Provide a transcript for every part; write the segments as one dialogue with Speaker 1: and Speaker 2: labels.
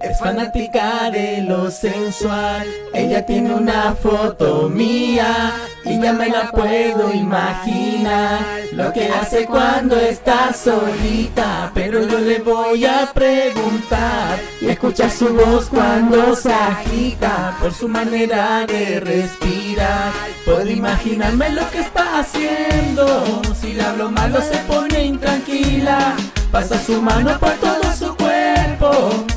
Speaker 1: Es fanática de lo sensual. Ella tiene una foto mía y ya me la puedo imaginar. Lo que hace cuando está solita, pero yo le voy a preguntar y escuchar su voz cuando se agita por su manera de respirar. Puedo imaginarme lo que está haciendo. Si le hablo malo se pone intranquila. Pasa su mano por todo su cuerpo.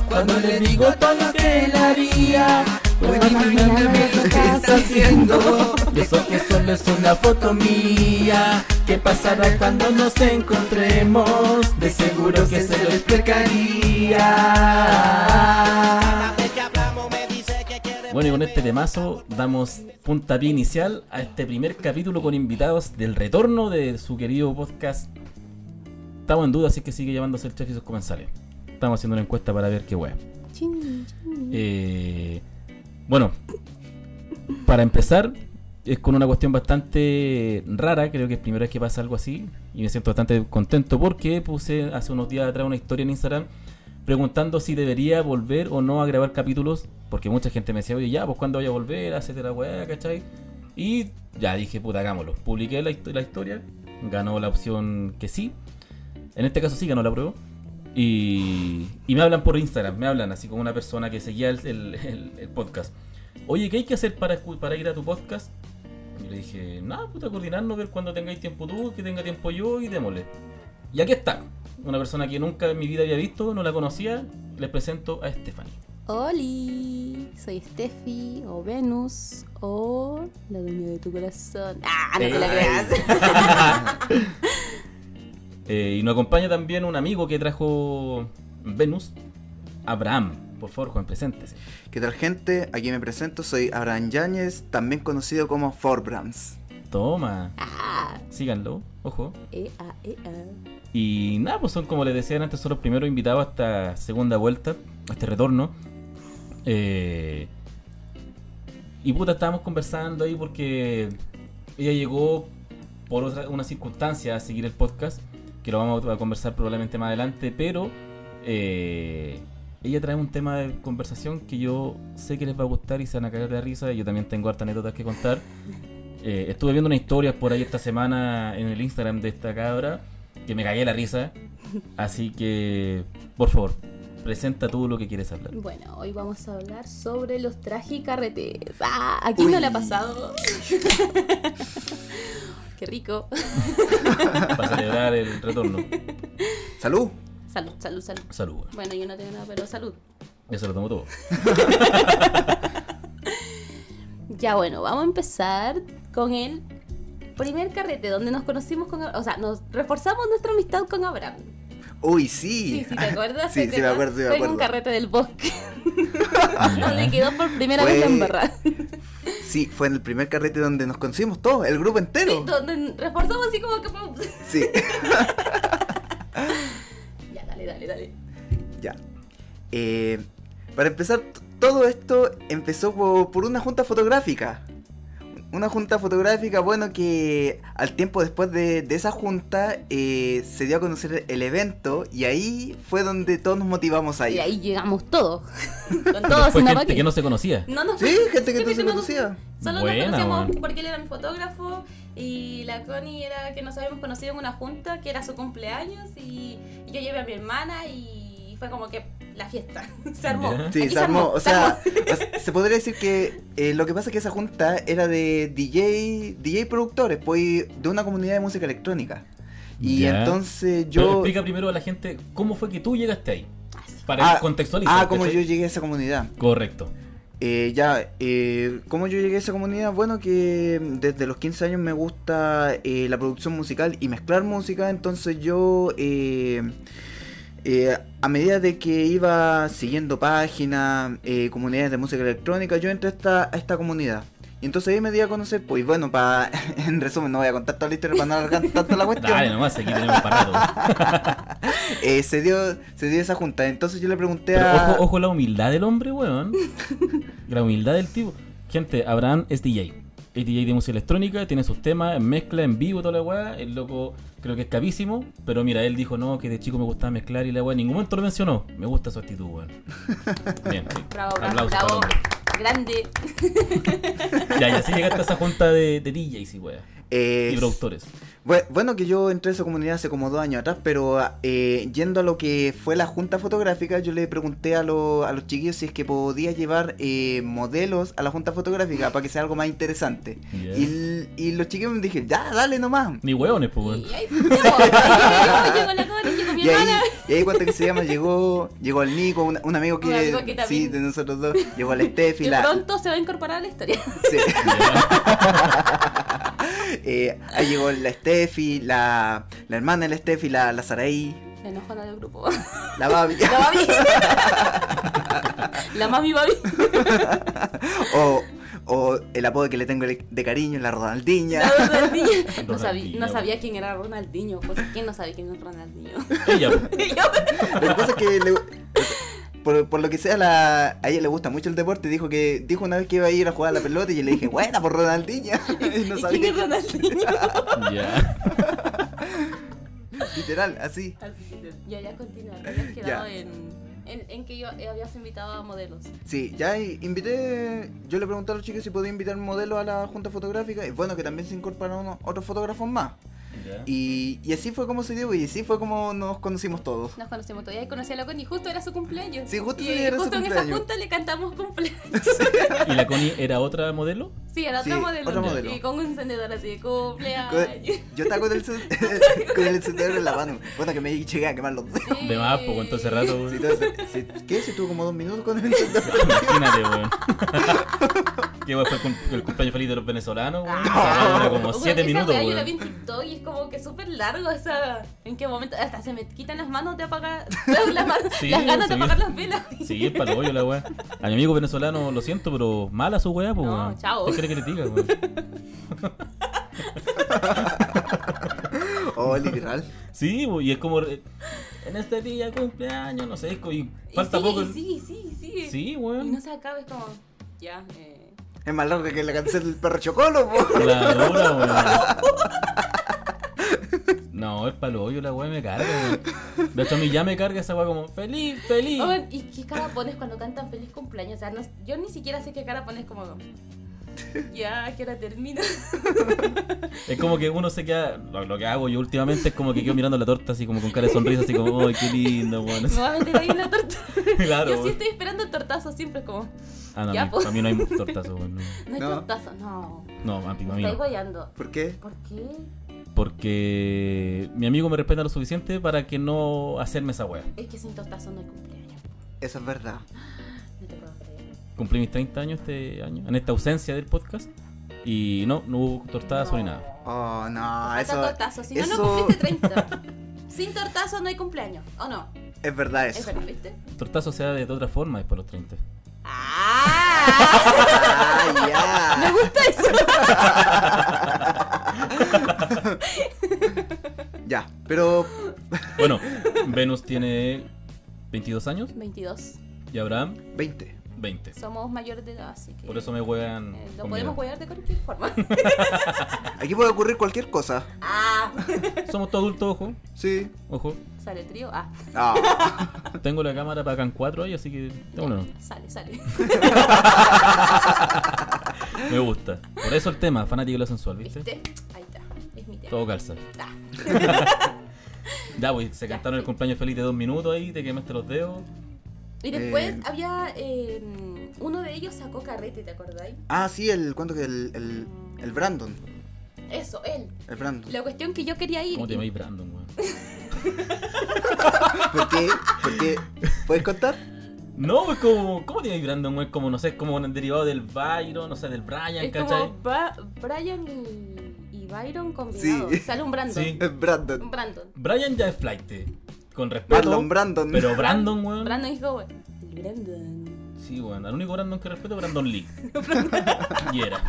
Speaker 1: Cuando le digo todo lo que le haría, puedo imaginarme lo que está haciendo. Yo sé que solo es una foto mía. ¿Qué pasará cuando nos encontremos? De seguro que se lo explicaría.
Speaker 2: Bueno, y con este temazo damos puntapié inicial a este primer capítulo con invitados del retorno de su querido podcast. Estamos en duda, así que sigue llamándose el chef y sus comensales. Estamos haciendo una encuesta para ver qué wea. Eh, bueno, para empezar, es con una cuestión bastante rara. Creo que es la primera vez que pasa algo así. Y me siento bastante contento porque puse hace unos días atrás una historia en Instagram preguntando si debería volver o no a grabar capítulos. Porque mucha gente me decía, oye, ya, pues cuando voy a volver, hacete la weá, ¿cachai? Y ya dije, puta, hagámoslo. Publiqué la, histo- la historia, ganó la opción que sí. En este caso sí ganó la prueba. Y, y me hablan por Instagram, me hablan así como una persona que seguía el, el- el- el podcast. Oye, ¿qué hay que hacer para, escu- para ir a tu podcast? Y le dije, nada, puta, coordinarnos, ver cuando tengáis tiempo tú, que tenga tiempo yo y démosle. Y aquí está, una persona que nunca en mi vida había visto, no la conocía, les presento a Stephanie.
Speaker 3: Oli, soy Steffi o Venus o la dueña de tu corazón. Ah, no te la creas.
Speaker 2: Eh, y nos acompaña también un amigo que trajo Venus, Abraham. Por favor, Juan, preséntese.
Speaker 4: ¿Qué tal gente? Aquí me presento, soy Abraham Yáñez, también conocido como Forbrams.
Speaker 2: Toma, síganlo, ojo.
Speaker 3: Eh, ah, eh, ah.
Speaker 2: Y nada, pues son como les decía antes, son los primeros invitados a esta segunda vuelta, a este retorno. Eh, y puta, estábamos conversando ahí porque ella llegó por otra, una circunstancia a seguir el podcast, que lo vamos a conversar probablemente más adelante, pero eh, ella trae un tema de conversación que yo sé que les va a gustar y se van a cagar de risa, y yo también tengo harta anécdotas que contar. Eh, estuve viendo una historia por ahí esta semana en el Instagram de esta cabra que me cagué la risa. Así que, por favor, presenta tú lo que quieres hablar.
Speaker 3: Bueno, hoy vamos a hablar sobre los tragicarretes. Ah, ¿a quién no le ha pasado? Qué rico.
Speaker 2: Para celebrar el retorno.
Speaker 4: ¡Salud!
Speaker 3: Salud, salud, salud.
Speaker 2: Saludos.
Speaker 3: Bueno, yo no tengo nada, pero salud.
Speaker 2: Eso lo tomo todo.
Speaker 3: Ya bueno, vamos a empezar con el primer carrete donde nos conocimos con... O sea, nos reforzamos nuestra amistad con Abraham.
Speaker 4: ¡Uy, sí!
Speaker 3: Sí, sí, ¿te acuerdas?
Speaker 4: Sí, sí, me acuerdo, sí, me
Speaker 3: Fue en un
Speaker 4: acuerdo.
Speaker 3: carrete del bosque, donde
Speaker 2: Ah, Ya.
Speaker 3: quedó por primera
Speaker 4: Fue-
Speaker 3: vez la embarrada.
Speaker 4: Sí, fue en el primer carrete donde nos conocimos todos, el grupo
Speaker 3: Sí,
Speaker 4: entero.
Speaker 3: donde reforzamos así como que... pum.
Speaker 4: Sí,
Speaker 3: ya, dale, dale, dale.
Speaker 4: ya. Eh, para empezar, t- todo esto empezó por, por una junta fotográfica. Una junta fotográfica, bueno, que al tiempo después de, de esa junta eh, se dio a conocer el evento y ahí fue donde todos nos motivamos a
Speaker 3: Y
Speaker 4: ir.
Speaker 3: ahí llegamos todos. con
Speaker 2: Pero
Speaker 3: todos
Speaker 2: Fue
Speaker 3: en la
Speaker 2: gente que
Speaker 3: máquina.
Speaker 2: no se conocía.
Speaker 3: No nos
Speaker 4: Sí, gente que
Speaker 3: Gente
Speaker 4: tú se
Speaker 3: que no-
Speaker 4: conocía.
Speaker 3: Solo
Speaker 2: Buena,
Speaker 3: nos conocíamos
Speaker 2: weón.
Speaker 3: porque él era mi fotógrafo y la Connie era que nos habíamos conocido en una junta que era su cumpleaños y yo llevé a mi hermana y fue como que la fiesta se armó.
Speaker 2: Ya.
Speaker 4: Sí,
Speaker 3: Aquí
Speaker 4: se armó. O sea, o sea, se podría decir que eh, lo que pasa es que esa junta era de DJ, DJ productores, pues de una comunidad de música electrónica. Y
Speaker 2: Ya.
Speaker 4: entonces
Speaker 2: Yo...
Speaker 4: yo.
Speaker 2: explica primero a la gente cómo fue que tú llegaste ahí. Para
Speaker 4: Ah,
Speaker 2: contextualizar.
Speaker 4: ah, como yo
Speaker 2: ¿cachai?
Speaker 4: llegué a esa comunidad.
Speaker 2: Correcto.
Speaker 4: Eh, ya, eh, ¿cómo yo llegué a esa comunidad? Bueno, que desde los 15 años me gusta eh, la producción musical y mezclar música, entonces yo, eh, eh, a medida de que iba siguiendo páginas, eh, comunidades de música electrónica, yo entré a esta, a esta comunidad. Y entonces ahí me di a conocer, pues bueno, pa, en resumen, no voy a contar toda la historia para no alargar tanto la cuestión.
Speaker 2: Dale nomás, aquí tenemos para rato.
Speaker 4: Eh, se, dio, se dio esa junta, entonces yo le pregunté
Speaker 2: Pero
Speaker 4: a...
Speaker 2: ojo, ojo la humildad del hombre, weón. La humildad del tipo. Gente, Abraham es DJ. es DJ de música electrónica, tiene sus temas, mezcla en vivo toda la weá. El loco creo que es carísimo, pero mira, él dijo no, que de chico me gustaba mezclar y la weá. En ningún momento lo mencionó. Me gusta su actitud, weón. Bien, sí.
Speaker 3: Bravo, bravo,
Speaker 2: Aplausos
Speaker 3: bravo.
Speaker 2: para el
Speaker 3: Grande.
Speaker 2: hombre. Ya, y así llegaste a esa junta de, de DJs y weá.
Speaker 4: Eh,
Speaker 2: Y productores.
Speaker 4: bue- bueno, que yo entré a esa comunidad hace como dos años atrás, pero ah, eh, yendo a lo que fue la junta fotográfica, yo le pregunté a, lo- a los chiquillos si es que podía llevar eh, modelos a la junta fotográfica para que sea algo más interesante.
Speaker 2: Ya.
Speaker 4: Y, l- y los chiquillos me dijeron, ya, dale nomás.
Speaker 2: Ni hueones, pues weón.
Speaker 3: Y ahí fuimos. Ahí llegó la Connie, llegó mi
Speaker 4: Y ahí,
Speaker 3: hermana.
Speaker 4: y ahí cuánto que se llama, llegó, llegó el Nico, un, un amigo que,
Speaker 3: Un amigo que
Speaker 4: sí,
Speaker 3: también-
Speaker 4: de nosotros dos, llegó el Steffi,
Speaker 3: Que
Speaker 4: la,
Speaker 3: pronto se va a incorporar a la historia.
Speaker 4: sí,
Speaker 2: Ya.
Speaker 4: eh, ahí llegó la Steffi, la, la hermana de la Steffi, la, la Saraí,
Speaker 3: La enojona del grupo.
Speaker 4: la Babi,
Speaker 3: La Babi. La mami Babi.
Speaker 4: o, o el apodo que le tengo de de cariño, la Rodaldiña.
Speaker 3: La Ronaldinho. No, sabía,
Speaker 2: Ronaldinho.
Speaker 3: no sabía quién era Ronaldinho. Pues, ¿quién no sabe quién es Ronaldinho?
Speaker 2: Ella,
Speaker 3: Y yo,
Speaker 4: Lo que pasa es que le- por, por lo que sea, la, a ella le gusta mucho el deporte, dijo que dijo una vez que iba a ir a jugar a la pelota y yo le dije, buena por Rodaldiña. Y no
Speaker 3: ¿y
Speaker 4: sabía,
Speaker 3: quién es Ronaldinho?
Speaker 2: ya.
Speaker 4: literal, así.
Speaker 3: Así que ya, ya continúa. Habías quedado en, en, en que yo eh, habías invitado a modelos.
Speaker 4: Sí, ya i- invité, yo le pregunté a los chicos si podía invitar modelos a la junta fotográfica y bueno, que también se incorporaron unos- otros fotógrafos más.
Speaker 2: Ya.
Speaker 4: Y, y así fue como se dio y así fue como nos conocimos todos.
Speaker 3: Nos conocimos todavía y conocí a la Connie. Justo era su cumpleaños.
Speaker 4: Sí, justo
Speaker 3: y,
Speaker 4: ese día era su
Speaker 3: justo en esa
Speaker 4: cumpleaños.
Speaker 3: junta le cantamos cumpleaños.
Speaker 2: ¿Y la Connie era otra modelo?
Speaker 3: Sí, era otro
Speaker 4: Sí,
Speaker 3: modelo.
Speaker 4: otro modelo.
Speaker 3: Y con un encendedor así de
Speaker 4: Co-
Speaker 3: cumpleaños.
Speaker 4: Yo estaba con el, cen- con el encendedor en la mano. Bueno, que me llegué a quemar los dedos.
Speaker 2: De más, pues weón, todo ese rato,
Speaker 4: Sí,
Speaker 2: weón.
Speaker 4: entonces, sí, ¿Qué? Se tuvo como dos minutos con el encendedor.
Speaker 2: Imagínate, weón. Que weón fue el, cum- el cumpleaños feliz de los venezolanos, weón. Esa weá dura como
Speaker 3: Weón,
Speaker 2: 7
Speaker 3: Ah, esa
Speaker 2: minutos,
Speaker 3: weá Yo la vi
Speaker 2: weón.
Speaker 3: en TikTok y es como que súper largo esa. ¿En qué momento? Hasta se me quitan las manos de apagar. Las, manos-
Speaker 2: Sí,
Speaker 3: las ganas
Speaker 2: sí.
Speaker 3: de apagar las velas.
Speaker 2: Sí, es para hoyo la weá. A mi amigo venezolano, lo siento, pero mala su weá, pues
Speaker 3: No,
Speaker 2: weón.
Speaker 3: chao.
Speaker 2: ¿Qué crees que le diga, weón?
Speaker 4: Oh, literal.
Speaker 2: Sí, weón, y es como. eh, En este día cumpleaños, no sé, es co- y
Speaker 3: Y
Speaker 2: falta
Speaker 3: sigue,
Speaker 2: poco.
Speaker 3: y sigue, y sigue, y sigue.
Speaker 2: Sí,
Speaker 3: Y no
Speaker 2: weón.
Speaker 3: se acaba, es como. Ya, eh.
Speaker 4: Es más larga que la canción del perro chocolo, po.
Speaker 2: La dura, weón. No, es para hoyo la weá me carga, weón. De hecho, a mí ya me carga esa weá como feliz, feliz.
Speaker 3: Oigan, ¿y qué cara pones cuando cantan feliz cumpleaños? O sea, no- yo ni siquiera sé qué cara pones como. Ya, que ahora termina.
Speaker 2: Es como que uno se queda. Lo, lo que hago yo últimamente es como que quedo mirando la torta así como con cara de sonrisa, así como, ¡ay, qué lindo, weón!
Speaker 3: Me va a meter ahí una torta.
Speaker 2: Claro,
Speaker 3: yo sí
Speaker 2: weón.
Speaker 3: estoy esperando el tortazo siempre, es como.
Speaker 2: Ah, no,
Speaker 3: Ya,
Speaker 2: no,
Speaker 3: po.
Speaker 2: a mí no hay tortazo, weón. No,
Speaker 3: No hay
Speaker 4: No.
Speaker 3: tortazo, no.
Speaker 2: no a
Speaker 3: Me
Speaker 2: mí, a mí
Speaker 3: estáis
Speaker 2: no.
Speaker 3: guayando.
Speaker 4: ¿Por qué?
Speaker 3: ¿Por qué?
Speaker 2: Porque mi amigo me respeta lo suficiente para que no hacerme esa weá.
Speaker 3: Es que sin tortazo no hay cumpleaños.
Speaker 4: Eso es verdad.
Speaker 3: No te puedo creer.
Speaker 2: Cumplí mis 30 años este año, en esta ausencia del podcast. Y no, no hubo tortazo ni nada.
Speaker 4: Oh, no,
Speaker 3: Falta
Speaker 4: eso
Speaker 3: tortazo, si no,
Speaker 4: eso-
Speaker 3: no cumpliste 30. sin tortazo no hay cumpleaños, ¿o no?
Speaker 4: es verdad
Speaker 3: Es
Speaker 4: eso.
Speaker 3: verdad, ¿viste?
Speaker 2: Tortazo se da de otra forma después de los 30.
Speaker 3: ¡Ah!
Speaker 4: Ah, ya.
Speaker 3: Me gusta eso.
Speaker 4: Ya, pero
Speaker 2: Bueno, Venus tiene 22 años
Speaker 3: 22.
Speaker 2: y Abraham
Speaker 4: 20.
Speaker 2: 20.
Speaker 3: Somos mayores de edad, así que.
Speaker 2: Por eso me huean.
Speaker 3: eh, lo
Speaker 2: con mi edad.
Speaker 3: podemos huear de cualquier forma.
Speaker 4: Aquí puede ocurrir cualquier cosa.
Speaker 3: ¡Ah!
Speaker 2: Somos todos adultos, ojo.
Speaker 4: Sí.
Speaker 2: Ojo.
Speaker 3: Sale trío. Ah,
Speaker 4: Ah,
Speaker 2: Tengo la cámara para acá en 4 ahí, así que. Bueno,
Speaker 3: sale, sale.
Speaker 2: me gusta. Por eso el tema, fanático de lo sensual, ¿viste?
Speaker 3: ¿Viste? Ahí está. Es mi tema.
Speaker 2: Todo calza.
Speaker 3: Ah.
Speaker 2: Ya, pues, se cantaron el
Speaker 3: sí.
Speaker 2: cumpleaños feliz de dos minutos ahí, te quemaste los dedos.
Speaker 3: Y después
Speaker 4: Eh.
Speaker 3: había. eh, uno de ellos sacó carrete, ¿te acordáis?
Speaker 4: ah sí, el cuánto que el, el, el Brandon.
Speaker 3: Eso, él.
Speaker 4: El Brandon.
Speaker 3: La cuestión que yo quería ir.
Speaker 2: ¿Cómo te
Speaker 3: y-
Speaker 2: llamáis Brandon, weón?
Speaker 4: ¿Por qué? ¿Por qué? ¿Puedes contar?
Speaker 2: No, es como. ¿Cómo te llamáis Brandon, weón? Como, no sé, es como un derivado del Byron, no sé, del Brian,
Speaker 3: Es
Speaker 2: ¿cachai?
Speaker 3: como Ba- Brian y, y Byron combinados.
Speaker 4: Sí.
Speaker 3: Sale un Brandon.
Speaker 2: Sí.
Speaker 4: El Brandon.
Speaker 3: Un Brandon.
Speaker 2: Brian ya es flight, eh, con respeto.
Speaker 4: Marlon Brandon.
Speaker 2: Pero Brandon, weón.
Speaker 3: Brandon dijo, el Brandon.
Speaker 2: Sí, weón. Al único Brandon que respeto es Brandon Lee. y era.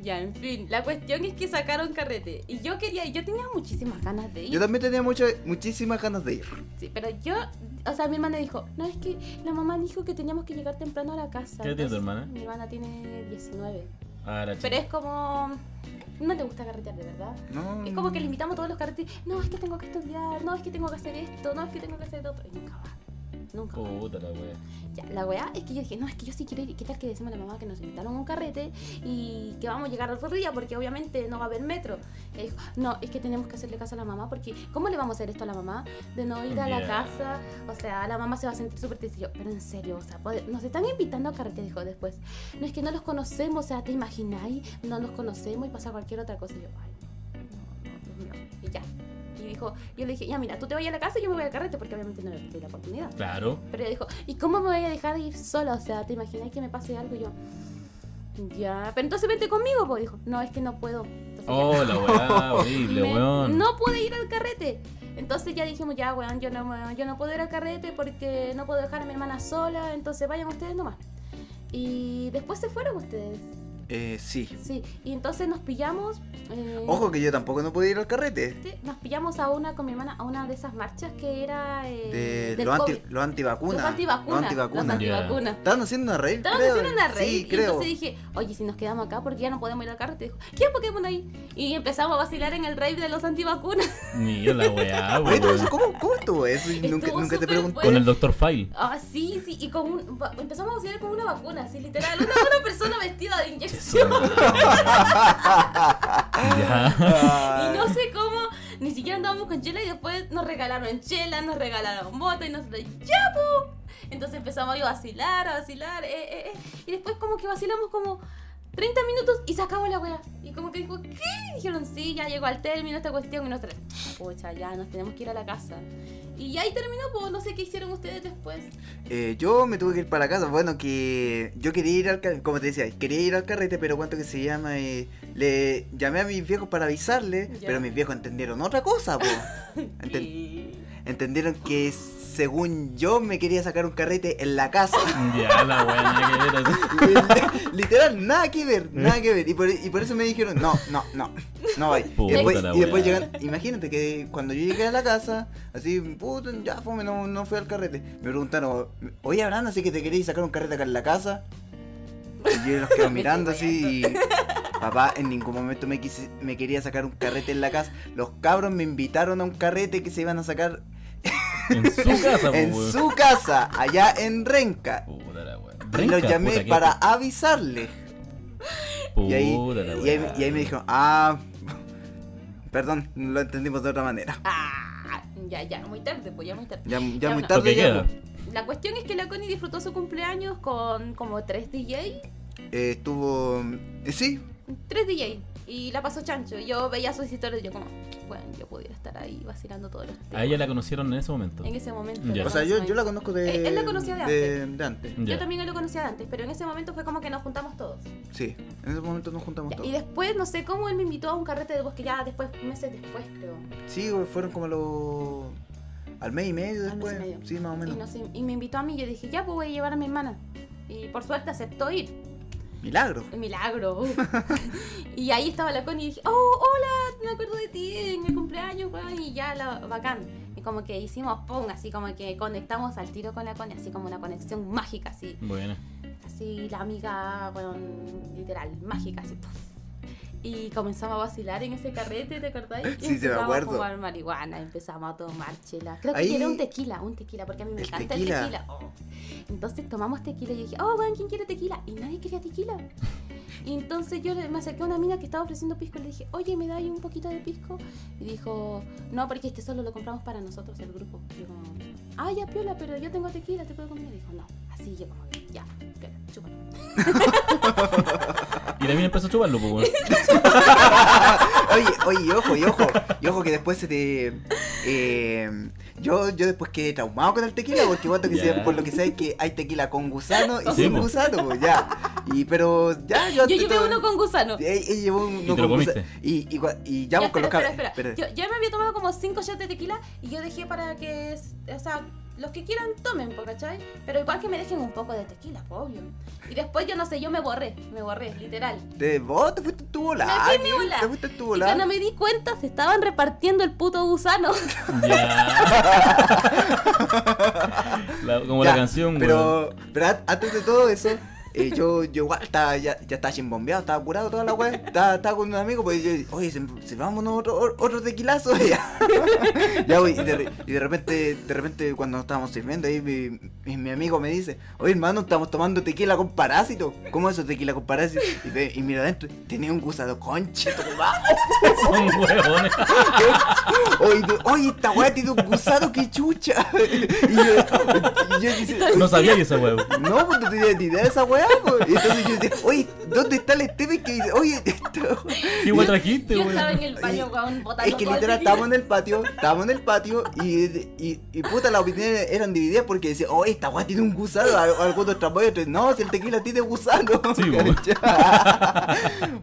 Speaker 3: Ya, en fin, la cuestión es que sacaron carrete. Y yo quería, yo tenía muchísimas ganas de ir.
Speaker 4: Yo también tenía muchas muchísimas ganas de ir.
Speaker 3: Sí, pero yo, o sea, mi hermana dijo, no, es que la mamá dijo que teníamos que llegar temprano a la casa.
Speaker 2: ¿Qué edad tiene tu
Speaker 3: Entonces,
Speaker 2: hermana?
Speaker 3: Mi hermana tiene 19.
Speaker 2: Ah, la
Speaker 3: Pero
Speaker 2: chica.
Speaker 3: es como, no te gusta carretear de verdad.
Speaker 4: No,
Speaker 3: Es
Speaker 2: Mm.
Speaker 3: como que le invitamos a todos los carretes, no, es que tengo que estudiar, no, es que tengo que hacer esto, no, es que tengo que hacer lo otro. Y nunca va, nunca va.
Speaker 2: Puta la wea.
Speaker 3: Ya, la weá es que yo dije, no, es que yo sí quiero ir. ¿Qué tal que decimos a la mamá que nos invitaron a un carrete y que vamos a llegar al otro día porque obviamente no va a haber metro? Y dijo, no, es que tenemos que hacerle caso a la mamá porque ¿cómo le vamos a hacer esto a la mamá? De no ir a la
Speaker 2: Ya.
Speaker 3: casa, o sea, la mamá se va a sentir súper triste. Y yo, pero en serio, o sea, pode- nos están invitando a carrete, dijo después. No es que no los conocemos, o sea, ¿te imagináis? No los conocemos y pasa cualquier otra cosa. Y yo, ay, no, no, Dios mío. Y ya. Y dijo, yo le dije, ya mira, tú te vayas a la casa y yo me voy al carrete porque obviamente no le di la oportunidad.
Speaker 2: Claro.
Speaker 3: Pero ella dijo, ¿y cómo me voy a dejar ir sola? O sea, ¿te imaginas que me pase algo? Y yo, ya, pero entonces vente conmigo, pues dijo, no, es que no puedo. Entonces,
Speaker 2: Oh, la weá,
Speaker 3: ya,
Speaker 2: horrible,
Speaker 3: me-
Speaker 2: weón.
Speaker 3: No pude ir al carrete. Entonces ya dijimos, ya, weón, yo no, me- yo no puedo ir al carrete porque no puedo dejar a mi hermana sola, entonces vayan ustedes nomás. Y después se fueron ustedes,
Speaker 4: Eh, sí.
Speaker 3: sí. Y entonces nos pillamos... eh,
Speaker 4: Ojo que yo tampoco no podía ir al carrete.
Speaker 3: sí, Nos pillamos a una con mi hermana, a una de esas marchas que era... eh,
Speaker 4: De
Speaker 3: del
Speaker 4: los, anti-
Speaker 3: COVID.
Speaker 4: los antivacunas.
Speaker 3: Los antivacunas.
Speaker 4: Los antivacunas.
Speaker 3: Los
Speaker 2: Ya.
Speaker 3: antivacunas.
Speaker 4: Estaban haciendo una rave.
Speaker 3: Estaban
Speaker 4: creo.
Speaker 3: haciendo una raid
Speaker 4: Sí,
Speaker 3: y
Speaker 4: creo.
Speaker 3: entonces dije, oye, si nos quedamos acá porque ya no podemos ir al carro, te dijo, ¿qué Pokémon ahí? Y empezamos a vacilar en el rave de los antivacunas.
Speaker 2: Mira la weá,
Speaker 4: Oye, pero
Speaker 2: weón.
Speaker 4: eso, ¿cómo, cómo estuvo eso? Y
Speaker 3: Estuvo
Speaker 4: nunca, nunca te
Speaker 3: súper
Speaker 4: pregunté.
Speaker 2: Con el doctor File.
Speaker 3: Ah, sí, sí, y con un, va- empezamos a vacilar con una vacuna, así literal, una, una persona vestida de inyección.
Speaker 2: ya.
Speaker 4: Ah,
Speaker 3: Y no sé cómo, ni siquiera andábamos con chela y después nos regalaron chela, nos regalaron bota y nosotros, ¡ya, po! Entonces empezamos a vacilar, a vacilar, eh, eh, eh, y después como que vacilamos como 30 minutos y se acabó la wea. Y como que dijo, ¿qué? Y dijeron, sí, ya llegó al término esta cuestión y nosotros, pucha, ya nos tenemos que ir a la casa. Y ahí terminó, pues no sé qué hicieron ustedes después.
Speaker 4: eh, yo me tuve que ir para la casa. Bueno, que yo quería ir al carrete, como te decía, quería ir al carrete, pero cuánto que se llama. Eh, le llamé a mis viejos para avisarle,
Speaker 3: Ya.
Speaker 4: pero mis viejos entendieron otra cosa, po. Enten-
Speaker 3: Y-
Speaker 4: entendieron que según yo me quería sacar un carrete en la casa.
Speaker 2: Ya, la weá, nada que ver. así.
Speaker 4: Literal, nada que ver, nada que ver. Y por, y por eso me dijeron, no, no, no, no voy. Y
Speaker 2: Puta
Speaker 4: después,
Speaker 2: la
Speaker 4: y después
Speaker 2: weá.
Speaker 4: llegan, imagínate que cuando yo llegué a la casa, así, puta, ya fome, no, no fui al carrete. Me preguntaron, oye, Abraham, así que te queréis sacar un carrete acá en la casa. Y yo los quedo mirando así y... Papá, en ningún momento me, quise- me quería sacar un carrete en la casa. Los cabros me invitaron a un carrete que se iban a sacar
Speaker 2: En su casa,
Speaker 4: en
Speaker 2: po, weón.
Speaker 4: su casa, allá en Renca.
Speaker 2: Puta la weá.
Speaker 4: Y los
Speaker 2: Renca,
Speaker 4: llamé
Speaker 2: puta, qué-
Speaker 4: para avisarle. Y ahí,
Speaker 2: Puta la
Speaker 4: y ahí-
Speaker 2: weá.
Speaker 4: y ahí me dijo, ah, perdón, lo entendimos de otra manera.
Speaker 3: Ah, ya, ya, muy tarde, pues ya muy tarde.
Speaker 4: Ya, ya
Speaker 3: Ya
Speaker 4: muy
Speaker 3: no.
Speaker 2: Lo
Speaker 4: tarde
Speaker 2: que
Speaker 4: ya.
Speaker 2: queda.
Speaker 4: pues.
Speaker 3: La cuestión es que la Connie disfrutó su cumpleaños con como tres DJ,
Speaker 4: Eh, estuvo... eh, sí,
Speaker 3: tres DJ y la pasó chancho. Yo veía sus historias y yo como, bueno, yo pudiera estar ahí vacilando todos los días.
Speaker 2: A ella la conocieron en ese momento.
Speaker 3: En ese momento.
Speaker 2: Ya.
Speaker 4: o sea, yo, yo la conozco de...
Speaker 3: Eh, él la conocía de
Speaker 4: de antes.
Speaker 3: Yo
Speaker 2: Ya.
Speaker 3: también lo conocía de antes, pero en ese momento fue como que nos juntamos todos.
Speaker 4: Sí, en ese momento nos juntamos
Speaker 3: Ya,
Speaker 4: todos.
Speaker 3: Y después, no sé cómo él me invitó a un carrete de bosque, ya después, meses después, creo.
Speaker 4: Sí, fueron como a los... Al mes y
Speaker 3: Al
Speaker 4: medio
Speaker 3: mes y
Speaker 4: después.
Speaker 3: medio.
Speaker 4: Sí, más o
Speaker 3: Y,
Speaker 4: menos.
Speaker 3: nos- y me invitó a mí y yo dije, ya, pues voy a llevar a mi hermana. Y por suerte aceptó ir.
Speaker 4: Milagro.
Speaker 3: Un Milagro. uf. y ahí estaba la Connie y dije, oh, hola, me acuerdo de ti en el cumpleaños, weón", Y ya, la, bacán. Y como que hicimos pong, así como que conectamos al tiro con la Connie, así como una conexión mágica, así.
Speaker 2: Bueno.
Speaker 3: Así la amiga, weón, literal, mágica, así. puf. Y comenzamos a vacilar en ese carrete, ¿te acordáis? Y
Speaker 4: Sí, sí, me
Speaker 3: empezamos
Speaker 4: acuerdo.
Speaker 3: a fumar marihuana, empezamos a tomar chela. Creo que
Speaker 4: Ahí-
Speaker 3: era un tequila, un tequila, porque a mí me
Speaker 4: El
Speaker 3: encanta
Speaker 4: tequila.
Speaker 3: el tequila. Oh. Entonces tomamos tequila y yo dije, oh, weón, ¿quién quiere tequila? Y nadie quería tequila. Y entonces yo le- me acerqué a una mina que estaba ofreciendo pisco y le dije, oye, ¿me da ahí un poquito de pisco? Y dijo, no, porque este solo lo compramos para nosotros, el grupo. Y yo como, ah, ya, piola, pero yo tengo tequila, ¿te puedo comprar? Y dijo, no, así yo como, que, ya, piola, chúpalo.
Speaker 2: Y también empezó a chuparlo, po, weón.
Speaker 4: oye, oye, y ojo, y ojo, y ojo que después se te. eh, yo, yo después quedé traumado con el tequila, porque cuanto que
Speaker 2: Ya.
Speaker 4: sea, por lo que sea es que hay tequila con gusano y
Speaker 2: Sí,
Speaker 4: sin
Speaker 2: po.
Speaker 4: gusano, pues ya. Y pero ya yo.
Speaker 3: Yo llevé uno con gusano.
Speaker 4: Ella llevó uno
Speaker 2: Y te lo
Speaker 4: con
Speaker 2: comiste.
Speaker 4: gusano. Y, y, gua- y ya,
Speaker 3: Ya,
Speaker 4: pues, con los
Speaker 3: espera,
Speaker 4: cabros.
Speaker 3: espera, espera. Yo, yo me había tomado como 5 shots de tequila y yo dejé para que, o sea, los que quieran tomen, po, ¿cachai? Pero igual que me dejen un poco de tequila, po, obvio. Y después yo no sé, yo me borré, me borré, literal.
Speaker 4: Te, vos te fuiste en tu bola.
Speaker 3: Me fui en mi
Speaker 4: ¿eh?
Speaker 3: bola.
Speaker 4: Te fuiste en tu
Speaker 3: Y
Speaker 4: bola.
Speaker 3: cuando me di cuenta, se estaban repartiendo el puto gusano.
Speaker 2: Ya. La- como
Speaker 4: Ya,
Speaker 2: la canción, weón.
Speaker 4: Pero, pero an- antes de todo eso, eh, yo, yo igual estaba, ya, ya estaba chimbombeado, estaba curado toda la weá. Estaba, estaba con un amigo, pues yo, oye, se, se vámonos otro, otro tequilazo. Ya, ya güey, y, de, re- y de repente, de repente cuando nos estábamos sirviendo, ahí mi, mi- mi amigo me dice, oye hermano, estamos tomando tequila con parásito. ¿Cómo eso tequila con parásito? Y, ve- y mira adentro, tenía un gusano conche, tu madre.
Speaker 2: Son huevones.
Speaker 4: Oye, tú- oye, esta weá tiene un gusano, que chucha. Y yo, y yo dice,
Speaker 2: No sabía yo esa huevo.
Speaker 4: no, pues no tenía ni idea de esa weá, pues. Y entonces yo decía, oye, ¿dónde está el Esteban que dice, oye, esto-
Speaker 2: ¿Qué hueá trajiste,
Speaker 3: Yo estaba en
Speaker 2: weón?
Speaker 3: el baño, weón, botando
Speaker 4: es que
Speaker 3: todo el
Speaker 4: literal
Speaker 3: tequila.
Speaker 4: estábamos en el patio, estábamos en el patio y, y, y puta, las opiniones eran divididas porque decía, oye, esta weá tiene un gusano, al- algunos trampoyos, otros, no, si el tequila tiene gusano.
Speaker 2: Sí, weón.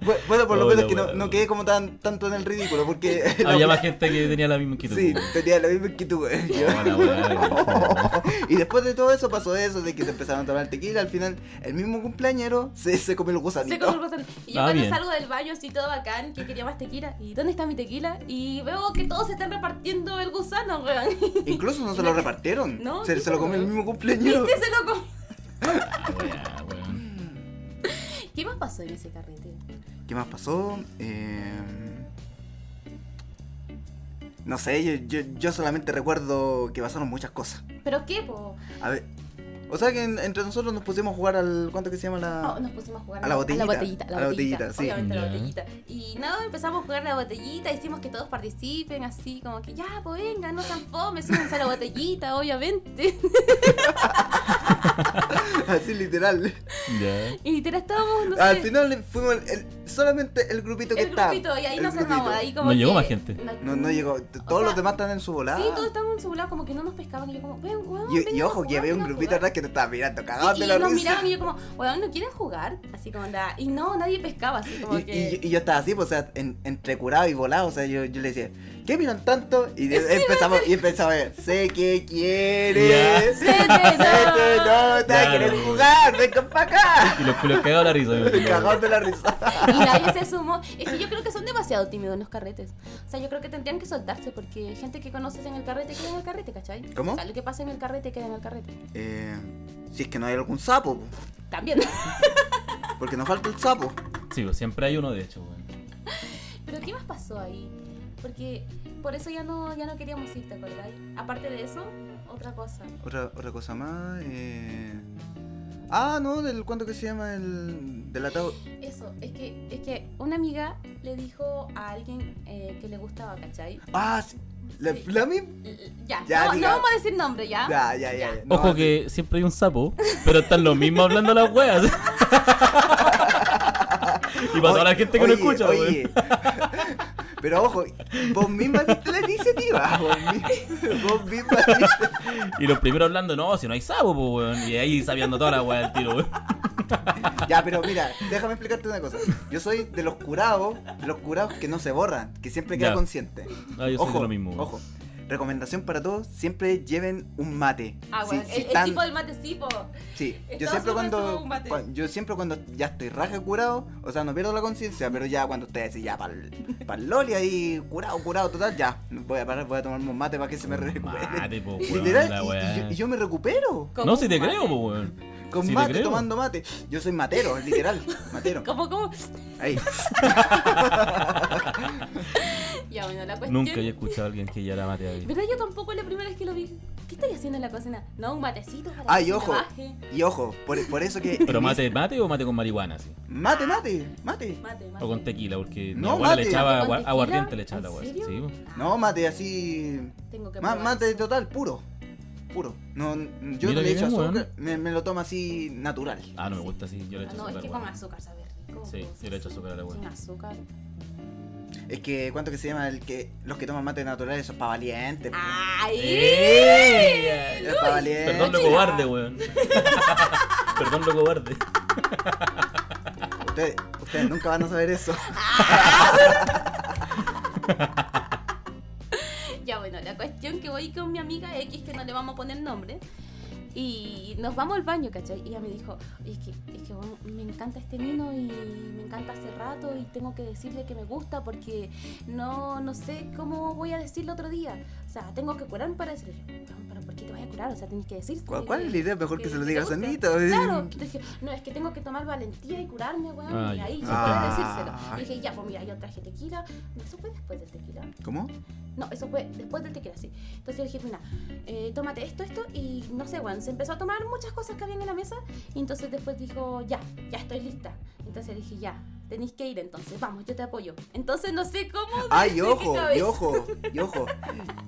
Speaker 4: Bu- bueno, por lo
Speaker 2: Oh,
Speaker 4: menos
Speaker 2: la
Speaker 4: que no,
Speaker 2: weá, Ah,
Speaker 4: no
Speaker 2: weón.
Speaker 4: quedé como tan, tanto en el ridículo porque...
Speaker 2: Había más gente que tenía la misma inquietud.
Speaker 4: Sí,
Speaker 2: weón.
Speaker 4: tenía la misma inquietud, weón. Yo-
Speaker 2: No, la weá, weón.
Speaker 4: Y después de todo eso pasó eso, de que se empezaron a tomar el tequila, al final el mismo cumpleañero se,
Speaker 3: Se
Speaker 4: se comió el
Speaker 3: comió el
Speaker 4: gusanito.
Speaker 3: gusanito. Y yo
Speaker 2: Ah,
Speaker 3: cuando
Speaker 2: bien.
Speaker 3: salgo del baño así todo bacán, que quería más tequila. ¿Y dónde está mi tequila? Y veo que todos se están repartiendo el gusano, weón.
Speaker 4: Incluso no se lo repartieron.
Speaker 3: No,
Speaker 4: se,
Speaker 3: sí,
Speaker 4: se lo comió el
Speaker 3: weón.
Speaker 4: mismo cumpleañero.
Speaker 3: ¿Viste? Se lo comió.
Speaker 2: La weá, weón.
Speaker 3: ¿Qué más pasó en ese carrete?
Speaker 4: ¿Qué más pasó? Eh, No sé, yo, yo, yo solamente recuerdo que pasaron muchas cosas.
Speaker 3: ¿Pero qué, po?
Speaker 4: A ver. O sea que en- entre nosotros nos pusimos a jugar al. ¿Cuánto que se llama la.?
Speaker 3: Oh, nos pusimos a jugar
Speaker 4: Ah. A la
Speaker 3: A la
Speaker 4: botellita,
Speaker 3: botellita,
Speaker 4: a la botellita, sí.
Speaker 3: Obviamente a la
Speaker 2: Ya.
Speaker 3: botellita. Y nada, empezamos a jugar a la botellita, hicimos que todos participen, así como que ya, pues venga, no sean fome, súbanse a la botellita, obviamente.
Speaker 4: Así literal.
Speaker 2: Ya.
Speaker 3: Y literal estábamos, no sé.
Speaker 4: Al final fuimos el- el- solamente el grupito que
Speaker 3: el
Speaker 4: estaba.
Speaker 3: grupito, y ahí
Speaker 4: el
Speaker 3: nos
Speaker 4: grupito.
Speaker 3: armamos, ahí como
Speaker 2: No
Speaker 3: que-
Speaker 2: llegó más gente.
Speaker 4: No, no llegó. T- Todos los
Speaker 3: sea,
Speaker 4: demás están en su volada.
Speaker 3: Sí, todos estábamos en su lado, como que no nos pescaban. Y yo, como, ven, weón.
Speaker 4: Y,
Speaker 3: vengan
Speaker 4: y
Speaker 3: a
Speaker 4: ojo, que
Speaker 3: jugar,
Speaker 4: había un
Speaker 3: vengan a
Speaker 4: grupito
Speaker 3: jugar".
Speaker 4: atrás que Ah, te estaba mirando, cagados
Speaker 3: Sí,
Speaker 4: de
Speaker 3: y
Speaker 4: la
Speaker 3: nos
Speaker 4: risa.
Speaker 3: miraban y yo, como, weón, ¿no quieren jugar? Así como, nada. Y no, nadie pescaba, así como
Speaker 4: Y, y-
Speaker 3: que.
Speaker 4: y yo estaba así, pues, o sea, en- entre curado y volado, o sea, yo, yo le decía, ¿qué miran tanto? Y de- empezamos, y empezaba a ver, sé que
Speaker 3: Ya.
Speaker 4: quieres, sé que no te
Speaker 2: Claro.
Speaker 4: quieres jugar, vengan para acá.
Speaker 2: Y los culos cagados la risa, weón.
Speaker 4: Cagados de la risa.
Speaker 3: Y nadie se sumó. Es que yo creo que son demasiado tímidos en los carretes. O sea, yo creo que tendrían que soltarse porque hay gente que conoces en el carrete queda en el carrete, ¿cachai?
Speaker 4: ¿Cómo?
Speaker 3: O sea, lo que pasa en el carrete queda en el carrete.
Speaker 4: Eh, si es que no hay algún sapo, po,
Speaker 3: También.
Speaker 4: porque nos falta el sapo.
Speaker 2: Sí, weón, siempre hay uno, de hecho, weón.
Speaker 3: Pero ¿qué más pasó ahí? Porque por eso ya no, ya no queríamos ir, ¿te acordás? Aparte de eso, otra cosa.
Speaker 4: Otra, otra cosa más, eh... Ah, no, del cuánto que se llama el del atado.
Speaker 3: Eso, es que, es que una amiga le dijo a alguien eh, que le gustaba, ¿cachai?
Speaker 4: Ah, sí. La,
Speaker 3: Sí.
Speaker 4: la misma.
Speaker 3: L- Ya,
Speaker 4: Ya,
Speaker 3: no,
Speaker 4: diga.
Speaker 3: no vamos a decir nombre, ¿ya?
Speaker 4: Ya, ya, ya. ya. No,
Speaker 2: Ojo que siempre hay un sapo, pero están los mismos hablando las weas. y para toda la gente que no
Speaker 4: Oye,
Speaker 2: escucha,
Speaker 4: oye.
Speaker 2: weón.
Speaker 4: Pero ojo, vos misma diste la iniciativa. Vos mi- vos misma diste.
Speaker 2: Y los primeros hablando, no, si no hay sapo, po, weón. Y ahí sabiendo toda la wea del tiro, weón.
Speaker 4: Ya, pero mira, déjame explicarte una cosa. Yo soy de los curados, de los curados que no se borran, que siempre queda
Speaker 2: Ya.
Speaker 4: consciente.
Speaker 2: Ah, yo soy
Speaker 4: ojo,
Speaker 2: de lo mismo, weón.
Speaker 4: ojo. Recomendación para todos, siempre lleven un mate.
Speaker 3: Ah,
Speaker 4: Si-
Speaker 3: bueno,
Speaker 4: si
Speaker 3: el, el
Speaker 4: están-
Speaker 3: tipo del matecipo.
Speaker 4: Sí, yo
Speaker 3: Estaba
Speaker 4: siempre
Speaker 3: súper tomado
Speaker 4: cuando,
Speaker 3: un mate.
Speaker 4: cuan- yo siempre cuando ya estoy raja curado, o sea, no pierdo la conciencia, pero ya cuando ustedes dicen ya pa'l, pa'l loli ahí curado, curado total, ya, voy a parar, voy a tomarme un mate para que se me recupere.
Speaker 2: Mate, po, weón,
Speaker 4: Literal,
Speaker 2: la
Speaker 4: y- y
Speaker 2: wea.
Speaker 4: yo- y, yo me recupero
Speaker 2: No, si te creo, po, weón.
Speaker 4: con
Speaker 2: Sí, te
Speaker 4: mate,
Speaker 2: creo.
Speaker 4: tomando mate. Yo soy matero, literal, matero.
Speaker 3: ¿Cómo, cómo?
Speaker 4: Ahí.
Speaker 3: Ya, bueno, la cuestión.
Speaker 2: Nunca había escuchado a alguien que ya era mate ahí.
Speaker 3: ¿Verdad? Yo tampoco la primera vez que lo vi. ¿Qué estáis haciendo en la cocina? No, un matecito para
Speaker 4: Ay,
Speaker 3: que se me
Speaker 4: ojo.
Speaker 3: baje.
Speaker 4: Y ojo, por, por eso que.
Speaker 2: ¿Pero mate mate o mate con marihuana, sí?
Speaker 4: Mate, mate, mate.
Speaker 3: Mate, mate.
Speaker 2: O con tequila, porque mi
Speaker 4: No,
Speaker 2: abuela
Speaker 4: mate.
Speaker 2: le echaba
Speaker 3: ¿Mate con
Speaker 2: agua-
Speaker 3: tequila?
Speaker 2: aguardiente, le echaba la
Speaker 3: ¿En
Speaker 2: wea. Sí,
Speaker 3: serio?
Speaker 2: po.
Speaker 4: No, mate así.
Speaker 3: Ah, Tengo que
Speaker 4: Ma-
Speaker 3: probar.
Speaker 4: mate total, puro. Puro. No, n- yo
Speaker 2: Mira
Speaker 4: no le
Speaker 2: que
Speaker 4: echo
Speaker 2: bien,
Speaker 4: azúcar,
Speaker 2: weón.
Speaker 4: me, me lo tomo así natural.
Speaker 2: Ah, no me gusta así, yo le
Speaker 3: Ah,
Speaker 2: echo
Speaker 3: no, es
Speaker 2: azúcar.
Speaker 3: que con
Speaker 2: weón.
Speaker 3: azúcar sabe rico.
Speaker 2: Sí,
Speaker 3: pues.
Speaker 2: yo le echo azúcar a la wea.
Speaker 3: Sin azúcar.
Speaker 4: Es que, ¿cuánto que se llama el que los que toman mate natural? Eso es pa' valiente. po.
Speaker 3: ¡Ay!
Speaker 2: ¡Eh!
Speaker 4: Es pa' valiente.
Speaker 2: Perdón lo
Speaker 3: Chila.
Speaker 2: cobarde, weón. Perdón lo cobarde.
Speaker 4: Ustedes, ustedes nunca van a saber eso.
Speaker 3: Ya bueno, la cuestión que voy con mi amiga X, que no le vamos a poner nombre, y nos vamos al baño, ¿cachai? Y ella me dijo, "Oye, es que, es que bueno, me encanta este vino y me encanta hace rato y tengo que decirle que me gusta porque no, no sé cómo voy a decirlo otro día. O sea, tengo que curar para decirle, "Weón, pero ¿por qué te vas a curar? O sea, tenés que decir.
Speaker 4: ¿Cuál, cuál es la idea? Mejor que, se lo
Speaker 3: te
Speaker 4: digas a
Speaker 3: gusta".
Speaker 4: Anita.
Speaker 3: Claro, dije, no, es que tengo que tomar valentía y curarme, weón,
Speaker 2: Ah,
Speaker 3: y
Speaker 2: ya.
Speaker 3: ahí se
Speaker 4: Ah.
Speaker 3: puede decírselo. Y dije, ya, pues mira, yo traje tequila, No, eso fue después del tequila.
Speaker 4: ¿Cómo?
Speaker 3: No, eso fue después del tequila, sí. Entonces yo dije, mira, eh, tómate esto, esto, y no sé, weón, se empezó a tomar muchas cosas que habían en la mesa, y entonces después dijo, ya, ya estoy lista. Entonces le dije, ya, tenéis que ir, entonces, vamos, yo te apoyo. Entonces no sé cómo...
Speaker 4: Ay,
Speaker 3: dije,
Speaker 4: ojo, y
Speaker 3: "Cabeza".
Speaker 4: ojo, y ojo,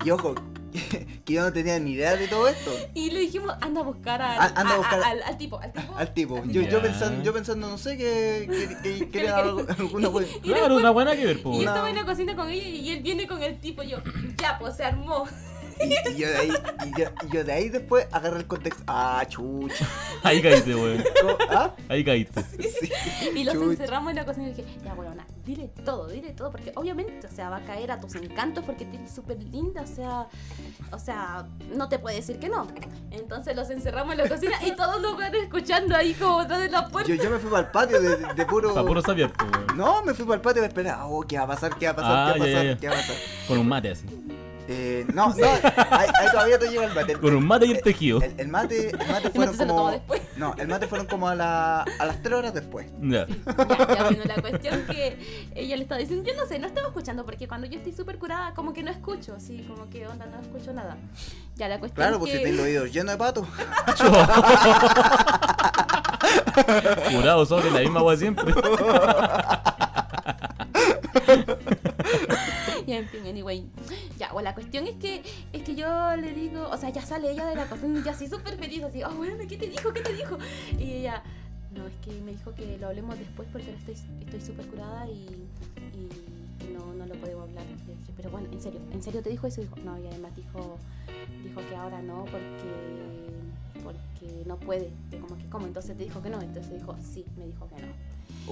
Speaker 4: y ojo, que yo no tenía ni idea de todo esto.
Speaker 3: Y le dijimos, anda a buscar al,
Speaker 4: Ah, anda
Speaker 3: a-
Speaker 4: a
Speaker 3: a-
Speaker 4: buscar-
Speaker 3: al, al tipo, al tipo.
Speaker 4: Al tipo, yo, yo
Speaker 2: Ya.
Speaker 4: pensando, yo pensando, no sé, que, que, que- que querían algo- alguna cuestión.
Speaker 3: Y
Speaker 2: Claro, una buena que ver, po.
Speaker 3: Y yo
Speaker 4: No.
Speaker 3: estaba en la cocina con ella y él viene con el tipo. y Yo, ya, pues se armó.
Speaker 4: Y, y yo de ahí, y yo, y yo de ahí después agarré el contexto. Ah, chucha.
Speaker 2: Ahí caíste, weón.
Speaker 4: ¿Cómo? ¿Ah?
Speaker 2: Ahí caíste.
Speaker 4: Sí.
Speaker 3: Y los
Speaker 4: Chuch.
Speaker 3: encerramos en la cocina y dije, ya, bueno, dile todo, dile todo. Porque obviamente, o sea, va a caer a tus encantos porque te es súper linda. O sea, o sea, no te puede decir que no. Entonces los encerramos en la cocina y todos nos van escuchando ahí como detrás de la puerta.
Speaker 4: Yo, yo me fui para el patio de, de puro.
Speaker 2: Pa' puros abiertos, weón.
Speaker 4: No, me fui para el patio de esperar. Oh, ¿qué va a pasar? ¿Qué va a pasar?
Speaker 2: Ah,
Speaker 4: ¿Qué va a
Speaker 2: ya,
Speaker 4: pasar?
Speaker 2: ya, ya.
Speaker 4: ¿Qué va a pasar?
Speaker 2: Con un mate así.
Speaker 4: Eh, no, no, ahí, ahí todavía te llega el mate.
Speaker 2: Con un mate y el tejido.
Speaker 4: El, el mate, el mate
Speaker 3: Y no
Speaker 4: fueron
Speaker 3: se lo tomó
Speaker 4: como.
Speaker 3: después.
Speaker 4: No, el mate fueron como a, la, a las 3 horas después.
Speaker 2: Ya.
Speaker 3: Ya, ya, bueno, la cuestión que ella le estaba diciendo, yo no sé, no estaba escuchando porque cuando yo estoy súper curada, como que no escucho, así como que onda, no escucho nada. Ya la cuestión
Speaker 4: Claro, pues
Speaker 3: que...
Speaker 4: si tengo oídos llenos de pato.
Speaker 2: Curado sobre la misma agua siempre.
Speaker 3: Ya, en fin, anyway. Ya, bueno, la cuestión es que, es que yo le digo, o sea, ya sale ella de la cocina y yo así súper feliz, así, oh, bueno, ¿qué te dijo? ¿Qué te dijo? Y ella, no, es que me dijo que lo hablemos después porque ahora estoy estoy súper curada y, y que no, no lo podemos hablar. Y le dije, pero bueno, en serio, ¿en serio te dijo eso? Dijo, no, y además dijo, dijo que ahora no porque, porque no puede. Yo como que, ¿cómo? Entonces te dijo que no, entonces dijo, sí, me dijo que no.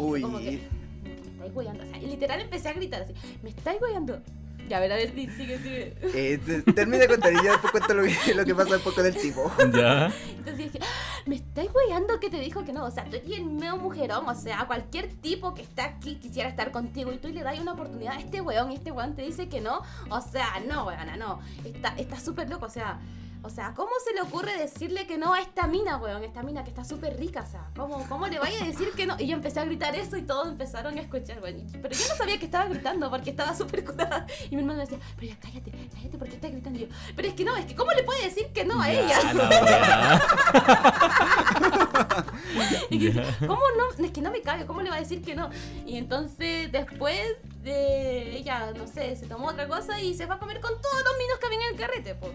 Speaker 4: Uy.
Speaker 3: Como que- Me estáis hueando. O sea, literal empecé a gritar así. Me estáis hueando. Ya, a ver, a ver, di- sigue, sigue.
Speaker 4: Eh, te- termina de contar y yo después cuento lo que, lo que pasa después con el tipo.
Speaker 2: Ya.
Speaker 3: Entonces dije, "Ah, me estáis hueando que te dijo que no. O sea, tú eres un medio mujerón. O sea, cualquier tipo que está aquí quisiera estar contigo y tú le das una oportunidad a este weón y este weón te dice que no. O sea, no, weona, no. Está está súper loco. O sea, o sea, ¿cómo se le ocurre decirle que no a esta mina, weón? Esta mina que está súper rica. O sea, ¿cómo, ¿cómo le vaya a decir que no? Y yo empecé a gritar eso y todos empezaron a escuchar, weón. Pero yo no sabía que estaba gritando porque estaba súper curada. Y mi hermano me decía, pero ya cállate, cállate porque está gritando. Y yo, pero es que no, es que ¿cómo le puede decir que no a ella?
Speaker 2: Ya, la weá.
Speaker 3: Y que,
Speaker 2: Ya.
Speaker 3: ¿Cómo no? Es que no me cabe, ¿cómo le va a decir que no? Y entonces después de ella, no sé, se tomó otra cosa y se fue a comer con todos los minos que venían en el carrete, po.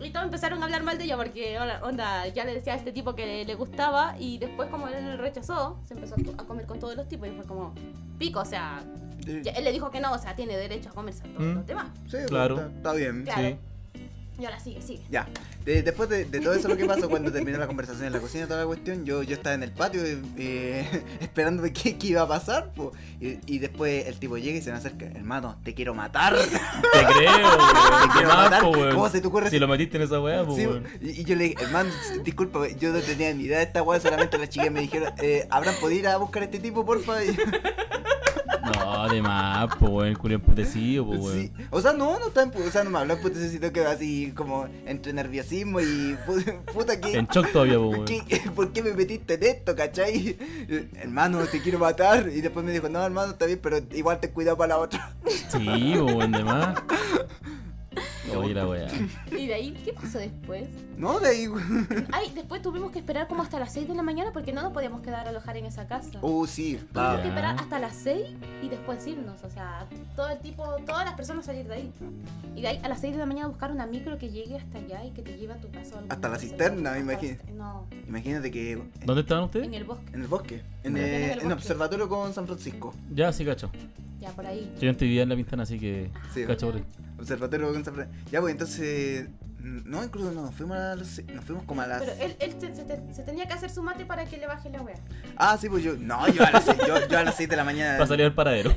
Speaker 3: Y todos empezaron a hablar mal de ella porque, hola, onda, ya le decía a este tipo que le, le gustaba y después como él rechazó, se empezó a co- a comer con todos los tipos y fue como, pico, o sea, ya- él le dijo que no, o sea, tiene derecho a comerse a todos
Speaker 2: Mm.
Speaker 3: los demás.
Speaker 4: Sí,
Speaker 2: Claro.
Speaker 4: Está, está bien.
Speaker 3: Claro. Y ahora sigue, sigue.
Speaker 4: Ya. De- después de, de todo eso lo que pasó, cuando terminó la conversación en la cocina, toda la cuestión, yo, yo estaba en el patio eh, eh, esperando de qué, qué iba a pasar. po. Y, y después el tipo llega y se me acerca, hermano, te quiero matar.
Speaker 2: Te creo, weón. Qué
Speaker 4: quiero matar.
Speaker 2: mapo,
Speaker 4: ¿Cómo
Speaker 2: weón.
Speaker 4: se te ocurre
Speaker 2: Si lo metiste en esa weá, po,
Speaker 4: Sí,
Speaker 2: weón.
Speaker 4: y, y yo le dije, hermano, s- disculpa, yo no tenía ni idea de esta weá, solamente las chicas me dijeron, eh, ¿habrán podido ir a buscar a este tipo, porfa? Y-
Speaker 2: No, de más, po, weón. Culio emputecido, po, weón.
Speaker 4: Sí. O sea, no, no tan, o sea, no me habló pues necesito que así como entre nerviosismo y pu- puta que...
Speaker 2: En shock todavía, po, weón.
Speaker 4: ¿qué- ¿Por qué me metiste en esto, cachai? Hermano, te quiero matar. Y después me dijo, no, hermano, está bien, pero igual te cuidado para la otra.
Speaker 2: Sí, po, weón, de más. Oye, la weá.
Speaker 3: Y de ahí, ¿qué pasó después?
Speaker 4: No, de ahí.
Speaker 3: Ay, después tuvimos que esperar como hasta las 6 de la mañana porque no nos podíamos quedar a alojar en esa casa.
Speaker 4: Oh, sí.
Speaker 3: Tuvimos
Speaker 2: Ya.
Speaker 3: que esperar
Speaker 4: Ah.
Speaker 3: hasta las 6 y después irnos. O sea, todo el tipo, todas las personas salir de ahí. Y de ahí a las 6 de la mañana buscar una micro que llegue hasta allá y que te lleve a tu casa. a algún
Speaker 4: Hasta la
Speaker 3: lugar
Speaker 4: cisterna,
Speaker 3: cercano.
Speaker 4: me
Speaker 3: Hasta la
Speaker 4: imagino.
Speaker 3: cist- No,
Speaker 4: ¿Eh? Imagínate que en,
Speaker 2: ¿Dónde estaban ustedes?
Speaker 3: en el bosque.
Speaker 4: en el bosque, en,
Speaker 3: Me imagino
Speaker 4: eh,
Speaker 3: en el
Speaker 4: en
Speaker 3: bosque.
Speaker 4: observatorio con San Francisco.
Speaker 2: Ya, sí, cacho.
Speaker 3: Ya por ahí.
Speaker 2: Yo antes vivía en la ventana, así que.
Speaker 4: Sí.
Speaker 2: Cacho, por ahí.
Speaker 4: Observatorio con San Francisco. Ya, pues entonces. No, incluso no, nos fuimos a las- nos fuimos como a las.
Speaker 3: Pero eh. él, él se, se te- se tenía que hacer su mate para que le baje la wea.
Speaker 4: Ah, sí, pues yo. No, yo a las 6 yo, yo a las seis de la mañana.
Speaker 2: Va a salir al paradero.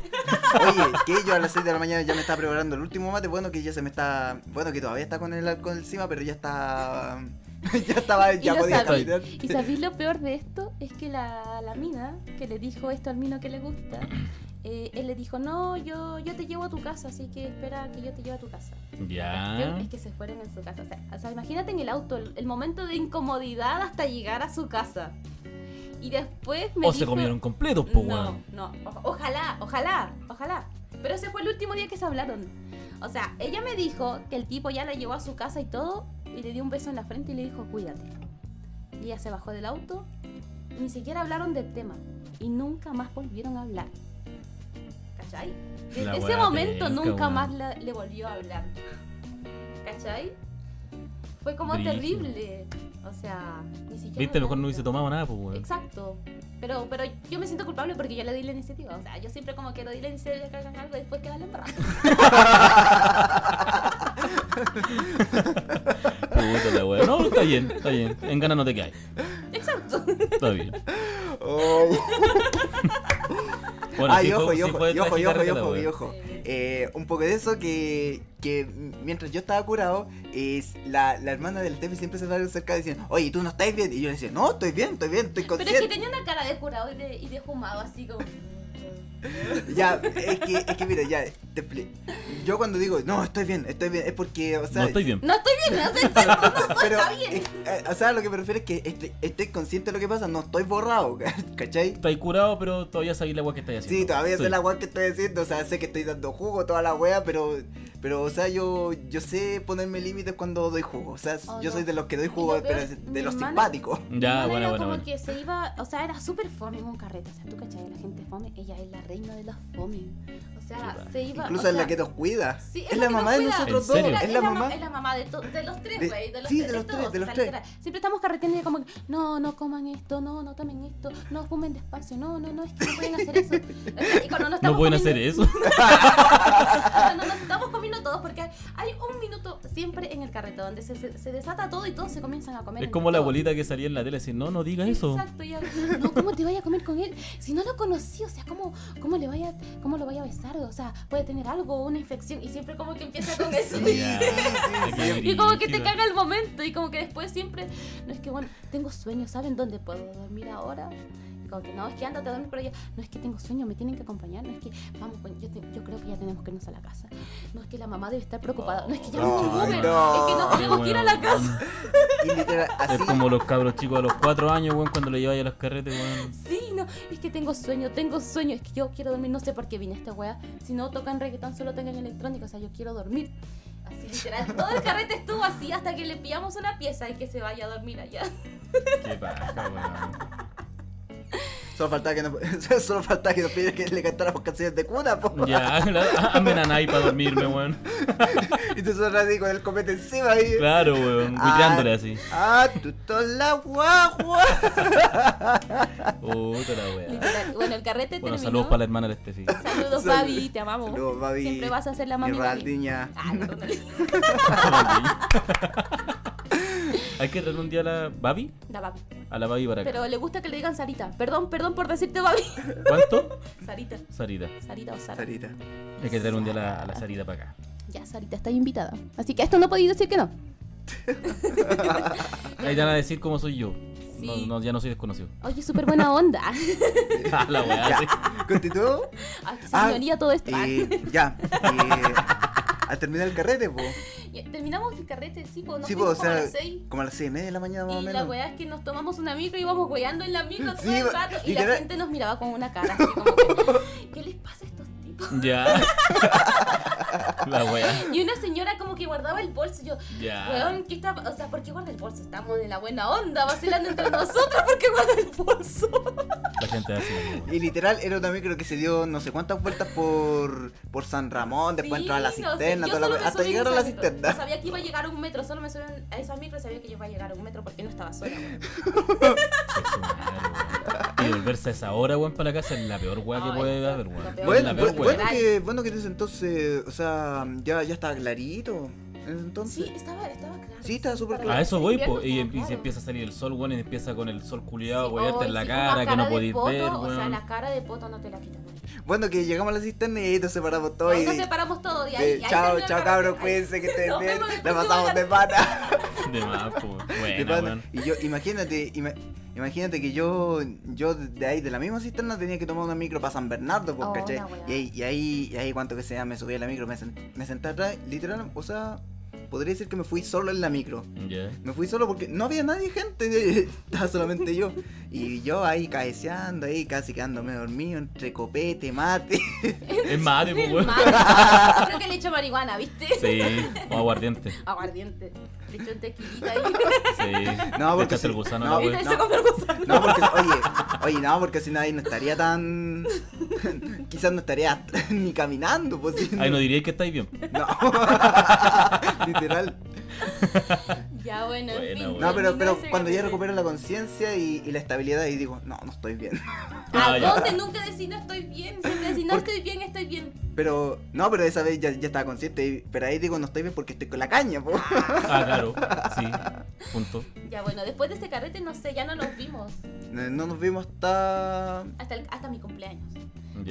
Speaker 4: Oye, que yo a las 6 de la mañana ya me estaba preparando el último mate. Bueno, que ya se me está. Bueno, que todavía está con el alcohol encima, pero ya está. ya estaba.
Speaker 3: Y
Speaker 4: Ya
Speaker 3: lo
Speaker 4: podía
Speaker 3: sabéis.
Speaker 4: caminar.
Speaker 3: ¿Y sabéis lo peor de esto? Es que la, la mina que le dijo esto al mino que le gusta, eh, él le dijo, no, yo, yo te llevo a tu casa, así que espera que yo te lleve a tu casa. Yo-
Speaker 2: Ya.
Speaker 3: Es que se fueron en su casa. O sea, o sea, imagínate en el auto, el, el momento de incomodidad hasta llegar a su casa. Y después me
Speaker 2: O se
Speaker 3: dijo-
Speaker 2: comieron completos, po,
Speaker 3: No,
Speaker 2: weón.
Speaker 3: no. O- ojalá, ojalá, ojalá. Pero ese fue el último día que se hablaron. O sea, ella me dijo que el tipo ya la llevó a su casa y todo, y le dio un beso en la frente y le dijo, cuídate. Y ella se bajó del auto, ni siquiera hablaron del tema, y nunca más volvieron a hablar. ¿Cachai? Desde
Speaker 2: La
Speaker 3: ese
Speaker 2: wea
Speaker 3: momento
Speaker 2: penca,
Speaker 3: nunca
Speaker 2: weón.
Speaker 3: más la- le volvió a hablar. ¿Cachai? Fue como
Speaker 2: Brígido.
Speaker 3: terrible. O sea, ni siquiera.
Speaker 2: Viste, mejor no
Speaker 3: hablaron.
Speaker 2: hubiese tomado nada, po, weón.
Speaker 3: Exacto. Pero, pero yo me siento culpable porque yo le di la iniciativa. O sea, yo siempre como que le di la iniciativa que hagan algo y después quedan embarrados.
Speaker 2: Puta la weón. No, está bien, está bien. En ganas no te caes.
Speaker 3: Exacto.
Speaker 2: Está bien.
Speaker 4: Oye.
Speaker 2: Bueno,
Speaker 4: Ay,
Speaker 2: sí
Speaker 4: ojo,
Speaker 2: fue, sí
Speaker 4: Ah, y ojo,
Speaker 2: fue
Speaker 4: y ojo, y
Speaker 2: trágica
Speaker 4: ojo, y
Speaker 2: reta la
Speaker 4: ojo, y
Speaker 2: weá.
Speaker 4: ojo. Eh, un poco de eso que, que mientras yo estaba curado, es la, la hermana del Tefi siempre se va cerca diciendo, oye, ¿tú no estás bien? Y yo le decía, no, estoy bien, estoy bien, estoy
Speaker 3: Pero es que
Speaker 4: consciente.
Speaker 3: tenía una cara de curado y de, y de fumado, así como.
Speaker 4: Ya, es que, es que mira, ya, te expli- Yo cuando digo, no, estoy bien, estoy bien, es porque, o sea...
Speaker 2: No estoy bien.
Speaker 3: No estoy bien, no estoy bien.
Speaker 4: Pero,
Speaker 3: está bien.
Speaker 4: es- eh, o sea, lo que me refiero es que estoy, estoy consciente de lo que pasa, no estoy borrado, ¿cachai?
Speaker 2: Estáis curado, pero todavía sabéis la weá que estáis haciendo.
Speaker 4: Sí, todavía
Speaker 2: Sí.
Speaker 4: sé la weá que estoy haciendo, o sea, sé que estoy dando jugo toda la weá, pero, pero o sea, yo, yo sé ponerme límites cuando doy jugo, o sea,
Speaker 3: Oh,
Speaker 4: yo
Speaker 3: no.
Speaker 4: soy de los que doy
Speaker 3: Y
Speaker 4: jugo,
Speaker 3: lo peor
Speaker 4: pero
Speaker 3: es
Speaker 4: es
Speaker 3: mi
Speaker 4: de los
Speaker 3: hermana-
Speaker 4: simpáticos.
Speaker 2: Ya,
Speaker 3: Bueno,
Speaker 2: bueno,
Speaker 3: era
Speaker 2: bueno,
Speaker 3: como
Speaker 2: bueno.
Speaker 3: que se iba, o sea, era súper fome en un carrete. O sea, tú cachai, la gente fome, ella es la reina de las fome. O sea,
Speaker 2: Sí,
Speaker 3: se iba.
Speaker 4: Incluso
Speaker 3: o
Speaker 4: es la
Speaker 3: sea,
Speaker 4: que nos cuida.
Speaker 3: Sí,
Speaker 4: es la
Speaker 3: que
Speaker 4: mamá
Speaker 3: nos
Speaker 4: de
Speaker 3: cuida.
Speaker 4: nosotros
Speaker 2: ¿En
Speaker 4: dos,
Speaker 2: serio?
Speaker 3: Era-
Speaker 4: es la
Speaker 3: ma-
Speaker 4: mamá.
Speaker 3: es la mamá de, to- de los
Speaker 4: De-
Speaker 3: tres, güey. De los
Speaker 4: sí,
Speaker 3: tres,
Speaker 4: de los tres,
Speaker 3: todos,
Speaker 4: de
Speaker 3: o
Speaker 4: los
Speaker 3: sea,
Speaker 4: tres.
Speaker 3: literal. Siempre estamos carreteando y como, que, no, no coman esto, no, no tomen esto, no fumen despacio, no, no, no, es que no pueden hacer eso. Y cuando nos
Speaker 2: No
Speaker 3: estamos
Speaker 2: pueden
Speaker 3: comiendo-
Speaker 2: hacer eso.
Speaker 3: Cuando nos estamos comiendo todos, porque hay un minuto siempre en el carrete donde se, se- se desata todo y todos se comienzan a comer.
Speaker 2: Es
Speaker 3: entre
Speaker 2: como la
Speaker 3: todos.
Speaker 2: abuelita que salía en la tele y decía, no, no diga eso.
Speaker 3: Exacto, ya. No, ¿cómo te vaya a comer con él? Si no lo conocí, o sea, ¿cómo, cómo, le vaya, ¿cómo lo vaya a besar? O sea, puede tener algo, una infección. Y siempre como que empieza con eso.
Speaker 4: Sí,
Speaker 2: Ya.
Speaker 4: sí, sí, sí.
Speaker 2: Qué
Speaker 3: Y como que te
Speaker 2: brígido.
Speaker 3: caga el momento y como que después siempre, no es que bueno, tengo sueño, ¿saben dónde puedo dormir ahora? Y como que no, es que ándate a dormir por allá, no es que tengo sueño, me tienen que acompañar, no es que, vamos, pues, yo, te- yo creo que ya tenemos que irnos a la casa, no es que la mamá debe estar preocupada, no es que ya
Speaker 4: Ay,
Speaker 3: mucho Uber,
Speaker 4: no.
Speaker 3: es que nos
Speaker 2: Qué
Speaker 3: tenemos que ir a
Speaker 2: bueno,
Speaker 3: la casa.
Speaker 4: Y literal, así,
Speaker 2: Es como los cabros chicos a los cuatro años, weón, cuando le lleváis a los carretes, weón.
Speaker 3: Sí, no, es que tengo sueño, tengo sueño, es que yo quiero dormir, no sé por qué vine a esta wea, si no tocan reggaetón, solo tocan electrónica, o sea, yo quiero dormir. Así literal, todo el carrete estuvo así hasta que le pillamos una pieza y que se vaya a dormir allá.
Speaker 2: Qué paja, weón.
Speaker 4: solo faltaba que nos, solo faltaba que nos pidiera que le cantáramos canciones de cuna, po.
Speaker 2: Ya, hazme nanay para dormirme, weón.
Speaker 4: Y tú solo así con el copete encima ahí.
Speaker 2: Claro, weón,
Speaker 4: Ah.
Speaker 2: buitreándole así.
Speaker 4: Ah, tú toda la guagua.
Speaker 2: Puta la weá.
Speaker 3: Literal. Bueno, el carrete terminó.
Speaker 2: Bueno, saludos para la hermana del Estefi.
Speaker 3: Saludos,
Speaker 4: Saludos.
Speaker 3: Babi, te amamos.
Speaker 4: Saludos, Babi.
Speaker 3: Siempre vas a ser la mami. Babi.
Speaker 4: Geraldiña.
Speaker 3: Ah, no, no.
Speaker 2: Hay que traer un día a la Babi,
Speaker 3: La Babi.
Speaker 2: a la Babi para acá.
Speaker 3: Pero le gusta que le digan Sarita. Perdón, perdón por decirte Babi.
Speaker 2: ¿Cuánto?
Speaker 3: Sarita.
Speaker 2: Sarita.
Speaker 3: Sarita o Sara.
Speaker 4: Sarita.
Speaker 2: Hay que traer un día a la, a la Sarita para acá.
Speaker 3: Ya, Sarita, está invitada. Así que a esto no podéis decir que no.
Speaker 2: Ahí te van a decir cómo soy yo. No,
Speaker 3: Sí.
Speaker 2: no, ya no soy desconocido.
Speaker 3: Oye, súper buena onda.
Speaker 2: Ah, la weá, sí.
Speaker 4: ¿Continúo?
Speaker 3: Ay, que se
Speaker 4: Ah,
Speaker 3: me olía todo esto. Ah.
Speaker 4: Eh, ya. Eh, al terminar el carrete, po.
Speaker 3: Ah, Ya, Terminamos el carrete, sí, pues nos
Speaker 4: Sí, po,
Speaker 3: fuimos
Speaker 4: o sea,
Speaker 3: como a las seis.
Speaker 4: como a las seis y media de la mañana más o
Speaker 3: Y la
Speaker 4: menos.
Speaker 3: weá es que nos tomamos una micro y íbamos weando en la micro todo
Speaker 4: Sí, pues,
Speaker 3: el rato. Y la
Speaker 4: literal.
Speaker 3: gente nos miraba con una cara así como que, ¿qué les pasa a estos tipos?
Speaker 2: Ya. La weá.
Speaker 3: Y una señora como que guardaba el bolso. Yo,
Speaker 2: Ya.
Speaker 3: Weón, ¿qué está? O sea, ¿por qué guarda el bolso? Estamos de la buena onda, vacilando entre nosotros, ¿por qué guarda el bolso?
Speaker 2: La gente hace. la weá.
Speaker 4: Y literal era una micro que se dio no sé cuántas vueltas por, por San Ramón, después
Speaker 3: Sí,
Speaker 4: entró a la
Speaker 3: no sé,
Speaker 4: cisterna,
Speaker 3: yo
Speaker 4: toda la
Speaker 3: solo
Speaker 4: we-
Speaker 3: me
Speaker 4: hasta
Speaker 3: subí
Speaker 4: llegar a
Speaker 3: en
Speaker 4: la
Speaker 3: esa micro.
Speaker 4: cisterna.
Speaker 3: Sabía que iba a llegar a un metro, solo me subí a esa micro y sabía que yo iba a llegar a un metro porque no estaba sola, weón.
Speaker 2: Su madre, weón. Y volverse a esa hora, weón, para la casa es la peor weá que
Speaker 3: Ay,
Speaker 2: puede haber,
Speaker 3: lo
Speaker 2: weón.
Speaker 3: peor.
Speaker 2: Es
Speaker 4: Bueno,
Speaker 2: la
Speaker 4: bu-
Speaker 2: peor
Speaker 4: bueno,
Speaker 2: weá.
Speaker 4: que, bueno que en ese entonces, o sea, ya, ya estaba clarito. En ese entonces.
Speaker 3: Sí, estaba, estaba claro.
Speaker 4: Sí, estaba súper
Speaker 3: para
Speaker 4: claro.
Speaker 2: A eso
Speaker 3: ese
Speaker 2: voy,
Speaker 3: invierno
Speaker 2: po. Y,
Speaker 3: estaba
Speaker 2: y se
Speaker 3: claro.
Speaker 2: empieza a salir el sol, weón, y empieza con el sol culiado,
Speaker 3: Sí,
Speaker 2: wearte
Speaker 3: hoy
Speaker 2: en la
Speaker 3: sí,
Speaker 2: cara,
Speaker 3: una
Speaker 2: que no
Speaker 3: de
Speaker 2: podéis
Speaker 3: poto,
Speaker 2: ver,
Speaker 3: O sea,
Speaker 2: weón.
Speaker 3: la cara de poto no te la quita nadie.
Speaker 4: Bueno, que llegamos a la cisterna y ahí nos separamos todos. y-
Speaker 3: Nos separamos todo y ahí.
Speaker 4: eh,
Speaker 3: ahí
Speaker 4: chao,
Speaker 3: termina
Speaker 4: chao
Speaker 3: la
Speaker 4: cabros,
Speaker 3: carrera.
Speaker 4: cuídense que estén
Speaker 3: Nos
Speaker 4: bien.
Speaker 3: vemos en el
Speaker 4: La
Speaker 3: próximo
Speaker 4: pasamos de
Speaker 3: capítulo.
Speaker 4: pana.
Speaker 2: De más, po.
Speaker 4: De
Speaker 2: Buena,
Speaker 4: pana.
Speaker 2: weón.
Speaker 4: Y yo, imagínate, ima- imagínate que yo, yo de ahí, de la misma cisterna, tenía que tomar una micro para San Bernardo, pues,
Speaker 3: Oh,
Speaker 4: ¿cachai?
Speaker 3: una weá.
Speaker 4: Y ahí, y ahí, y ahí, cuánto que sea, me subí a la micro, me, sen- me senté atrás, literal, o sea, podría decir que me fui solo en la micro.
Speaker 2: Ya.
Speaker 4: Me fui solo porque no había nadie, gente. Estaba solamente yo. Y yo ahí cabeceando, ahí casi quedándome dormido entre copete, mate.
Speaker 2: Es mate, po,
Speaker 3: El
Speaker 2: weón.
Speaker 3: mate. Creo que le he hecho marihuana, ¿viste?
Speaker 2: Sí, o aguardiente.
Speaker 3: Aguardiente. Le he hecho un tequilita ahí.
Speaker 2: Sí.
Speaker 4: No, porque
Speaker 2: Pescaste
Speaker 4: sí.
Speaker 2: el gusano
Speaker 4: No,
Speaker 2: a la
Speaker 3: Ahorita le
Speaker 2: weá.
Speaker 4: no.
Speaker 3: saco el gusano.
Speaker 4: No, porque, oye, oye, no, porque si nadie no estaría tan. Quizás no estaría ni caminando, pues. si-
Speaker 2: Ay, no diría que estáis bien.
Speaker 4: No. Literal.
Speaker 3: Ya, bueno, en
Speaker 2: Buena,
Speaker 3: fin.
Speaker 2: buena.
Speaker 4: No, pero, pero
Speaker 3: terminó ese
Speaker 4: cuando ya
Speaker 3: capítulo.
Speaker 4: recupero la conciencia y, y la estabilidad, y digo, no, no estoy bien.
Speaker 2: Ah,
Speaker 3: ¿A
Speaker 2: ya.
Speaker 3: dónde? Nunca decís no estoy bien. Siempre decís no
Speaker 4: ¿Por
Speaker 3: estoy bien, estoy bien.
Speaker 4: Pero, no, pero esa vez ya, ya estaba consciente. y- Pero ahí digo, no estoy bien porque estoy con la caña, pues.
Speaker 2: Ah, claro. Sí. Punto.
Speaker 3: Ya, bueno, después de ese carrete, no sé, ya no nos vimos.
Speaker 4: No no nos vimos hasta.
Speaker 3: Hasta, el- hasta mi cumpleaños.
Speaker 2: Ya.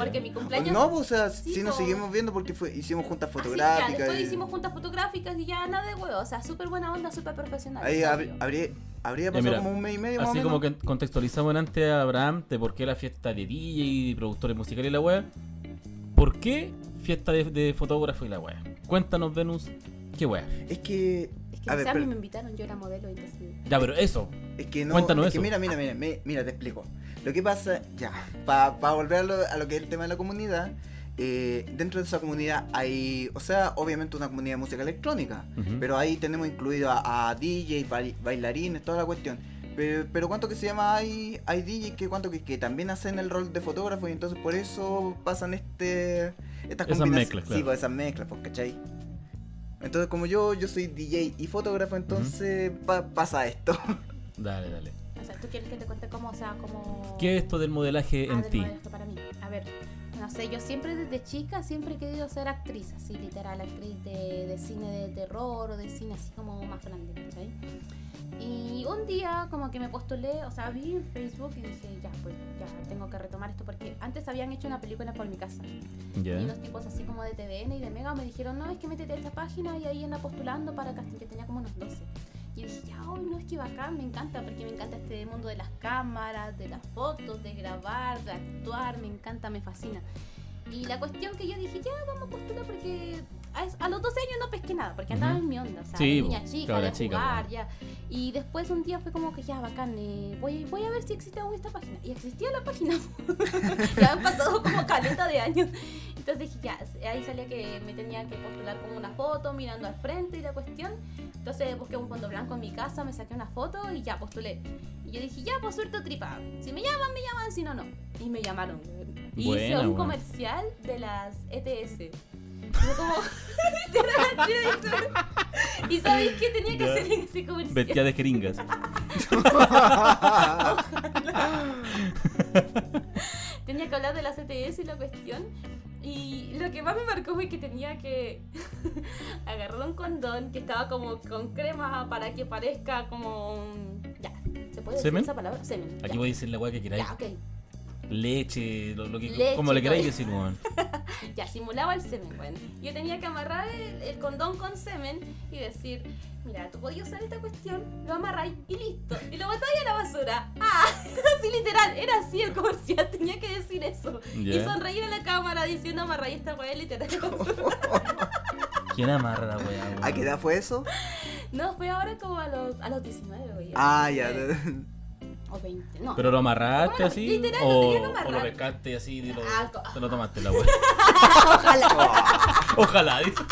Speaker 3: Porque mi cumpleaños.
Speaker 4: No, pues, o sea,
Speaker 3: Sí,
Speaker 4: sí, nos
Speaker 3: po.
Speaker 4: seguimos viendo porque fue- hicimos juntas
Speaker 3: Así,
Speaker 4: fotográficas.
Speaker 3: ya, después
Speaker 4: y-
Speaker 3: hicimos juntas fotográficas y ya nada de huevo. O sea, súper buena onda, súper profesional.
Speaker 4: Ahí
Speaker 3: eso
Speaker 4: habr-
Speaker 3: digo.
Speaker 4: habría, habría
Speaker 2: Ya,
Speaker 4: pasado
Speaker 2: mira,
Speaker 4: como un mes y medio. más o
Speaker 2: Así como
Speaker 4: menos.
Speaker 2: que contextualizamos antes a Abraham de por qué la fiesta de DJ y productores musicales y la wea. ¿Por qué fiesta de, de fotógrafo y la wea? Cuéntanos, Venus, qué wea.
Speaker 4: Es que.
Speaker 3: Es que
Speaker 4: a
Speaker 3: o
Speaker 4: ver,
Speaker 3: sea, a mí
Speaker 4: pero-
Speaker 3: me invitaron, yo era modelo y entonces-
Speaker 2: Ya, pero eso.
Speaker 4: Es que no.
Speaker 2: Cuéntanos
Speaker 4: es que
Speaker 2: eso.
Speaker 4: mira, mira, mira, mi- mira, te explico. Lo que pasa, ya, para volver a lo, a lo que es el tema de la comunidad, eh, dentro de esa comunidad hay, o sea, obviamente una comunidad de música electrónica,
Speaker 2: Ujú.
Speaker 4: pero ahí tenemos incluido a, a DJ, bail- bailarines, toda la cuestión. Pero, pero cuánto que se llama hay, hay DJ que cuánto que, que también hacen el rol de fotógrafo y entonces por eso pasan este estas
Speaker 2: Esas
Speaker 4: combinaciones.
Speaker 2: mezclas,
Speaker 4: Sí,
Speaker 2: claro.
Speaker 4: pues, esas mezclas, pues, ¿cachai? Entonces como yo, yo soy DJ y fotógrafo, entonces pa- pasa esto.
Speaker 2: Dale, dale.
Speaker 3: O sea, tú quieres que te cuente cómo, o sea, cómo.
Speaker 2: ¿Qué es esto del modelaje
Speaker 3: Ah,
Speaker 2: en
Speaker 3: del
Speaker 2: ti?
Speaker 3: modelaje para mí. A ver, no sé, yo siempre desde chica siempre he querido ser actriz, así literal, actriz de, de cine de terror o de cine así como más grande, ¿cachai? Y un día como que me postulé, o sea, vi en Facebook y dije, ya, pues ya, tengo que retomar esto porque antes habían hecho una película por mi casa. Y
Speaker 2: Ya.
Speaker 3: los tipos así como de TVN y de Mega me dijeron, no, es que métete a esta página y ahí anda postulando para casting, que tenía como unos 12. Y yo dije, ya, hoy no es que bacán, me encanta, porque me encanta este mundo de las cámaras, de las fotos, de grabar, de actuar, me encanta, me fascina. Y la cuestión que yo dije, ya, vamos a postular porque a, es- a los 12 años no pesqué nada, porque andaba
Speaker 2: Ujú.
Speaker 3: en mi onda, o sea,
Speaker 2: Sí,
Speaker 3: de
Speaker 2: bo,
Speaker 3: niña chica,
Speaker 2: cabra
Speaker 3: de
Speaker 2: chica,
Speaker 3: jugar,
Speaker 2: bo.
Speaker 3: ya. Y después un día fue como que ya, bacán, eh, voy, voy a ver si existe aún esta página. Y existía la página, ya han pasado como caleta de años. Entonces dije, ya, ahí salía que me tenía que postular con una foto, mirando al frente y la cuestión. Entonces busqué un fondo blanco en mi casa, me saqué una foto y ya postulé. Y yo dije, ya, pues suerte o tripa. Si me llaman, me llaman, si no, no. Y me llamaron. weón. Y hice
Speaker 2: Buena,
Speaker 3: un
Speaker 2: weón.
Speaker 3: comercial de las ETS. Fue como, literal, yo hice- y sabéis qué tenía que
Speaker 2: Ya.
Speaker 3: hacer en ese comercial.
Speaker 2: Vestida de jeringas.
Speaker 3: tenía que hablar de la CTS y la cuestión. Y lo que más me marcó fue que tenía que agarrar un condón que estaba como con crema para que parezca como... un- Ya, ¿se puede decir
Speaker 2: ¿Semen?
Speaker 3: esa palabra? Semen.
Speaker 2: Aquí
Speaker 3: ya.
Speaker 2: voy a decir la weá que queráis.
Speaker 3: Ya, ok.
Speaker 2: Leche, lo, lo que,
Speaker 3: Leche,
Speaker 2: como le queráis
Speaker 3: todo.
Speaker 2: decir, weón.
Speaker 3: Ya, simulaba el semen, bueno. Yo tenía que amarrar el, el condón con semen y decir, mira, tú podías usar esta cuestión, lo amarráis y listo. Y lo botáis a la basura. Ah, así literal, era así el comercial, tenía que decir eso. Y
Speaker 2: Ya.
Speaker 3: sonreír a la cámara diciendo amarráis esta weá literal.
Speaker 2: ¿Quién amarra la weá, weón?
Speaker 4: ¿A qué edad fue eso?
Speaker 3: No, fue ahora como a los, a los 19, güey.
Speaker 4: Ah, ya.
Speaker 3: O 20, no.
Speaker 2: ¿Pero lo amarraste
Speaker 3: No,
Speaker 2: así?
Speaker 3: literal, lo
Speaker 2: o,
Speaker 3: tenía que amarrar.
Speaker 2: o lo pescaste así y lo,
Speaker 3: Ah, co-
Speaker 2: te lo tomaste la weá?
Speaker 3: Ojalá.
Speaker 4: Oh,
Speaker 2: Ojalá, dice.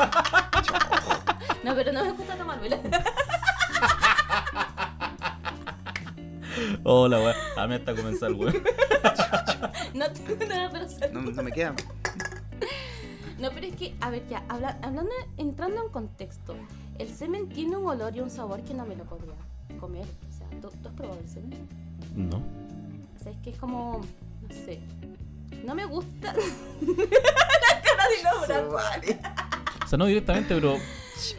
Speaker 3: No, pero no me gusta tomármela.
Speaker 2: Hola, weón. Oh, A mí hasta comenzar, weón.
Speaker 3: No tengo nada para hacer.
Speaker 4: No, no me queda.
Speaker 3: No, pero es que, a ver, ya, habla- hablando, entrando en contexto, el semen tiene un olor y un sabor que no me lo podría comer. O sea, ¿tú, tú has probado el semen?
Speaker 2: No.
Speaker 3: O sea, es que es como, no sé, no me gusta. la cara de Laura.
Speaker 4: Su madre.
Speaker 2: O sea, no directamente, pero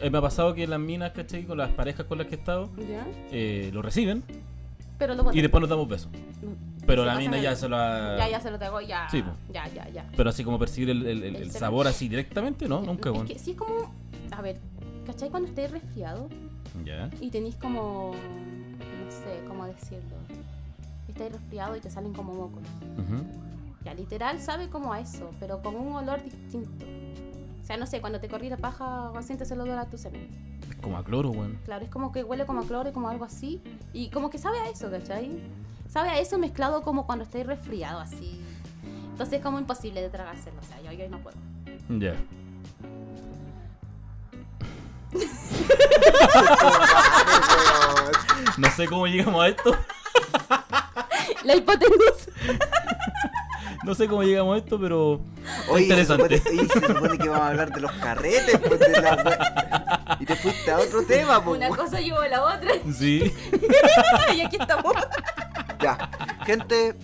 Speaker 2: eh, me ha pasado que las minas, ¿cachai? Con las parejas con las que he estado,
Speaker 3: ¿Ya?
Speaker 2: eh, lo reciben
Speaker 3: Pero lo botan.
Speaker 2: y después nos damos besos. Pero
Speaker 3: se
Speaker 2: la
Speaker 3: pasan
Speaker 2: mina
Speaker 3: el-
Speaker 2: ya se lo ha...
Speaker 3: Ya, ya se lo tengo, ya.
Speaker 2: Sí, po.
Speaker 3: ya, ya, ya.
Speaker 2: Pero así como percibir el, el- el-
Speaker 3: El
Speaker 2: el
Speaker 3: sabor.
Speaker 2: sabor así directamente, no, nunca,
Speaker 3: Es
Speaker 2: weón.
Speaker 3: que sí es como. A ver, ¿cachai cuando estáis resfriado
Speaker 2: Ya.
Speaker 3: y tenéis como. No sé cómo decirlo. Estáis resfriado y te salen como mocos.
Speaker 2: Ujú.
Speaker 3: Ya, literal sabe como a eso, pero con un olor distinto. O sea, no sé, cuando te corrí la paja, sientes el olor a tu semen.
Speaker 2: Es como a cloro, weón.
Speaker 3: Claro, es como que huele como a cloro, como algo así. Y como que sabe a eso, ¿cachai? Sabe a eso mezclado como cuando estoy resfriado, así. Entonces es como imposible de tragárselo. O sea, yo, yo no puedo.
Speaker 2: Ya. No sé cómo llegamos a esto.
Speaker 3: La hipotenusa.
Speaker 2: No sé cómo llegamos a esto, pero...
Speaker 4: Oye,
Speaker 2: Interesante.
Speaker 4: Se supone, oye, se supone que vamos a hablar de los carretes, pues, de la wea- Y te fuiste a otro tema, pues.
Speaker 3: Una cosa lleva a la otra.
Speaker 2: Sí.
Speaker 3: y aquí estamos.
Speaker 4: Ya. Gente,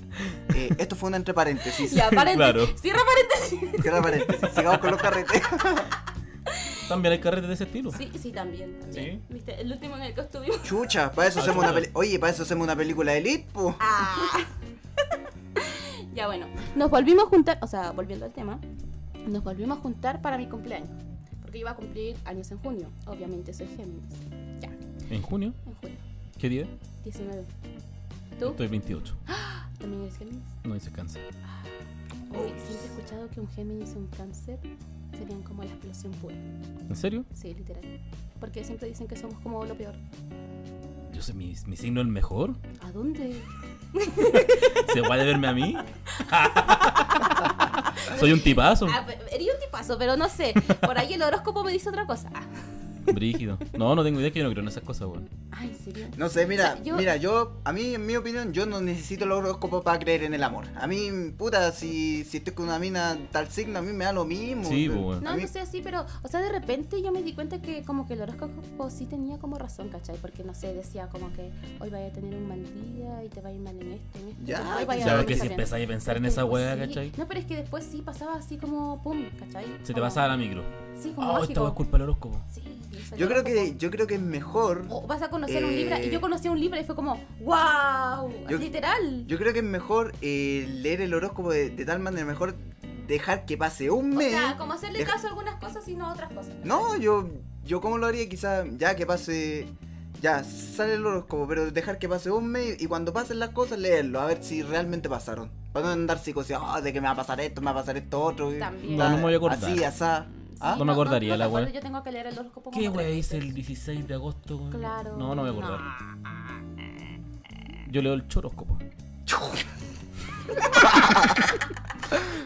Speaker 4: eh, esto fue un entre paréntesis.
Speaker 3: Ya, paréntesis.
Speaker 2: Claro.
Speaker 3: Cierra paréntesis.
Speaker 4: Cierra paréntesis. Sigamos con los carretes.
Speaker 2: También hay carretes de ese estilo.
Speaker 3: Sí, sí, también. también. ¿Viste? El último en el que estuvimos.
Speaker 4: Chucha, para eso
Speaker 2: Ah,
Speaker 4: hacemos una
Speaker 2: chucha.
Speaker 4: peli- Oye, para eso hacemos una película de Elite, pues.
Speaker 3: Ah. ya, bueno. Nos volvimos a juntar, o sea, volviendo al tema, nos volvimos a juntar para mi cumpleaños. Porque iba a cumplir años en junio. Obviamente soy Géminis. Ya,
Speaker 2: ¿En junio?
Speaker 3: en junio.
Speaker 2: ¿Qué día?
Speaker 3: 19. ¿Tú?
Speaker 2: Estoy 28.
Speaker 3: ¿También eres Géminis?
Speaker 2: No dice cáncer.
Speaker 3: Uy, siempre he escuchado que un Géminis y un Cáncer serían como la explosión pura.
Speaker 2: ¿En serio?
Speaker 3: Sí, literal. Porque siempre dicen que somos como lo peor.
Speaker 2: Yo soy mi, mi signo el mejor.
Speaker 3: ¿A dónde?
Speaker 2: ¿Se va a verme a mí? Soy un tipazo.
Speaker 3: Ah, pe- Era un tipazo, pero no sé. Por ahí el horóscopo me dice otra cosa. Ah.
Speaker 2: Brígido. No, no tengo idea que yo no creo en esas cosas, weón.
Speaker 3: Ay, ¿en serio?
Speaker 4: No sé, mira,
Speaker 3: O sea, yo-
Speaker 4: mira, yo, a mí, en mi opinión, yo no necesito el horóscopo para creer en el amor. A mí, puta, si, si estoy con una mina tal signo, a mí me da lo mismo.
Speaker 2: Sí,
Speaker 4: A
Speaker 2: pues, weón.
Speaker 3: No,
Speaker 4: mí-
Speaker 3: no sé así, pero, o sea, de repente yo me di cuenta que como que el horóscopo sí tenía como razón, ¿cachai? Porque, no sé, decía como que hoy vaya a tener un mal día y te va a ir mal en este, en este.
Speaker 4: Ya,
Speaker 3: pero hoy
Speaker 4: que
Speaker 3: vaya a
Speaker 2: Sabes
Speaker 3: dormir
Speaker 2: que si
Speaker 3: bien.
Speaker 2: empezáis a pensar en
Speaker 3: Pero
Speaker 2: esa weá,
Speaker 3: sí-
Speaker 2: ¿cachai?
Speaker 3: No, pero es que después sí pasaba así como pum, ¿cachai?
Speaker 2: Se te
Speaker 3: Como-
Speaker 2: pasaba la micro.
Speaker 3: Sí, como
Speaker 2: Oh,
Speaker 3: mágico.
Speaker 2: esta weá es culpa del horóscopo.
Speaker 3: Sí, eso
Speaker 4: Yo creo que,
Speaker 3: como-
Speaker 4: yo creo que es mejor.
Speaker 3: o vas a conocer un libro y
Speaker 4: eh,
Speaker 3: yo conocí un libro y fue como, wow,
Speaker 4: Yo-
Speaker 3: literal.
Speaker 4: Yo creo que es mejor eh, leer el horóscopo de, de tal manera, mejor dejar que pase un
Speaker 3: o
Speaker 4: mes.
Speaker 3: sea, como hacerle
Speaker 4: Deja-
Speaker 3: caso a algunas cosas y no a otras cosas. ¿cachai?
Speaker 4: No, yo, yo como lo haría, quizás ya que pase, ya sale el horóscopo, pero dejar que pase un mes y cuando pasen las cosas leerlo, a ver si realmente pasaron. Para no andar psicoseado, de que me va a pasar esto, me va a pasar esto otro. y
Speaker 3: También.
Speaker 4: tal,
Speaker 2: No, no me voy a acordar.
Speaker 4: Así, asá.
Speaker 3: Sí,
Speaker 4: ¿Ah?
Speaker 2: No me acordaría,
Speaker 3: te
Speaker 2: la
Speaker 3: acuerdas,
Speaker 2: wea.
Speaker 3: Yo tengo que leer el horóscopo.
Speaker 2: ¿Qué
Speaker 3: como
Speaker 2: weá
Speaker 3: tres
Speaker 2: hice el
Speaker 3: veces.
Speaker 2: 16 de agosto, weón?
Speaker 3: Claro.
Speaker 2: No, no me voy a acordar. Yo leo el choróscopo.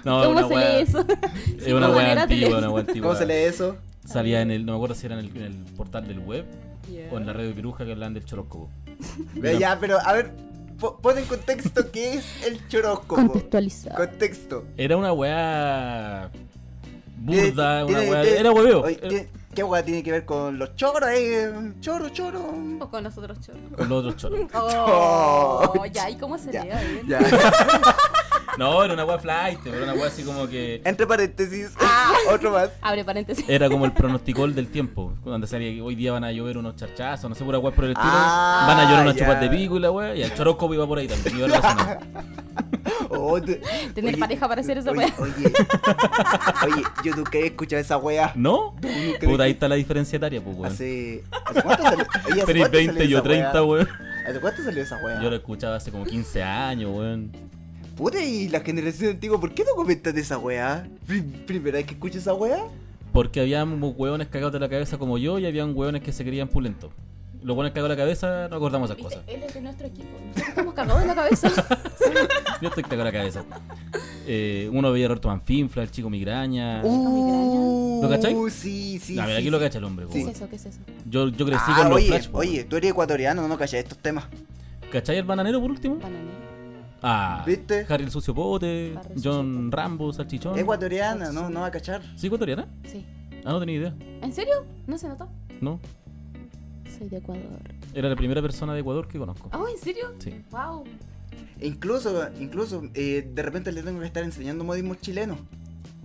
Speaker 2: No,
Speaker 3: ¿Cómo
Speaker 2: una
Speaker 3: se
Speaker 2: weá-
Speaker 3: lee eso?
Speaker 2: Es una
Speaker 3: como
Speaker 2: weá
Speaker 3: manera de
Speaker 2: antigua,
Speaker 3: leer.
Speaker 2: una weá antigua.
Speaker 4: ¿Cómo se lee eso?
Speaker 2: Salía en el, no me acuerdo si era en el, en el portal del web o en la radio Piruja que hablaban del choróscopo.
Speaker 4: Ya, ya, pero a ver, po- pon en contexto qué es el choróscopo.
Speaker 3: Contextualizar.
Speaker 4: Contexto.
Speaker 2: Era una weá burda, una
Speaker 4: Tiene-
Speaker 2: weá.
Speaker 4: tiene-
Speaker 2: Era hueveo.
Speaker 4: Eh, Oye, eh.
Speaker 2: Era
Speaker 4: tiene- ¿Qué hueá tiene que ver con los choros? eh? Choro, choro.
Speaker 3: O con nosotros choros.
Speaker 2: Con los otros choros.
Speaker 3: Oh,
Speaker 4: Oh.
Speaker 3: ya, ¿y cómo se
Speaker 4: Ya,
Speaker 3: lee? A ver.
Speaker 4: Ya.
Speaker 2: No, era una weá flight, era una weá así como que.
Speaker 4: Entre paréntesis, Ah, otro más.
Speaker 3: Abre paréntesis.
Speaker 2: Era como el pronosticol del tiempo. Cuando salía que hoy día van a llover unos charchazos, no sé, pura weá por el estilo.
Speaker 4: Ah,
Speaker 2: van a llover unos
Speaker 4: ya.
Speaker 2: chupas de pico y la weá. Y el choróscopo iba por ahí también. Iba relacionado.
Speaker 4: Oh, te-
Speaker 3: Tener pareja para hacer esa
Speaker 4: oye,
Speaker 3: wea.
Speaker 4: Oye, oye, yo nunca he escuchado esa wea.
Speaker 2: ¿No?
Speaker 4: nunca
Speaker 2: Puta, ahí
Speaker 4: dije-
Speaker 2: está la diferencia etaria, pues weón.
Speaker 4: Hace. ¿Hace cuánto salió? Oye, ¿hace
Speaker 2: Tenéis
Speaker 4: cuánto
Speaker 2: 20
Speaker 4: salió
Speaker 2: y yo
Speaker 4: esa wea?
Speaker 2: 30, weón.
Speaker 4: ¿Hace cuánto salió esa wea?
Speaker 2: Yo lo escuchaba hace como 15 años, weón.
Speaker 4: Puta, y la generación antigua, ¿por qué no comentan esa wea? Pri- ¿Primera vez que escucho esa wea?
Speaker 2: Porque había mu- hueones cagados de la cabeza como yo y había hueones que se querían pulentos. Los hueones cagados de la cabeza no acordamos esas cosas.
Speaker 3: Viste, Él es de nuestro equipo. Nosotros estamos cagados en la cabeza.
Speaker 2: Yo estoy cagado de la cabeza. Eh, uno veía a Roberto Manfinfla, el chico
Speaker 3: Ah.
Speaker 2: migraña.
Speaker 4: Uh,
Speaker 2: ¿Lo cachai?
Speaker 4: Sí, sí.
Speaker 2: a ver,
Speaker 4: sí,
Speaker 2: aquí lo
Speaker 4: sí.
Speaker 2: cacha el hombre.
Speaker 3: ¿Qué
Speaker 2: pues,
Speaker 3: es
Speaker 2: weón.
Speaker 3: eso? ¿Qué es eso?
Speaker 2: Yo, yo crecí
Speaker 4: Ah,
Speaker 2: con los
Speaker 4: oye,
Speaker 2: flash. pues,
Speaker 4: oye, tú eres ecuatoriano, no cachai estos temas.
Speaker 2: weón. ¿Cachai el bananero por último?
Speaker 3: Bananero.
Speaker 2: Ah,
Speaker 4: ¿Viste?
Speaker 2: Harry el sucio pote,
Speaker 3: Harry el
Speaker 2: John
Speaker 3: Sucio Pote.
Speaker 2: Rambo, Salchichón.
Speaker 4: Ecuatoriana, no, no va a cachar.
Speaker 2: ¿Sí, ecuatoriana?
Speaker 3: Sí.
Speaker 2: Ah, no tenía idea.
Speaker 3: ¿En serio? ¿No se notó?
Speaker 2: No,
Speaker 3: Soy de Ecuador.
Speaker 2: era la primera persona de Ecuador que conozco.
Speaker 3: Oh, ¿en serio?
Speaker 2: Sí.
Speaker 3: Wow.
Speaker 4: E Incluso, incluso, eh, de repente le tengo que estar enseñando modismos chilenos.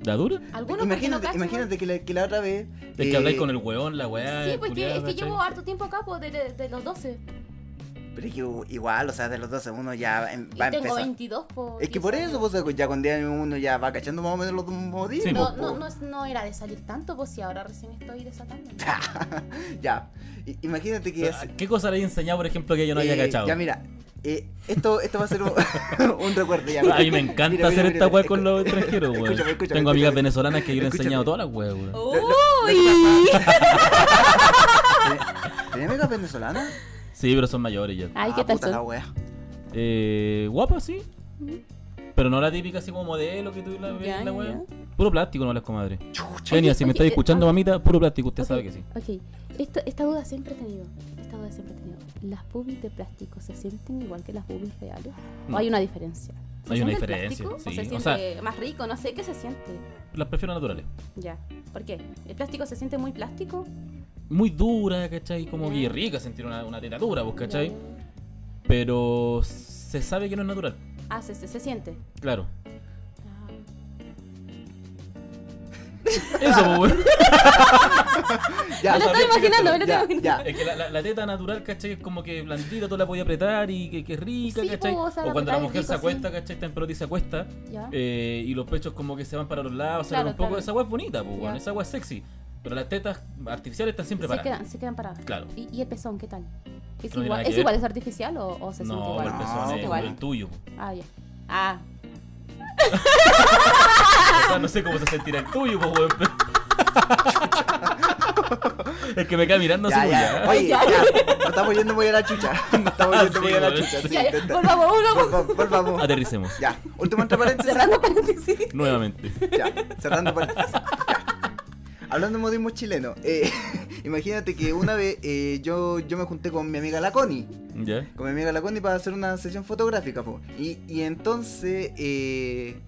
Speaker 2: ¿La dura?
Speaker 3: Algunos porque no
Speaker 4: imagínate,
Speaker 3: cachan,
Speaker 4: imagínate que la, que la otra vez. eh,
Speaker 2: Es que habláis con el hueón, la weá.
Speaker 3: Sí, porque
Speaker 2: culiao,
Speaker 3: es que
Speaker 2: ¿cachai?
Speaker 3: llevo harto tiempo acá, pues, desde de, los 12.
Speaker 4: Pero es que igual, o sea, de los 12 uno ya em-
Speaker 3: Y
Speaker 4: va a
Speaker 3: tengo
Speaker 4: empezar.
Speaker 3: 22 po,
Speaker 4: Es que
Speaker 3: 10
Speaker 4: por
Speaker 3: años.
Speaker 4: eso, pues, ya con 10 años uno ya va cachando más o menos los pues, motivos.
Speaker 2: Sí, pues,
Speaker 4: po.
Speaker 3: No, no, no, es- no era de salir tanto, pues si ahora recién estoy desatando.
Speaker 4: ya. I- Imagínate que es-
Speaker 2: ¿Qué cosa le he enseñado, por ejemplo, que yo no
Speaker 4: eh,
Speaker 2: haya cachado?
Speaker 4: Ya mira, eh, esto, esto va a ser un, un recuerdo. Ya,
Speaker 2: A mí me encanta
Speaker 4: Mira, mira,
Speaker 2: hacer
Speaker 4: mira,
Speaker 2: esta weá
Speaker 4: escu-
Speaker 2: con los extranjeros, weón.
Speaker 4: Escúchame, escúchame,
Speaker 2: Tengo amigas
Speaker 4: escúchame.
Speaker 2: venezolanas que yo le he enseñado todas
Speaker 4: Escúchame.
Speaker 2: las weas, weón.
Speaker 3: ¡Uy!
Speaker 4: ¿Tenía- ¿Tenía amigas venezolanas?
Speaker 2: Sí, pero son mayores ya.
Speaker 4: Ah, puta la wea.
Speaker 2: Eh, guapa, sí. Pero no la típica así como modelo que tú la ves
Speaker 3: Ya,
Speaker 2: en la
Speaker 3: ya,
Speaker 2: wea. Puro plástico, no las comadres.
Speaker 4: Chucha.
Speaker 2: Genia, si me
Speaker 3: ok,
Speaker 2: estás
Speaker 3: eh,
Speaker 2: escuchando,
Speaker 3: ah.
Speaker 2: mamita, puro plástico, usted sabe que sí.
Speaker 3: Ok, Esto- esta duda siempre he tenido. Esta duda siempre he tenido. ¿Las boobies de plástico se sienten igual que las boobies reales?
Speaker 2: No.
Speaker 3: ¿O hay una diferencia? ¿Se
Speaker 2: Hay una
Speaker 3: siente el
Speaker 2: diferencia,
Speaker 3: plástico?
Speaker 2: sí.
Speaker 3: ¿O se siente
Speaker 2: O sea-
Speaker 3: más rico? No sé qué se siente.
Speaker 2: Las prefiero naturales.
Speaker 3: Ya. ¿Por qué? ¿El plástico se siente muy plástico?
Speaker 2: Muy dura, ¿cachai? Como
Speaker 3: Ya.
Speaker 2: que rica sentir una, una teta dura, pues, ¿cachai? Pero se sabe que no es natural.
Speaker 3: Ah, se, se, se siente.
Speaker 2: Claro.
Speaker 3: Ah.
Speaker 2: Eso, pues, weón.
Speaker 4: Ya,
Speaker 3: me lo
Speaker 4: ya,
Speaker 3: estoy imaginando, me lo
Speaker 4: ya,
Speaker 3: estoy imaginando.
Speaker 4: ya.
Speaker 2: Es que la, la- la teta natural, ¿cachai? Es como que blandita, tú la podías apretar y que, que es rica,
Speaker 3: Sí,
Speaker 2: ¿cachai?
Speaker 3: po, o sea, la
Speaker 2: cuando la
Speaker 3: apretáis
Speaker 2: mujer
Speaker 3: rico,
Speaker 2: se acuesta,
Speaker 3: sí.
Speaker 2: ¿cachai? Está en pelota y se acuesta.
Speaker 3: ¿Ya?
Speaker 2: eh, y los pechos como que se van para los lados, se
Speaker 3: Claro,
Speaker 2: abre un poco.
Speaker 3: claro.
Speaker 2: Esa agua es bonita, pues,
Speaker 3: Ya.
Speaker 2: weón, esa agua es sexy. Pero las tetas artificiales están siempre
Speaker 3: Se
Speaker 2: paradas.
Speaker 3: quedan, se quedan paradas.
Speaker 2: Claro.
Speaker 3: ¿Y, y el pezón qué tal? ¿Es,
Speaker 2: No tiene nada
Speaker 3: igual,
Speaker 2: que
Speaker 3: ¿es,
Speaker 2: ver.
Speaker 3: igual, ¿es artificial o, o se siente
Speaker 2: No,
Speaker 3: igual?
Speaker 2: el
Speaker 4: No,
Speaker 2: pezón
Speaker 3: se
Speaker 2: es
Speaker 3: siente igual.
Speaker 2: el tuyo. po.
Speaker 3: Ah, ya. Ah,
Speaker 2: O sea, no sé cómo se sentirá el tuyo, pues, weón. pero- es que me queda mirando
Speaker 4: Ya,
Speaker 2: así,
Speaker 4: ya.
Speaker 2: ya.
Speaker 4: Oye, ya. Nos estamos yendo muy a la chucha. Nos estamos yendo
Speaker 2: Ah, Sí,
Speaker 4: muy a la
Speaker 2: weón.
Speaker 4: chucha. sí,
Speaker 3: ya, ya.
Speaker 4: intenta.
Speaker 3: Volvamos, volvamos.
Speaker 4: Volvamos, volvamos.
Speaker 2: Aterricemos.
Speaker 4: Ya, último entre paréntesis.
Speaker 3: Cerrando paréntesis.
Speaker 2: Nuevamente.
Speaker 4: Ya, cerrando paréntesis. Ya. Hablando de modismo chileno, eh, imagínate que una vez eh, yo, yo me junté con mi amiga la Connie,
Speaker 2: ¿Ya?
Speaker 4: con mi amiga la Connie para hacer una sesión fotográfica, po. Y, y entonces, eh,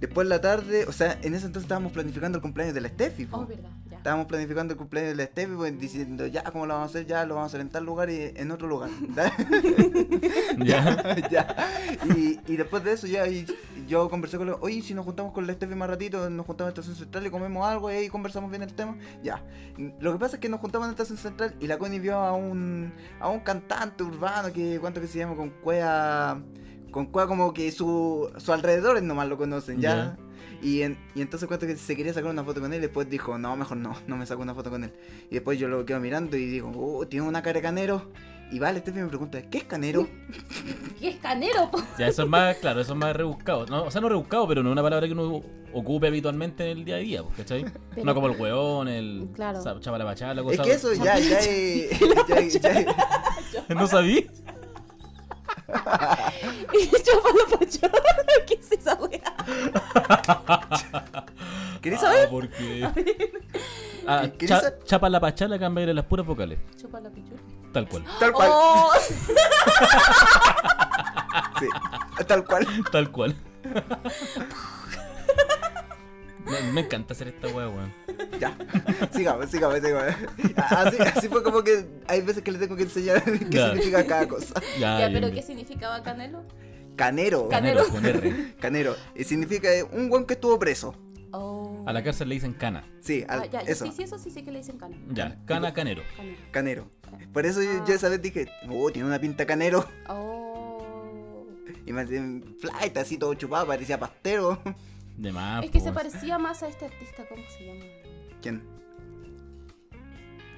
Speaker 4: después en la tarde, o sea, en ese entonces estábamos planificando el cumpleaños de la Steffi, po.
Speaker 3: Oh, verdad. Ya.
Speaker 4: Estábamos planificando el cumpleaños de la Steffi, pues, diciendo, ya, ¿cómo lo vamos a hacer? Ya, lo vamos a hacer en tal lugar y en otro lugar.
Speaker 2: ¿Ya?
Speaker 4: ya. Y, y después de eso ya y- yo conversé con los, oye, ¿y si nos juntamos con la Steffi más ratito, nos juntamos en Estación Central y comemos algo y ahí conversamos bien el tema. Ya. Lo que pasa es que nos juntamos en Estación Central y la Connie vio a un, a un cantante urbano que, ¿cuánto que se llama? Con cuea... Con cuea como que su, su alrededor nomás lo conocen, ¿ya? Y, en- y entonces cuento que se quería sacar una foto con él y después dijo, no, mejor no, no me saco una foto con él. Y después yo lo quedo mirando y digo, oh, tiene una cara de canero. Y vale, Steffi me pregunta, ¿qué es canero?
Speaker 3: ¿Qué es canero? po?
Speaker 2: Ya, eso es más, claro, eso es más rebuscado. No, o sea, no rebuscado, pero no es una palabra que uno ocupe habitualmente en el día a día, pues, ¿cachai?
Speaker 3: Pero-
Speaker 2: No como el hueón, el
Speaker 3: Claro.
Speaker 2: sa- chapa la pachá, la
Speaker 4: Es
Speaker 2: cosa.
Speaker 4: que eso ya, ya, es- ya, es- ya es-
Speaker 2: ¿No sabí?
Speaker 3: Y Chupalo pachorra. ¿Qué es esa wea?
Speaker 4: ¿Querés
Speaker 2: Ah,
Speaker 4: saber?
Speaker 2: ¿por qué? Ah,
Speaker 4: ¿Qué- qué
Speaker 2: cha-
Speaker 4: dice?
Speaker 2: chapa la pachala cambiarle las puras vocales.
Speaker 3: Chupalo pichurra.
Speaker 2: Tal cual.
Speaker 4: Tal cual.
Speaker 3: Oh,
Speaker 4: Sí, tal cual.
Speaker 2: Tal cual. me, me encanta hacer esta wea, weón.
Speaker 4: Ya. Sigamos, sigamos, sigamos. Así, así fue como que hay veces que le tengo que enseñar qué
Speaker 2: Ya.
Speaker 4: significa cada cosa.
Speaker 2: Ya,
Speaker 3: ya,
Speaker 2: bien,
Speaker 3: pero
Speaker 2: bien.
Speaker 3: ¿qué significaba canelo?
Speaker 4: Canero.
Speaker 2: Canero
Speaker 3: Canero.
Speaker 2: con R.
Speaker 4: Canero. Y significa eh, un buen que estuvo preso.
Speaker 3: Oh.
Speaker 2: A la cárcel le dicen cana.
Speaker 4: Sí, al-
Speaker 3: Ah, ya, ya,
Speaker 4: eso.
Speaker 3: Sí, sí, eso sí sé que le dicen canelo.
Speaker 2: Ya, cana, canero.
Speaker 3: Canelo.
Speaker 4: Canero. Por eso yo,
Speaker 3: Ah.
Speaker 4: yo esa vez dije, oh, tiene una pinta canero.
Speaker 3: Oh.
Speaker 4: Y me hacían flight, así todo chupado, parecía pastero.
Speaker 2: De más.
Speaker 3: es que
Speaker 2: po,
Speaker 3: se
Speaker 2: weón.
Speaker 3: parecía más a este artista, ¿cómo se llama?
Speaker 4: ¿Quién?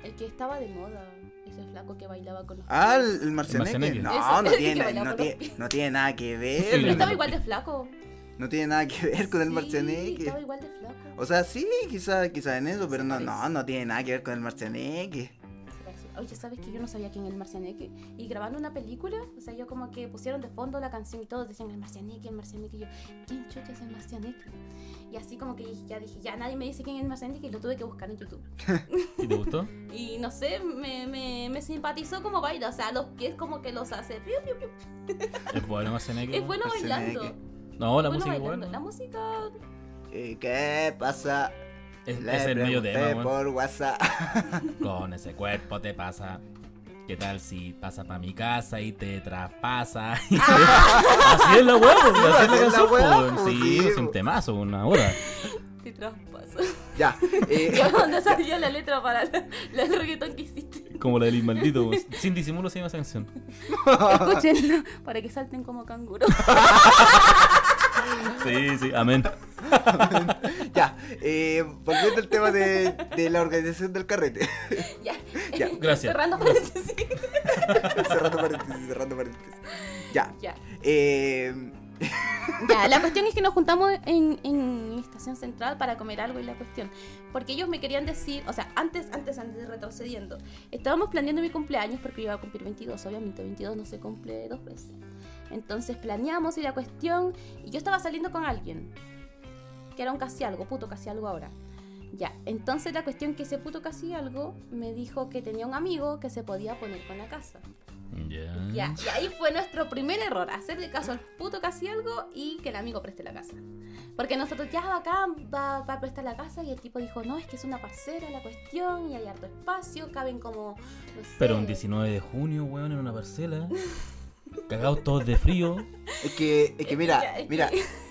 Speaker 3: El que estaba de moda, ese flaco que bailaba con los
Speaker 4: Ah,
Speaker 3: pies.
Speaker 4: el, el Marcianeque.
Speaker 2: Marcianeque.
Speaker 4: No,
Speaker 3: Eso,
Speaker 4: no
Speaker 3: el que
Speaker 4: tiene,
Speaker 3: bailaba
Speaker 4: no,
Speaker 3: con los
Speaker 4: tiene, no tiene nada que ver.
Speaker 2: Sí,
Speaker 3: Pero
Speaker 2: la-
Speaker 3: estaba igual de flaco.
Speaker 4: No tiene nada que ver con el
Speaker 3: Sí,
Speaker 4: Marcianeque.
Speaker 3: Estaba igual de flaco.
Speaker 4: O sea, sí, quizá, quizá en eso, pero no,
Speaker 3: parece.
Speaker 4: no, no tiene nada que ver con el Marcianeque.
Speaker 3: Oye, ¿sabes que yo no sabía quién era el marcianeque? Y grabando una película, o sea, yo como que pusieron de fondo la canción y todos decían el marcianeque, el marcianeque. Y yo, ¿quién chucha es el marcianeque? Y así como que dije- ya dije, ya nadie me dice quién es el marcianeque y lo tuve que buscar en YouTube.
Speaker 2: ¿Y te gustó?
Speaker 3: Y no sé, me, me, me simpatizó como baila, o sea, los pies como que los hace. piu, piu, piu.
Speaker 2: Es bueno, Marceneque.
Speaker 3: Es bueno
Speaker 4: Marcianeque.
Speaker 3: bailando.
Speaker 2: No, la
Speaker 3: bueno
Speaker 2: música
Speaker 3: bailando.
Speaker 2: igual.
Speaker 3: La música
Speaker 4: Eh, ¿Qué pasa?
Speaker 2: Es,
Speaker 4: Le
Speaker 2: es el medio
Speaker 4: pregunté
Speaker 2: tema, weón.
Speaker 4: por WhatsApp.
Speaker 2: Con ese cuerpo te pasa. ¿Qué tal si pasa pa' mi casa y te traspasa? así es la weá, pues, así es la
Speaker 4: así es la
Speaker 2: canción, po,
Speaker 4: weá,
Speaker 2: weón.
Speaker 4: pues,
Speaker 2: Sí,
Speaker 4: sí,
Speaker 2: es un
Speaker 4: po.
Speaker 2: temazo, una hora.
Speaker 3: te traspasa.
Speaker 4: Ya. eh,
Speaker 3: Yo no sabía la letra para la- la- el reggaetón que hiciste.
Speaker 2: Como la del maldito. weón. Sin disimulo se llama esa canción.
Speaker 3: Escúchenlo para que salten como canguros.
Speaker 2: Sí, sí, amén.
Speaker 4: Ya, eh, volviendo al tema de, de la organización del carrete.
Speaker 3: ya.
Speaker 4: Ya,
Speaker 2: gracias.
Speaker 3: Cerrando paréntesis.
Speaker 4: cerrando paréntesis, cerrando paréntesis. Ya.
Speaker 3: Ya.
Speaker 4: Eh,
Speaker 3: Ya, la cuestión es que nos juntamos en, en Estación Central para comer algo y la cuestión. Porque ellos me querían decir, o sea, antes, antes, antes, retrocediendo. Estábamos planeando mi cumpleaños porque yo iba a cumplir 22, obviamente 22 no se cumple dos veces. Entonces planeamos y la cuestión, y yo estaba saliendo con alguien, que era un casi algo, puto casi algo ahora. Ya, entonces la cuestión que ese puto casi algo me dijo que tenía un amigo que se podía poner con la casa.
Speaker 2: Ya.
Speaker 3: Ya, y ahí fue nuestro primer error, hacerle caso al puto casi algo y que el amigo preste la casa. Porque nosotros ya bacán, va, va a prestar la casa y el tipo dijo, no, es que es una parcera la cuestión y hay harto espacio, caben como... no sé".
Speaker 2: Pero un 19 de junio, weón, en una parcela. Cagados todos de frío.
Speaker 4: Es que, es que
Speaker 3: Ya,
Speaker 4: mira,
Speaker 3: es
Speaker 4: mira.
Speaker 3: que-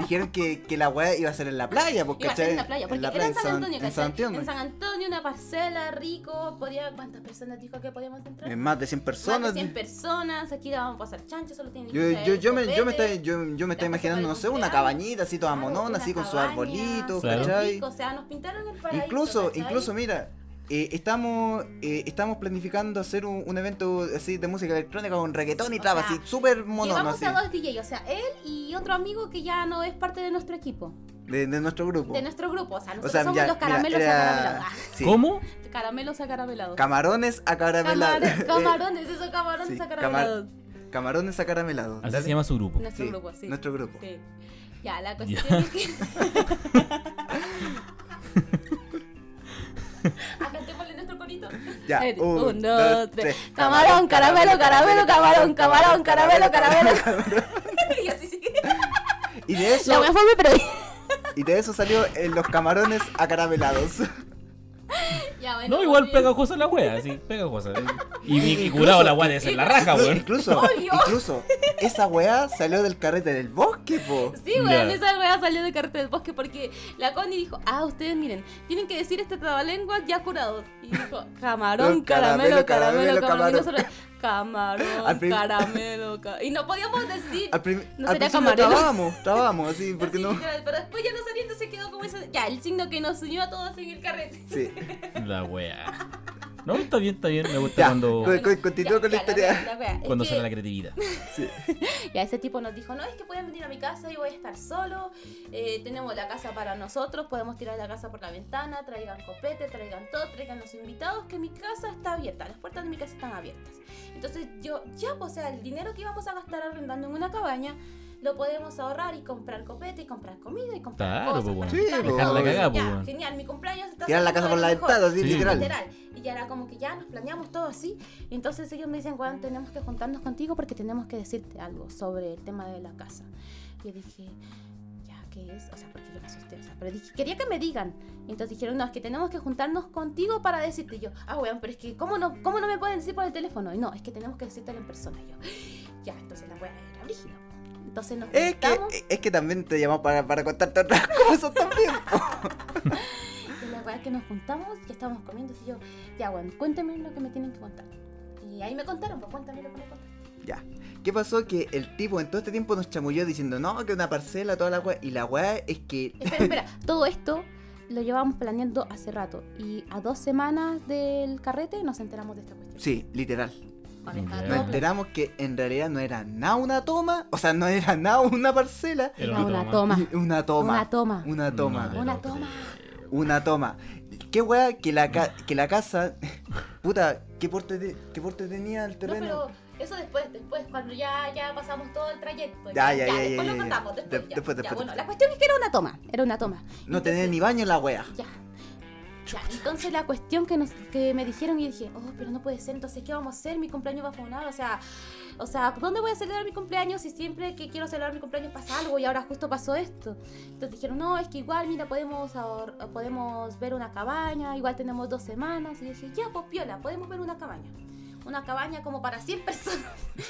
Speaker 4: Dijeron que, que la weá iba a ser en la playa, pues, porque
Speaker 3: Iba a ser en la playa, porque era en San Antonio,
Speaker 4: En San
Speaker 3: ¿cachai?
Speaker 4: Antonio.
Speaker 3: En San Antonio, una parcela, rico, podía... ¿Cuántas personas dijo que podíamos entrar?
Speaker 4: Eh, Más de 100 personas.
Speaker 3: Más de 100 personas, aquí la vamos a pasar chancho, solo tienen que
Speaker 4: Yo,
Speaker 3: traer
Speaker 4: yo, yo, me, yo me
Speaker 3: copete.
Speaker 4: estaba, yo, yo
Speaker 3: la
Speaker 4: me estaba
Speaker 3: cosa para
Speaker 4: imaginando,
Speaker 3: el
Speaker 4: no sé, una
Speaker 3: cumpleaños.
Speaker 4: cabañita así toda
Speaker 3: Claro,
Speaker 4: monona,
Speaker 3: una
Speaker 4: así con su
Speaker 3: cabaña,
Speaker 4: arbolito,
Speaker 3: súper
Speaker 2: Claro.
Speaker 4: ¿cachai?
Speaker 3: rico, O sea, nos pintaron el paraíso.
Speaker 4: Incluso,
Speaker 3: ¿cachai?
Speaker 4: incluso, mira, eh, estamos, eh, estamos planificando hacer un, un evento así de música electrónica con reggaetón y
Speaker 3: O
Speaker 4: trap,
Speaker 3: sea,
Speaker 4: así súper monono,
Speaker 3: Llevamos
Speaker 4: así,
Speaker 3: a dos DJs, o sea, él y otro amigo que ya no es parte de nuestro equipo,
Speaker 4: de, de nuestro grupo.
Speaker 3: de nuestro grupo. O sea,
Speaker 4: Oh. o
Speaker 3: nosotros
Speaker 4: sea,
Speaker 3: somos
Speaker 4: ya,
Speaker 3: los
Speaker 4: mira,
Speaker 3: caramelos
Speaker 4: era-
Speaker 3: acaramelados.
Speaker 4: sí,
Speaker 2: ¿Cómo?
Speaker 3: Ah, Caramelos acaramelados.
Speaker 4: Camarones acaramelados.
Speaker 3: Camar-
Speaker 4: Eh,
Speaker 3: camarones, eso, camarones
Speaker 4: sí, camar-
Speaker 3: acaramelados.
Speaker 4: Camarones acaramelados.
Speaker 2: Así
Speaker 4: Dale.
Speaker 2: se llama su grupo.
Speaker 3: Nuestro
Speaker 4: Sí,
Speaker 3: grupo, sí.
Speaker 4: Nuestro grupo.
Speaker 3: Sí. Ya, la
Speaker 2: Ya.
Speaker 3: cuestión es que. Acá te ponle nuestro corito.
Speaker 4: Ya,
Speaker 3: A ver,
Speaker 4: un,
Speaker 3: un, dos, tres. Camarón, caramelo, caramelo, camarón, camarón, caramelo, caramelo. y así sigue.
Speaker 4: Y de
Speaker 3: La
Speaker 4: eso,
Speaker 3: wea fue muy previa.
Speaker 4: y de eso salió eh, los camarones acaramelados.
Speaker 3: Ya, bueno,
Speaker 2: No, igual
Speaker 3: muy bien.
Speaker 2: pegajosa la wea, sí, pegajosa. Y, y, y curado la wea de ser la raja, weón.
Speaker 4: Incluso,
Speaker 3: Obvio.
Speaker 4: incluso, esa weá salió del carrete del bosque, po.
Speaker 3: Sí, weón,
Speaker 2: Ya.
Speaker 3: esa weá salió de cartel del bosque porque la Connie dijo, ah, ustedes miren, tienen que decir este trabalenguas ya curado. Y dijo, camarón,
Speaker 4: No,
Speaker 3: caramelo,
Speaker 4: caramelo,
Speaker 3: caramelo, camarón.
Speaker 4: caramelo,
Speaker 3: Y
Speaker 4: camarón.
Speaker 3: nosotros, Camarón,
Speaker 4: Al prim-
Speaker 3: caramelo, ca-". Y no podíamos decir.
Speaker 4: Al, prim-
Speaker 3: No
Speaker 4: al
Speaker 3: sería
Speaker 4: principio
Speaker 3: camarero.
Speaker 4: trabamos, trabamos, así, porque
Speaker 3: así,
Speaker 4: no.
Speaker 3: literal, Pero después ya no salía, entonces quedó como ese. Ya, el signo que nos unió a todos en el carrete.
Speaker 4: Sí.
Speaker 2: La wea. No, está bien, está bien. Me gusta
Speaker 4: Ya,
Speaker 2: cuando,
Speaker 4: co- co- continúa
Speaker 3: Ya,
Speaker 4: con la
Speaker 3: ya,
Speaker 4: historia.
Speaker 3: la wea, la wea. Es
Speaker 2: cuando
Speaker 3: que-
Speaker 2: sale la creatividad.
Speaker 4: Sí.
Speaker 3: Ya ese tipo nos dijo, no, es que pueden venir a mi casa, yo voy a estar solo, eh, tenemos la casa para nosotros, podemos tirar la casa por la ventana, traigan copete, traigan todo, traigan los invitados, que mi casa está abierta, las puertas de mi casa están abiertas. Entonces yo, ya, pues, o sea, el dinero que íbamos a gastar arrendando en una cabaña, lo podemos ahorrar y comprar copete, y comprar comida, y comprar
Speaker 2: Claro,
Speaker 3: cosas.
Speaker 2: pues,
Speaker 3: para
Speaker 2: bueno.
Speaker 4: Sí,
Speaker 3: quitar y
Speaker 4: pues,
Speaker 3: todo
Speaker 4: dejar la
Speaker 3: eso.
Speaker 2: cagá, pues,
Speaker 3: Ya,
Speaker 2: bueno.
Speaker 3: genial, mi cumpleaños está
Speaker 4: Tirar la
Speaker 3: saliendo
Speaker 4: casa
Speaker 3: de
Speaker 4: por
Speaker 3: lo
Speaker 4: la
Speaker 3: mejor.
Speaker 4: ventana, así,
Speaker 2: Sí,
Speaker 4: literal.
Speaker 3: Literal. Y ya era como que ya nos planeamos todo así. Y entonces ellos me dicen, Juan, tenemos que juntarnos contigo porque tenemos que decirte algo sobre el tema de la casa. Y yo dije, ya, ¿qué es? O sea, porque yo me asusté. O sea, pero dije, quería que me digan. Y entonces dijeron, no, es que tenemos que juntarnos contigo para decirte. Y yo, ah, weón, pero es que, ¿cómo no, ¿cómo no me pueden decir por el teléfono? Y no, es que tenemos que decírtelo en persona. Y yo, ya, entonces la weá era brígida. Entonces nos
Speaker 4: Es que, e,
Speaker 3: juntamos.
Speaker 4: es que también te llamamos para, para contarte otras cosas también.
Speaker 3: Y la verdad es que nos juntamos y estábamos comiendo. Y yo, ya, bueno, cuéntame lo que me tienen que contar. Y ahí me contaron, pues cuéntame lo que me contaron.
Speaker 4: Ya. ¿Qué pasó? Que el tipo en todo este tiempo nos chamulló diciendo, no, que una parcela, toda la weá. Y la weá es que
Speaker 3: Espera, espera, todo esto lo llevábamos planeando hace rato. Y a dos semanas del carrete nos enteramos de esta cuestión.
Speaker 4: Sí, literal.
Speaker 3: Bueno, estaba
Speaker 2: Ya.
Speaker 4: Nos
Speaker 3: todo
Speaker 2: entera-
Speaker 4: enteramos que en realidad no era nada una toma, o sea, no era nada una parcela,
Speaker 2: Era
Speaker 3: planeado. una toma.
Speaker 4: y una
Speaker 3: Una
Speaker 4: toma.
Speaker 3: toma.
Speaker 4: Una
Speaker 2: Una
Speaker 4: toma.
Speaker 3: Una toma.
Speaker 4: Una toma. Qué weá que la, ca- que la casa. Puta, ¿qué porte, te- qué porte tenía el
Speaker 3: No,
Speaker 4: terreno?
Speaker 3: pero eso después, después, cuando ya, ya pasamos todo el trayecto.
Speaker 4: Ya, ya, ya,
Speaker 3: después
Speaker 4: ya,
Speaker 3: lo
Speaker 4: ya, ya.
Speaker 3: contamos, después.
Speaker 4: De-
Speaker 3: ya,
Speaker 4: después,
Speaker 3: Ya,
Speaker 4: después,
Speaker 3: bueno,
Speaker 4: después.
Speaker 3: la cuestión es que era una toma, era una toma.
Speaker 4: No
Speaker 3: Entonces-
Speaker 4: tenía ni baño la weá.
Speaker 3: Ya. Ya, entonces la cuestión que, nos, que me dijeron y dije, oh, pero no puede ser, entonces ¿qué vamos a hacer? Mi cumpleaños va a funado, o sea, o sea, ¿dónde voy a celebrar mi cumpleaños si siempre que quiero celebrar mi cumpleaños pasa algo y ahora justo pasó esto? Entonces dijeron, no, es que igual, mira, podemos, ahor- podemos ver una cabaña, igual tenemos dos semanas, y dije, ya, pues piola, podemos ver una cabaña. Una cabaña como para 100 personas.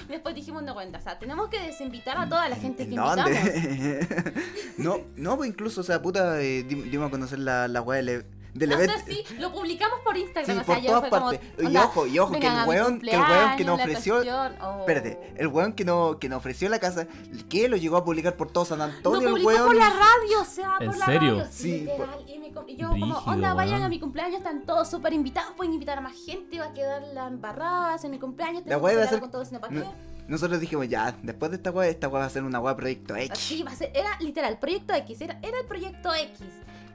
Speaker 3: Después dijimos, no cuenta, o sea, tenemos que desinvitar a toda la gente que
Speaker 4: ¿En
Speaker 3: invitamos.
Speaker 4: dónde? no, no, pues incluso, o sea, puta, eh, dim- dimos a conocer la, la weá del, e- Del
Speaker 3: O
Speaker 4: evento.
Speaker 3: sea, sí, lo publicamos por Instagram.
Speaker 4: Sí,
Speaker 3: o sea,
Speaker 4: por
Speaker 3: yo
Speaker 4: todas
Speaker 3: fue como,
Speaker 4: partes. Y
Speaker 3: onda,
Speaker 4: ojo, y ojo, que
Speaker 3: vengan
Speaker 4: el
Speaker 3: a mi
Speaker 4: weón- que el weón que nos
Speaker 3: cumpleaños, la
Speaker 4: ofreció-
Speaker 3: cuestión, oh.
Speaker 4: Eh, Espérate, el weón que no, que no ofreció la casa, que lo llegó a publicar por todo San
Speaker 3: Lo
Speaker 4: Antonio, el
Speaker 3: publicó
Speaker 4: weón.
Speaker 3: por la radio, o sea,
Speaker 2: ¿En
Speaker 3: por la
Speaker 2: serio?
Speaker 3: radio.
Speaker 4: Sí,
Speaker 3: literal. Y, me com- y yo como,
Speaker 2: Brígido,
Speaker 3: onda, vayan
Speaker 2: weón.
Speaker 3: a mi cumpleaños, están todos súper invitados, pueden invitar a más gente, va a quedar la embarrada, en mi cumpleaños,
Speaker 4: La
Speaker 3: tengo
Speaker 4: weá
Speaker 3: que
Speaker 4: va a
Speaker 3: celebrar
Speaker 4: ser.
Speaker 3: con todos, ¿no? ¿Para
Speaker 4: No-
Speaker 3: qué?
Speaker 4: Nosotros dijimos, ya, después de esta weá, esta weá va a ser una weá proyecto X.
Speaker 3: Sí, va a ser, era literal, proyecto X, era, era el proyecto X.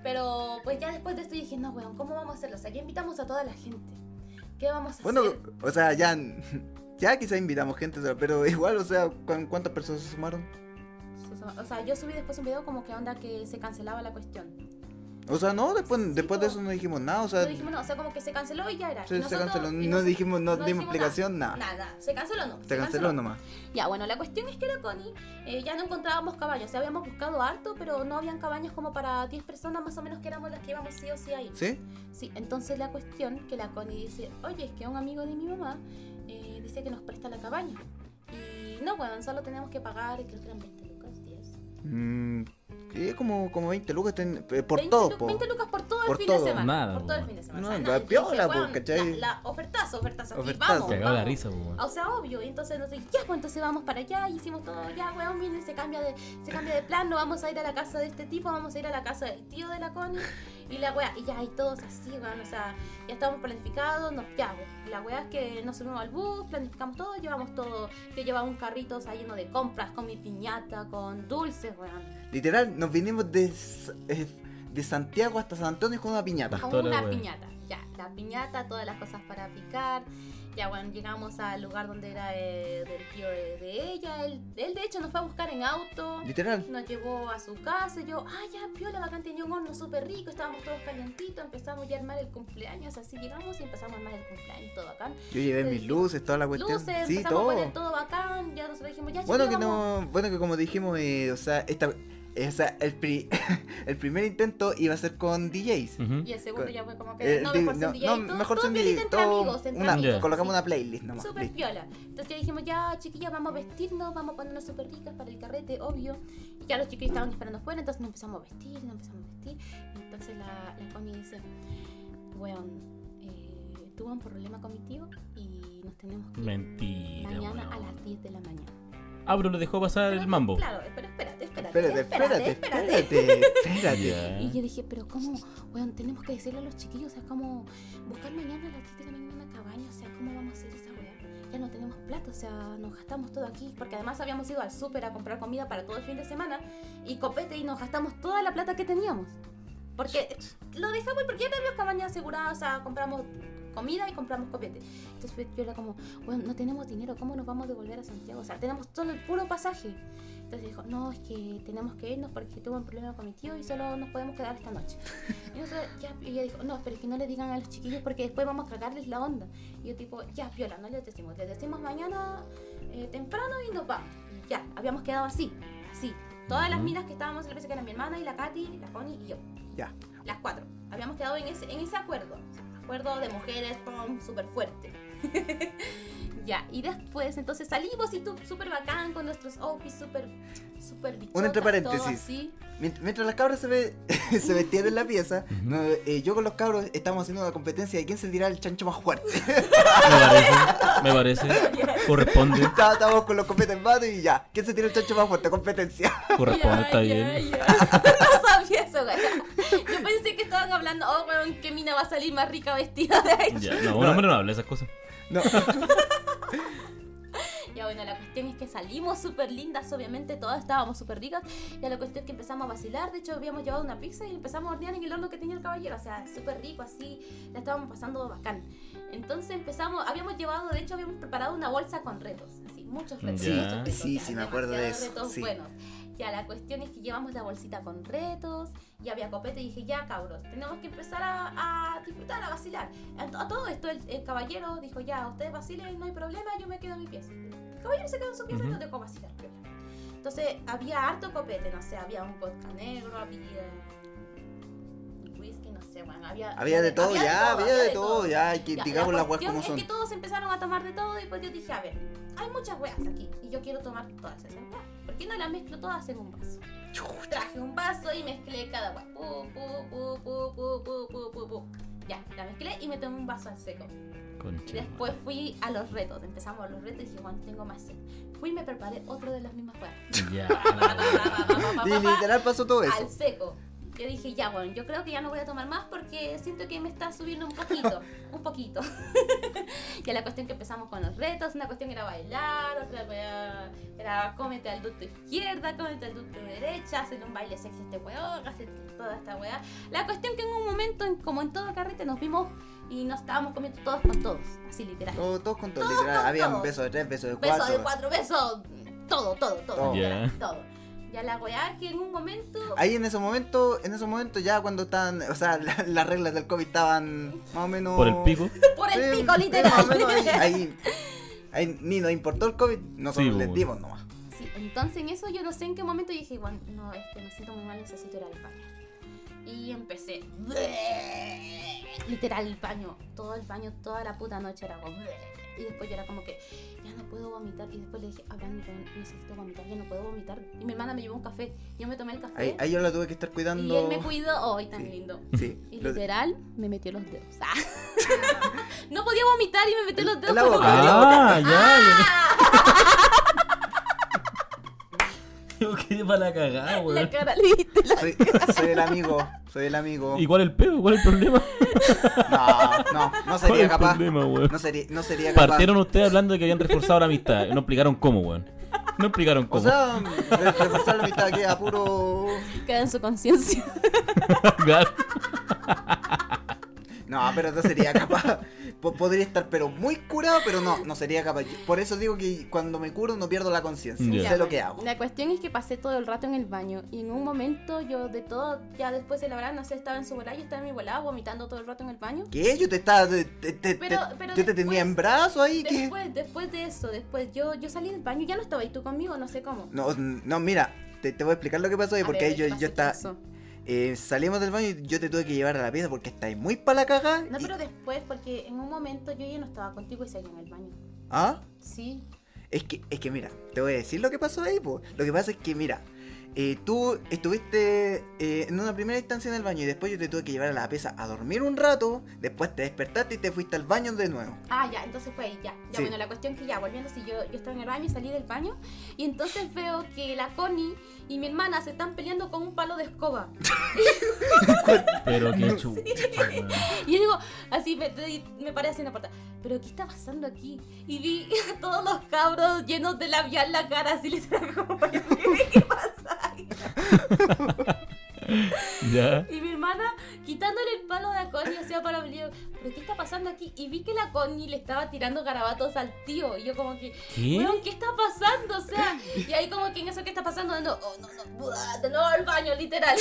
Speaker 3: Pero pues ya después de esto dije, no, weón, ¿cómo vamos a hacerlo? O sea, ya invitamos a toda la gente. ¿Qué vamos a
Speaker 4: Bueno,
Speaker 3: hacer?
Speaker 4: o sea, ya. Ya quizá invitamos gente, o sea, pero igual, o sea, ¿cu- ¿cuántas personas se sumaron?
Speaker 3: Se suma- O sea, yo subí después un video como que onda que se cancelaba la cuestión.
Speaker 4: O sea, no, después,
Speaker 3: Sí,
Speaker 4: después de
Speaker 3: po.
Speaker 4: eso no dijimos nada, o sea,
Speaker 3: Pero dijimos, no, o sea, como que se canceló y ya era.
Speaker 4: se,
Speaker 3: Y
Speaker 4: se
Speaker 3: nosotros-
Speaker 4: canceló,
Speaker 3: y
Speaker 4: no
Speaker 3: nos-
Speaker 4: dijimos, no, dimos
Speaker 3: dijimos nada.
Speaker 4: explicación, nada.
Speaker 3: Nada, se canceló no.
Speaker 4: Se canceló nomás.
Speaker 3: Ya, bueno, la cuestión es que la Connie eh, ya no encontrábamos caballos. O sea, habíamos buscado harto, pero no habían cabañas como para 10 personas más o menos que éramos las que íbamos sí o sí ahí.
Speaker 4: ¿Sí?
Speaker 3: Sí, entonces la cuestión que la Connie dice, oye, es que un amigo de mi mamá eh, dice que nos presta la cabaña. Y no, bueno, solo teníamos que pagar, creo que eran 20 lucas, 10.
Speaker 4: Mm, sí, como, como 20 lucas ten- eh, por
Speaker 3: 20
Speaker 4: todo,
Speaker 3: lu-
Speaker 4: po.
Speaker 3: 20 lucas por todo
Speaker 4: Por
Speaker 3: el fin
Speaker 4: todo.
Speaker 3: de semana.
Speaker 2: Nada,
Speaker 3: por todo el
Speaker 2: po.
Speaker 3: fin de semana.
Speaker 4: No,
Speaker 3: O sea,
Speaker 4: la
Speaker 3: nada, y
Speaker 4: piola,
Speaker 3: dije,
Speaker 4: po,
Speaker 3: weón,
Speaker 4: ¿cachai?
Speaker 3: La, la ofertazo, ofertazo. Aquí
Speaker 4: Ofertazo.
Speaker 3: vamos.
Speaker 2: Cagado la
Speaker 3: vamos.
Speaker 2: risa, po, weón.
Speaker 3: O sea, obvio, y entonces nos dije, ya, pues entonces vamos para allá, y hicimos todo, ya, weón, miren, se cambia de, se cambia de plan, no vamos a ir a la casa de este tipo, vamos a ir a la casa del tío de la Connie, y la wea, y ya, y todos así, weón, o sea, ya estábamos planificados, nos, ya, weón. la wea es que nos subimos al bus, planificamos todo, llevamos todo, yo llevaba un carrito, o sea, lleno de compras, con mi piñata, con dulces, weón,
Speaker 4: Literal, nos vinimos de, S- eh, de Santiago hasta San Antonio con una piñata.
Speaker 2: Ajá.
Speaker 3: con
Speaker 2: Toda la
Speaker 3: una
Speaker 2: wea.
Speaker 3: piñata, ya, la piñata, todas las cosas para picar, Ya, bueno, llegamos al lugar donde era eh, del tío de, de ella. Él, él, de hecho, nos fue a buscar en auto.
Speaker 4: Literal.
Speaker 3: Nos llevó a su casa. y Yo, ah, ya, piola, bacán, tenía un horno súper rico. Estábamos todos calientitos. Empezamos ya a armar el cumpleaños. Así llegamos y empezamos a armar el cumpleaños, todo bacán.
Speaker 4: Yo llevé mis luces, toda la cuestión.
Speaker 3: Luces,
Speaker 4: sí,
Speaker 3: empezamos
Speaker 4: todo.
Speaker 3: a poner todo bacán. Ya nosotros dijimos, ya,
Speaker 4: Bueno que
Speaker 3: chiquillos, vamos.
Speaker 4: no, bueno que como dijimos, eh, o sea, esta, eh, o sea, el, pri- el primer intento iba a ser con DJs.
Speaker 2: Ujú.
Speaker 3: Y el segundo
Speaker 4: Con-
Speaker 3: ya fue como que,
Speaker 4: Eh,
Speaker 3: no,
Speaker 4: di-
Speaker 3: mejor
Speaker 4: no,
Speaker 3: sin DJ.
Speaker 4: no,
Speaker 3: todo-
Speaker 4: mejor
Speaker 3: todo
Speaker 4: sin
Speaker 3: piolita
Speaker 4: DJ,
Speaker 3: entre
Speaker 4: todo-
Speaker 3: amigos, entre
Speaker 4: una-
Speaker 3: amigos,
Speaker 4: Colocamos
Speaker 3: sí.
Speaker 4: una playlist nomás.
Speaker 3: Súper
Speaker 4: listo.
Speaker 3: piola. Entonces ya dijimos, ya chiquillas, vamos a vestirnos, vamos a ponernos súper ricas para el carrete, obvio. Y ya los chiquillos estaban esperando afuera, entonces nos empezamos a vestir, nos empezamos a vestir. Entonces la, la Connie dice, weón, eh, tuve un problema con mi tío y nos tenemos que ir
Speaker 2: Mentira,
Speaker 3: mañana a
Speaker 2: weón.
Speaker 3: las 10 de la mañana.
Speaker 2: Ah, pero le dejó pasar el mambo.
Speaker 3: Claro, pero espérate, espérate,
Speaker 4: Espérate, espérate,
Speaker 3: espérate.
Speaker 4: espérate, espérate.
Speaker 2: Ya.
Speaker 3: Y yo dije, pero ¿cómo? Weón, tenemos que decirle a los chiquillos, o sea, como buscar mañana a las 7 de la mañana cabaña, o sea, ¿cómo vamos a hacer esa weá? Ya no tenemos plata, o sea, nos gastamos todo aquí, porque además habíamos ido al súper a comprar comida para todo el fin de semana y copete y nos gastamos toda la plata que teníamos. Porque lo dejamos porque ya teníamos cabaña asegurada, o sea, compramos comida y compramos copete. Entonces yo era como, bueno, no tenemos dinero, ¿cómo nos vamos a devolver a Santiago? O sea, tenemos solo el puro pasaje. Entonces dijo, no, es que tenemos que irnos porque tuve un problema con mi tío y solo nos podemos quedar esta noche. Y nosotros, ya, y ella dijo, no, pero es que no le digan a los chiquillos porque después vamos a cagarles la onda. Y yo tipo, ya, viola, no les decimos, les decimos mañana eh, temprano y nos vamos. Y ya, habíamos quedado así, así. Todas las
Speaker 2: Ujú.
Speaker 3: minas que estábamos, la que eran mi hermana y la Katy, la Connie y yo
Speaker 4: Ya.
Speaker 3: las cuatro. Habíamos quedado en ese, en ese acuerdo. Acuerdo de mujeres, pum, súper fuerte. ya, y después, entonces salimos y tú súper bacán con nuestros outfits súper, súper bichotas,
Speaker 4: entre paréntesis.
Speaker 3: todo así.
Speaker 4: Mient- Mientras las cabras se, ve- se vestían en la pieza, no, eh, yo con los cabros estábamos haciendo una competencia de quién se tirará el chancho más fuerte.
Speaker 2: Me parece, me parece. Corresponde,
Speaker 4: Está- Estábamos con los copetes en mano y ya. ¿Quién se tira el chancho más fuerte? Competencia.
Speaker 2: corresponde,
Speaker 3: Ya,
Speaker 2: está
Speaker 3: ya,
Speaker 2: bien.
Speaker 3: ya. No sabía eso, güey. Yo pensé que estaban hablando, oh, weón, que mina va a salir más rica vestida de ahí.
Speaker 2: Ya, no, un hombre no habla esas cosas.
Speaker 4: No.
Speaker 3: Ya bueno, la cuestión es que salimos súper lindas, obviamente todas estábamos súper ricas. Ya la cuestión es que empezamos a vacilar, de hecho habíamos llevado una pizza y la empezamos a hornear en el horno que tenía el caballero, o sea, súper rico así, la estábamos pasando bacán. Entonces empezamos, habíamos llevado, de hecho habíamos preparado una bolsa con retos, así, muchos retos.
Speaker 2: Ya.
Speaker 3: muchos retos,
Speaker 4: Sí,
Speaker 3: ya,
Speaker 4: sí, me acuerdo de
Speaker 3: demasiados
Speaker 4: eso,
Speaker 3: retos
Speaker 4: sí.
Speaker 3: buenos. Ya la cuestión es que llevamos la bolsita con retos y había copete y dije, ya cabros, tenemos que empezar a, a disfrutar, a vacilar. A, to- a todo esto el, el caballero dijo, ya, ustedes vacilen, no hay problema, yo me quedo en mi pieza. El caballero se quedó en su pieza y
Speaker 2: Ujú.
Speaker 3: no dejó vacilar. creo. Entonces había harto copete, no sé, había un vodka negro, había whisky, no sé, bueno, había...
Speaker 4: Había de todo, ya, había de todo, ya. hay que-
Speaker 3: Ya,
Speaker 4: Digamos
Speaker 3: la
Speaker 4: las weas
Speaker 3: cuestión
Speaker 4: como
Speaker 3: es
Speaker 4: son.
Speaker 3: que todos empezaron a tomar de todo y pues yo dije, a ver, hay muchas weas aquí y yo quiero tomar todas esas weas. ¿Por qué no las mezclo todas en un vaso? Traje un vaso y mezclé cada guay. Pu, pu, pu, pu, pu, pu, pu, pu, pu. Ya, la mezclé y me tomé un vaso al seco. Y
Speaker 2: Concha.
Speaker 3: después fui a los retos. Empezamos los retos y dije, bueno, tengo más sed. Fui y me preparé otro de las mismas cosas.
Speaker 2: Ya. la-
Speaker 4: Y literal pasó todo
Speaker 3: Al
Speaker 4: eso.
Speaker 3: seco. Yo dije, ya, bueno, yo creo que ya no voy a tomar más porque siento que me está subiendo un poquito, un poquito. ya la cuestión que empezamos con los retos, una cuestión era bailar, otra era, era cómete al ducto izquierda, cómete al ducto derecha, hacer un baile sexy a este weón, hacer toda esta weá. La cuestión que en un momento, en- como en todo carrete, nos vimos y nos estábamos comiendo todos con todos, así literal.
Speaker 4: Todo- todos con todo,
Speaker 3: Todos
Speaker 4: literal.
Speaker 3: con
Speaker 4: Habían
Speaker 3: todo.
Speaker 4: besos de tres, besos de
Speaker 3: Beso
Speaker 4: cuatro.
Speaker 3: de cuatro besos, todo, todo, todo,
Speaker 4: Todo.
Speaker 2: Ya.
Speaker 3: todo. Ya la weá que en un momento...
Speaker 4: Ahí en ese momento, en ese momento ya cuando estaban, o sea, la- las reglas del COVID estaban más o menos...
Speaker 2: Por el pico.
Speaker 3: Por
Speaker 4: Sí,
Speaker 3: el
Speaker 4: sí,
Speaker 3: pico,
Speaker 4: más o
Speaker 3: literal.
Speaker 4: menos ahí, ahí, ahí ni nos importó el COVID, nosotros
Speaker 2: Sí, pues.
Speaker 4: les
Speaker 2: bueno.
Speaker 4: dimos nomás.
Speaker 3: Sí, entonces en eso yo no sé en qué momento yo dije, bueno, no, es que me siento muy mal, necesito ir al baño. Y empecé. Literal, el baño. Todo el baño, toda la puta noche era como. Y después yo era como que, ya no puedo vomitar. Y después le dije, ah, bueno, necesito vomitar, ya no puedo vomitar. Y mi hermana me llevó un café. Yo me tomé el café.
Speaker 4: Ahí, ahí yo la tuve que estar cuidando.
Speaker 3: ¿Eh? y él me cuidó. ¡Ay, tan
Speaker 4: Sí.
Speaker 3: lindo!
Speaker 4: Sí,
Speaker 3: Y
Speaker 4: lo-
Speaker 3: literal, me metió los dedos. Ah. no podía vomitar y me metió los dedos.
Speaker 4: La
Speaker 3: por
Speaker 4: boca.
Speaker 3: los dedos.
Speaker 2: Ah, ya. Yo quedé para la cagada,
Speaker 3: La
Speaker 2: weón.
Speaker 3: cara, literal.
Speaker 4: soy, soy el amigo, soy el amigo.
Speaker 2: ¿Y cuál es el peo? ¿Cuál es el problema?
Speaker 4: No, no, no
Speaker 2: ¿Cuál es
Speaker 4: sería
Speaker 2: el
Speaker 4: capaz.
Speaker 2: problema, weón?
Speaker 4: No sería, no sería capaz.
Speaker 2: Partieron ustedes hablando de que habían reforzado la amistad. No explicaron cómo, weón. No explicaron
Speaker 4: O
Speaker 2: cómo.
Speaker 4: sea, re- reforzar la amistad aquí a puro.
Speaker 3: Queda en su conciencia.
Speaker 2: Claro.
Speaker 4: No, pero no sería capaz. Po- podría estar, pero muy curado, pero no, no sería capaz. Por eso digo que cuando me curo no pierdo la conciencia.
Speaker 2: Ya.
Speaker 4: Sé lo que hago.
Speaker 3: La cuestión es que pasé todo el rato en el baño y en un momento yo de todo, ya después de la verdad, no sé, estaba en su volada, yo estaba en mi volada vomitando todo el rato en el baño.
Speaker 4: ¿Qué? Yo te estaba. te- te- te-
Speaker 3: Pero-
Speaker 4: te-
Speaker 3: pero
Speaker 4: yo te
Speaker 3: después-
Speaker 4: tenía en brazo ahí. ¿qué?
Speaker 3: Después, después de eso, después yo, yo salí del baño, ya no estaba ahí tú conmigo, no sé cómo.
Speaker 4: No, no, mira, te, te voy a explicar lo que pasó ahí
Speaker 3: A
Speaker 4: porque
Speaker 3: ver,
Speaker 4: ahí yo,
Speaker 3: ¿qué pasó?
Speaker 4: yo
Speaker 3: ¿Qué
Speaker 4: estaba.
Speaker 3: pasó?
Speaker 4: eh, salimos del baño y yo te tuve que llevar a la pieza porque estáis muy para la caga.
Speaker 3: No,
Speaker 4: y-
Speaker 3: pero después, porque en un momento yo ya no estaba contigo y salí en el baño.
Speaker 4: ¿Ah?
Speaker 3: Sí.
Speaker 4: Es que, es que mira, te voy a decir lo que pasó ahí, po. Lo que pasa es que, mira, eh, tú estuviste eh, en una primera instancia en el baño y después yo te tuve que llevar a la pieza a dormir un rato, después te despertaste y te fuiste al baño de nuevo.
Speaker 3: Ah, ya, entonces fue ahí, ya. Ya,
Speaker 4: Sí.
Speaker 3: bueno, la cuestión que ya, volviendo, si yo, yo estaba en el baño, salí del baño y entonces veo que la Connie y mi hermana se están peleando con un palo de escoba.
Speaker 2: Pero qué chulo. weón.
Speaker 3: Y yo digo, así me, y me paré así en la puerta, ¿pero qué está pasando aquí? Y vi a todos los cabros llenos de labial la cara, así les como, "¿Qué- ¿qué pasa?
Speaker 2: Ya.
Speaker 3: Y mi hermana quitándole el palo de la Connie, hacía para mí, yo, ¿pero qué está pasando aquí? Y vi que la Connie le estaba tirando garabatos al tío, y yo como que,
Speaker 2: ¿Qué?
Speaker 3: Weón, ¿qué está pasando? O sea, y ahí como que en eso que está pasando, no, oh, no, no, buah, de nuevo al baño, literal.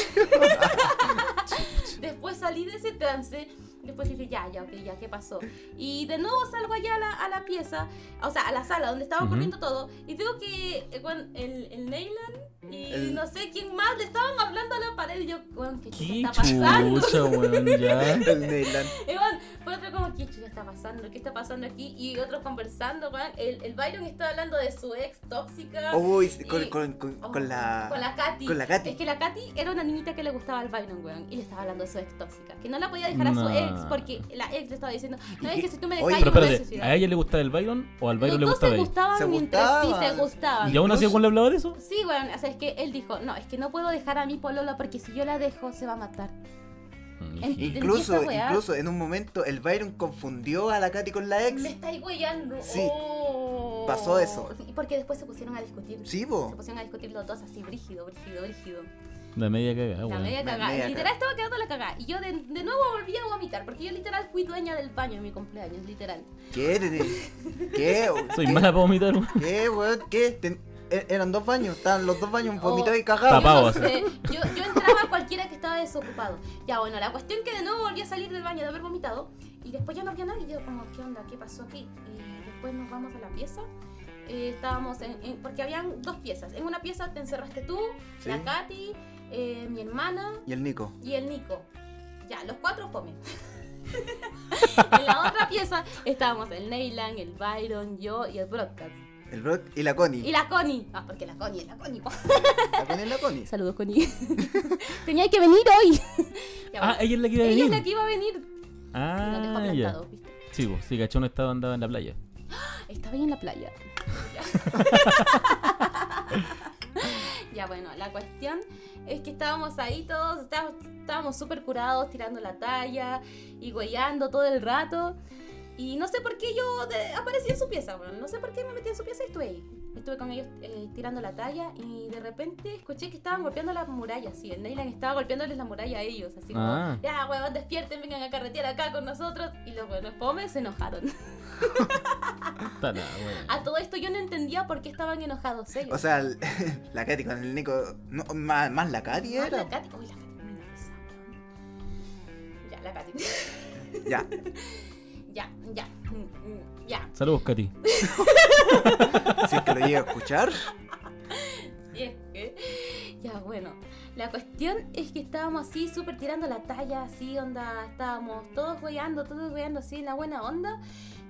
Speaker 3: después salí de ese trance, después dije, ya, ya, ok, ya, ¿qué pasó? Y de nuevo salgo allá a la, a la pieza, o sea, a la sala donde estaba
Speaker 2: Ujú.
Speaker 3: ocurriendo todo, y veo que eh, weón, el, el Neyland y
Speaker 4: El-
Speaker 3: no sé quién más le estaban hablando a la pared, y yo, weón, ¿qué, chucha
Speaker 2: Qué
Speaker 3: está pasando?
Speaker 2: chucha, weón. Ya.
Speaker 4: El Neyland.
Speaker 3: Evan, fue otro como, ¿qué chucha está pasando? ¿Qué está pasando aquí? Y otros conversando, weón. El, el Byron está hablando de su ex tóxica.
Speaker 2: Oh,
Speaker 4: Uy, con,
Speaker 3: Y-
Speaker 4: con- con-
Speaker 3: Oh,
Speaker 4: con la...
Speaker 3: Con la Katy.
Speaker 4: con la Katy.
Speaker 3: Es que la Katy era una niñita que le gustaba al Byron, weón. Y le estaba hablando de su ex tóxica. Que no la podía dejar a
Speaker 2: No.
Speaker 3: su ex porque la ex le estaba diciendo, no es que si tú me dejas,
Speaker 4: Oye,
Speaker 2: Pero
Speaker 3: yo me voy a
Speaker 2: espérate,
Speaker 3: suicidar".
Speaker 2: ¿a ella le gustaba el Byron o al Byron
Speaker 3: Los
Speaker 2: le
Speaker 3: dos
Speaker 2: gustaba
Speaker 3: se
Speaker 2: a ella?
Speaker 3: gustaban mientras
Speaker 4: Se
Speaker 3: sí se
Speaker 4: gustaban.
Speaker 3: gustaban.
Speaker 2: ¿Y aún así
Speaker 4: Incluso-
Speaker 2: igual le hablaba de eso?
Speaker 3: Sí, weón. O sea, es que él dijo, no, es que no puedo dejar a mi polola porque si yo la dejo se va a matar.
Speaker 2: Dije,
Speaker 4: Incluso,
Speaker 3: Empieza a wear.
Speaker 4: incluso en un momento el Byron confundió a la Katy con la
Speaker 3: Me
Speaker 4: ex.
Speaker 3: estáis weyando.
Speaker 4: Sí.
Speaker 3: Oh.
Speaker 4: Pasó eso.
Speaker 3: Y porque después se pusieron a discutir.
Speaker 4: Sí,
Speaker 3: Se
Speaker 4: po.
Speaker 3: pusieron a discutir los dos así, brígido, brígido, brígido.
Speaker 2: La media cagada,
Speaker 3: la
Speaker 2: weón.
Speaker 3: media
Speaker 4: Me-
Speaker 3: cagada.
Speaker 4: media
Speaker 3: literal
Speaker 4: cagada.
Speaker 3: estaba quedando la cagada. Y yo de, de nuevo volví a vomitar, porque yo literal fui dueña del baño en mi cumpleaños, literal.
Speaker 4: ¿Qué? ¿Qué?
Speaker 2: Soy
Speaker 4: ¿Qué?
Speaker 2: mala para vomitar, weón.
Speaker 4: ¿Qué, weón? ¿Qué? Ten- e- Eran dos baños, estaban los dos baños,
Speaker 3: Oh,
Speaker 4: vomitados y
Speaker 3: yo,
Speaker 4: cagados.
Speaker 2: Papá. Tapado,
Speaker 3: no
Speaker 2: así.
Speaker 3: sé, yo, yo entraba a cualquiera que estaba desocupado. Ya bueno, la cuestión que de nuevo volví a salir del baño de haber vomitado y después ya no había nadie. Yo como, ¿qué onda? ¿Qué pasó aquí? Y después nos vamos a la pieza. Eh, estábamos en, en- porque habían dos piezas. En una pieza te encerraste tú,
Speaker 4: Sí.
Speaker 3: la Katy, eh, mi hermana
Speaker 4: Y el Nico.
Speaker 3: y el Nico. Ya, los cuatro comen. en la otra pieza estábamos el Neyland, el Byron, yo y el Broadcast.
Speaker 4: El Brock y la Connie.
Speaker 3: Y la Connie. Ah, porque la Connie es la Connie. po.
Speaker 4: La Connie es la Connie.
Speaker 3: Saludos, Connie. Tenía que venir hoy. Ya,
Speaker 2: Ah,
Speaker 3: bueno.
Speaker 2: ella es la que iba a
Speaker 3: Ella
Speaker 2: venir.
Speaker 3: es la que iba a venir. Y nos dejó
Speaker 2: Ah, ya.
Speaker 3: plantado, ¿viste?
Speaker 2: Sí, pues, sí, cachón estaba andaba en la playa.
Speaker 3: Estaba ahí en la playa. Ya. ya, bueno, la cuestión es que estábamos ahí todos, estábamos- estábamos súper curados, tirando la talla y güeyando todo el rato. Y no sé por qué yo de- aparecí en su pieza, bueno, no sé por qué me metí en su pieza y estuve ahí. Estuve con ellos eh, tirando la talla y de repente escuché que estaban golpeando las murallas, sí, el Neyland estaba golpeándoles la muralla a ellos, así como,
Speaker 2: Ah.
Speaker 3: ya, huevón, despierten, vengan a carretear acá con nosotros. Y los buenos fomes se enojaron.
Speaker 2: Está la wea.
Speaker 3: A todo esto yo no entendía por qué estaban enojados ellos.
Speaker 4: O sea, el- la Katy con el Nico. no, más, más la Katy
Speaker 3: Ah,
Speaker 4: era.
Speaker 3: la Katy. Uy, la Katy me nerviosa. Ya, la Katy.
Speaker 4: Ya.
Speaker 3: ya, ya. mm, mm, Ya.
Speaker 2: Saludos, Katy.
Speaker 4: Si es que lo llega a escuchar.
Speaker 3: Y es que. Ya, bueno. La cuestión es que estábamos así, súper tirando la talla, así, onda. Estábamos todos weyando, todos weyando así, en la buena onda.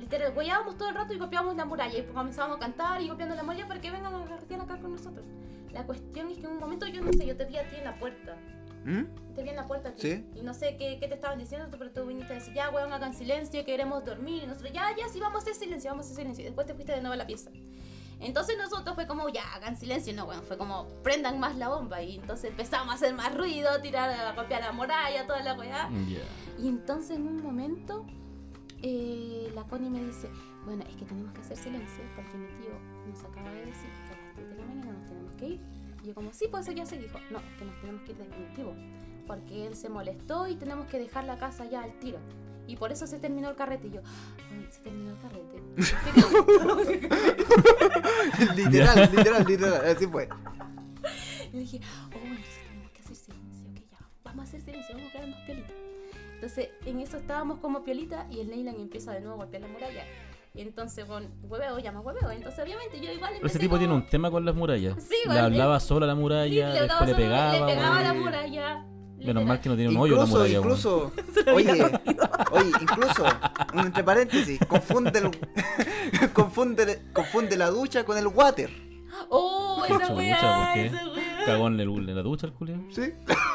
Speaker 3: Literal, weyábamos todo el rato y copiábamos la muralla. Y comenzábamos a cantar y copiando la muralla para que vengan a carretear acá con nosotros. La cuestión es que en un momento yo no sé, yo te vi a ti en la puerta.
Speaker 4: ¿Mm?
Speaker 3: Te vi en la puerta a ti.
Speaker 4: Sí.
Speaker 3: Y no sé qué, qué te estaban diciendo, tú- pero tú viniste a decir, ya, weón, hagan silencio, queremos dormir. Y nosotros, ya, ya, sí, vamos a hacer silencio, vamos a hacer silencio. Y después te fuiste de nuevo a la pieza. Entonces nosotros fue como, ya, hagan silencio. No, weón, fue como, prendan más la bomba. Y entonces empezamos a hacer más ruido, tirar, a golpear la muralla, toda la weá.
Speaker 2: Ya.
Speaker 3: Y entonces en un momento, eh, la Connie me dice, bueno, es que tenemos que hacer silencio porque mi tío nos acaba de decir que a las 3 de la mañana nos tenemos que ir. Y yo como, sí, pues eso ya se dijo. No, es que nos tenemos que ir definitivo. Porque él se molestó y tenemos que dejar la casa ya al tiro. Y por eso se terminó el carrete. Y yo, "Ay, se terminó el carrete.
Speaker 4: literal, literal, literal. Así fue.
Speaker 3: Y dije, oh, bueno, entonces tenemos que hacer silencio, que ya, vamos a hacer silencio, vamos a quedarnos piolita. Entonces, en eso estábamos como piolita y el Neyland empieza de nuevo a golpear la muralla. Y entonces, bueno, hueveo, llama hueveo. Entonces, obviamente, yo igual
Speaker 2: Pero
Speaker 3: empecé
Speaker 2: ese tipo
Speaker 3: como-
Speaker 2: tiene un tema con las murallas.
Speaker 3: Sí,
Speaker 2: le
Speaker 3: güey.
Speaker 2: hablaba sola a la
Speaker 3: Sí,
Speaker 2: muralla,
Speaker 3: le,
Speaker 2: después le pegaba.
Speaker 3: pegaba, le pegaba
Speaker 2: güey.
Speaker 3: a la
Speaker 4: güey.
Speaker 3: muralla.
Speaker 2: Menos mal que no tiene un hoyo la
Speaker 4: Incluso,
Speaker 2: muralla. güey.
Speaker 4: incluso. Oye, oye, incluso. Entre paréntesis, confunde, el- confunde, confunde la ducha con el water.
Speaker 3: Oh,
Speaker 2: Chucha,
Speaker 3: esa
Speaker 2: mucha,
Speaker 3: weá,
Speaker 2: ¿por qué?
Speaker 3: esa weá.
Speaker 2: Cagó en, el- en la ducha el culio.
Speaker 4: ¿Sí?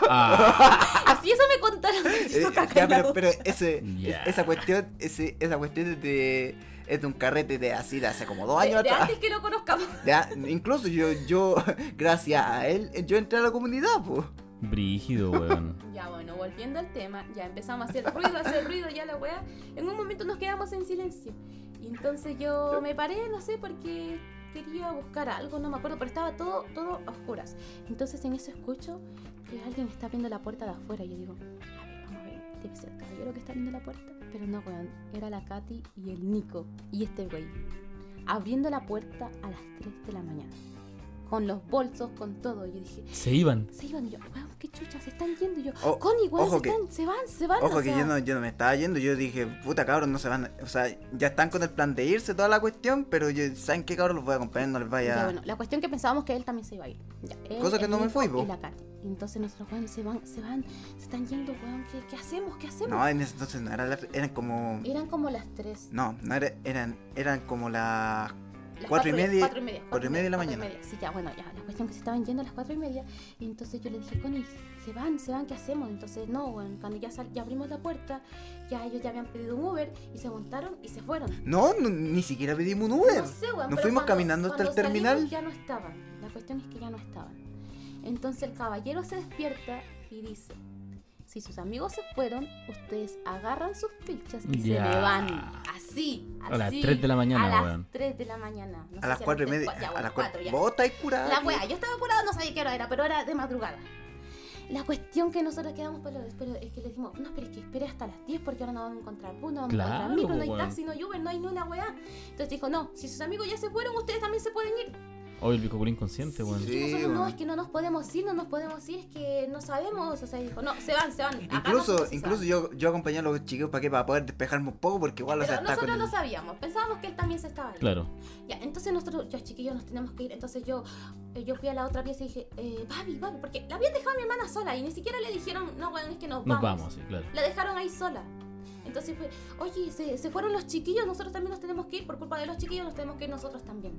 Speaker 2: Ah,
Speaker 3: Así eso me contaron. que se
Speaker 4: Eh,
Speaker 3: hizo caca
Speaker 4: ya,
Speaker 3: en la
Speaker 4: pero,
Speaker 3: ducha.
Speaker 4: pero ese, e-,
Speaker 2: Ya.
Speaker 4: esa cuestión, ese, esa cuestión es de, es de un carrete de así de hace como dos años
Speaker 3: De- de
Speaker 4: atrás.
Speaker 3: antes que lo conozcamos.
Speaker 4: De a- incluso yo, yo, gracias a él, yo entré a la comunidad, pues.
Speaker 2: brígido, weón.
Speaker 3: Ya bueno, volviendo al tema, ya empezamos a hacer ruido, a hacer ruido, ya la weá. En un momento nos quedamos en silencio. Y entonces yo me paré, no sé, porque quería buscar algo, no me acuerdo, pero estaba todo, todo a oscuras. Entonces en eso escucho que alguien está abriendo la puerta de afuera. Y yo digo, a ver, vamos a ver, debe ser el caballero que está abriendo la puerta. Pero no, weón, era la Katy y el Nico y este güey. Abriendo la puerta a las 3 de la mañana. Con los bolsos, con todo. Y yo dije,
Speaker 2: Se iban.
Speaker 3: se iban y yo, weón, qué chucha, se están yendo. Y yo,
Speaker 4: O-
Speaker 3: Connie, weón,
Speaker 4: ojo
Speaker 3: se,
Speaker 4: que-
Speaker 3: están, se van, se van.
Speaker 4: Ojo
Speaker 3: o
Speaker 4: que
Speaker 3: sea,
Speaker 4: yo no, yo no me estaba yendo, yo dije, puta cabrón, no se van, a- o sea, ya están con el plan de irse, toda la cuestión, pero yo, ¿saben qué cabrón? Los voy a acompañar, no les vaya...
Speaker 3: Ya, bueno, la cuestión que pensábamos que él también se iba a ir. Ya, él,
Speaker 4: Cosa que
Speaker 3: el
Speaker 4: no me
Speaker 3: Nico
Speaker 4: fui,
Speaker 3: Y
Speaker 4: po.
Speaker 3: la Katy. Y entonces nosotros, weón, se van, se van, se están yendo, weón, ¿qué, qué hacemos? ¿Qué hacemos?
Speaker 4: No, en ese entonces no, era la- eran como...
Speaker 3: Eran como las 3.
Speaker 4: No, no era- eran, eran como las... Cuatro y media-
Speaker 3: Cuatro y media.
Speaker 4: cuatro y media de la
Speaker 3: cuatro y
Speaker 4: mañana.
Speaker 3: media. Sí, ya, bueno, ya. La cuestión que se estaban yendo a las cuatro y media. Y entonces yo le dije, Connie, se van, se van, ¿qué hacemos? Entonces, no, bueno, cuando ya, sal- ya abrimos la puerta, ya ellos ya habían pedido un Uber y se montaron y se fueron.
Speaker 4: No, no, ni siquiera pedimos un Uber.
Speaker 3: No sé, weón,
Speaker 4: Nos
Speaker 3: pero
Speaker 4: fuimos
Speaker 3: cuando-
Speaker 4: caminando hasta el
Speaker 3: cuando
Speaker 4: terminal.
Speaker 3: salimos Ya no estaban. La cuestión es que ya no estaban. Entonces el caballero se despierta y dice: Si sus amigos se fueron, ustedes agarran sus fichas y
Speaker 2: Ya.
Speaker 3: se le van. Así, así.
Speaker 2: A las tres de la mañana,
Speaker 3: A las
Speaker 2: weón.
Speaker 3: 3 de la mañana. No sé
Speaker 4: a las
Speaker 3: si
Speaker 4: cuatro y
Speaker 3: tres,
Speaker 4: media,
Speaker 3: cua- ya,
Speaker 4: a
Speaker 3: bueno,
Speaker 4: las
Speaker 3: cuatro,
Speaker 4: cuatro.
Speaker 3: ya.
Speaker 4: ¿Vos estáis curada?
Speaker 3: La
Speaker 4: aquí?
Speaker 3: wea, yo estaba apurada, no sabía qué hora era, pero era de madrugada. La cuestión que nosotros quedamos para pero es que le dijimos, no, pero es que espere hasta las 10 porque ahora no vamos a encontrar bus, no vamos a
Speaker 2: Claro,
Speaker 3: encontrar micro, no hay
Speaker 2: weón.
Speaker 3: taxi, no hay Uber, no hay ni una weá. Entonces dijo, no, si sus amigos ya se fueron, ustedes también se pueden ir.
Speaker 2: Hoy el bicoculín consciente, weón.
Speaker 3: Y nosotros,
Speaker 4: Sí,
Speaker 3: no,
Speaker 4: weón.
Speaker 3: es que no nos podemos ir, no nos podemos ir, es que no sabemos. O sea, dijo, no, se van, se van. acá
Speaker 4: Incluso,
Speaker 3: nosotros se
Speaker 4: incluso
Speaker 3: van".
Speaker 4: yo, yo acompañé a los chicos para que para poder despejarme un poco porque igual o sea,
Speaker 3: Pero
Speaker 4: está
Speaker 3: nosotros
Speaker 4: con
Speaker 3: no
Speaker 4: el-
Speaker 3: sabíamos, pensábamos que él también se estaba yendo.
Speaker 2: Claro.
Speaker 3: Ya, entonces nosotros, ya chiquillos, nos tenemos que ir. Entonces yo, eh, yo fui a la otra pieza y dije, eh, Babi, Babi, porque la habían dejado a mi hermana sola y ni siquiera le dijeron, no, weón, es que nos vamos.
Speaker 2: Nos vamos, sí, claro.
Speaker 3: La dejaron ahí sola. Entonces fue, oye, se, se fueron los chiquillos, nosotros también nos tenemos que ir, por culpa de los chiquillos nos tenemos que ir nosotros también.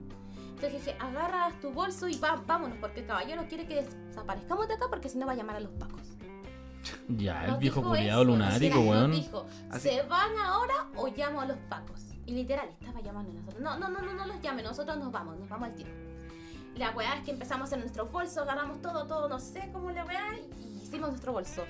Speaker 3: Entonces dije, agarras tu bolso y va- vámonos, porque el caballero quiere que desaparezcamos de acá porque si no va a llamar a los pacos.
Speaker 2: Ya, el
Speaker 3: Nos
Speaker 2: viejo
Speaker 3: dijo
Speaker 2: culiado
Speaker 3: eso,
Speaker 2: lunático,
Speaker 3: literal, nos
Speaker 2: weón.
Speaker 3: dijo,
Speaker 4: Así-
Speaker 3: ¿se van ahora o llamo a los pacos? Y literal, estaba llamando a nosotros. No, no, no, no, no los llame, nosotros nos vamos, nos vamos al tiro. La weá es que empezamos en nuestro bolso, agarramos todo, todo, no sé cómo la weá, y hicimos nuestro bolso.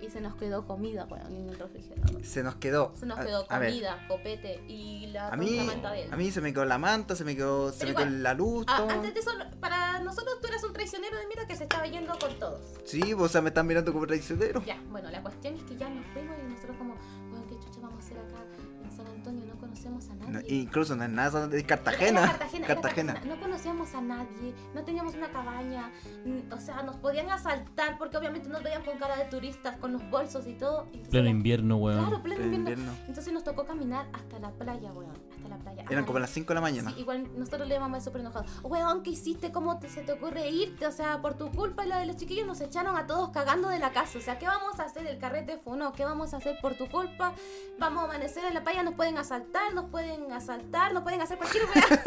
Speaker 3: Y se nos quedó comida, weón, en el refrigerador.
Speaker 4: Se nos quedó.
Speaker 3: Se nos
Speaker 4: A-
Speaker 3: quedó
Speaker 4: a ver,
Speaker 3: comida, copete y la
Speaker 4: A mí,
Speaker 3: tonta manta de él.
Speaker 4: a mí se me quedó la manta, se me quedó, se
Speaker 3: Pero
Speaker 4: me quedó
Speaker 3: igual,
Speaker 4: la luz.
Speaker 3: Ah,
Speaker 4: todo.
Speaker 3: antes de eso, para nosotros tú eras un traicionero de mierda que se estaba yendo con todos.
Speaker 4: Sí, o sea, me están mirando como traicionero.
Speaker 3: Ya, bueno, la cuestión es que ya nos fuimos y nosotros como, bueno, ¿qué chucha vamos a hacer acá en San Antonio? No conocemos a nadie.
Speaker 4: No, incluso no es nada de
Speaker 3: Era
Speaker 4: Cartagena.
Speaker 3: Cartagena, era Cartagena. No conocíamos a nadie, no teníamos una cabaña, mm, o sea, nos podían asaltar porque obviamente nos veían con cara de turistas, con los bolsos y todo. Entonces
Speaker 2: Pleno
Speaker 3: era-
Speaker 2: invierno,
Speaker 3: Claro,
Speaker 2: weón.
Speaker 3: pleno
Speaker 4: En
Speaker 3: invierno.
Speaker 4: invierno.
Speaker 3: Entonces nos tocó caminar hasta la playa, weón, hasta la playa.
Speaker 4: Eran como las 5 de la mañana.
Speaker 3: Sí, igual nosotros le llamamos súper enojados. Weón, ¿qué hiciste? ¿Cómo te- se te ocurre irte? O sea, por tu culpa y la de los chiquillos nos echaron a todos cagando de la casa. O sea, ¿qué vamos a hacer del carrete Funo? ¿Qué vamos a hacer por tu culpa? Vamos a amanecer en la playa, nos pueden asaltar, nos pueden asaltar, nos pueden hacer cualquier weá.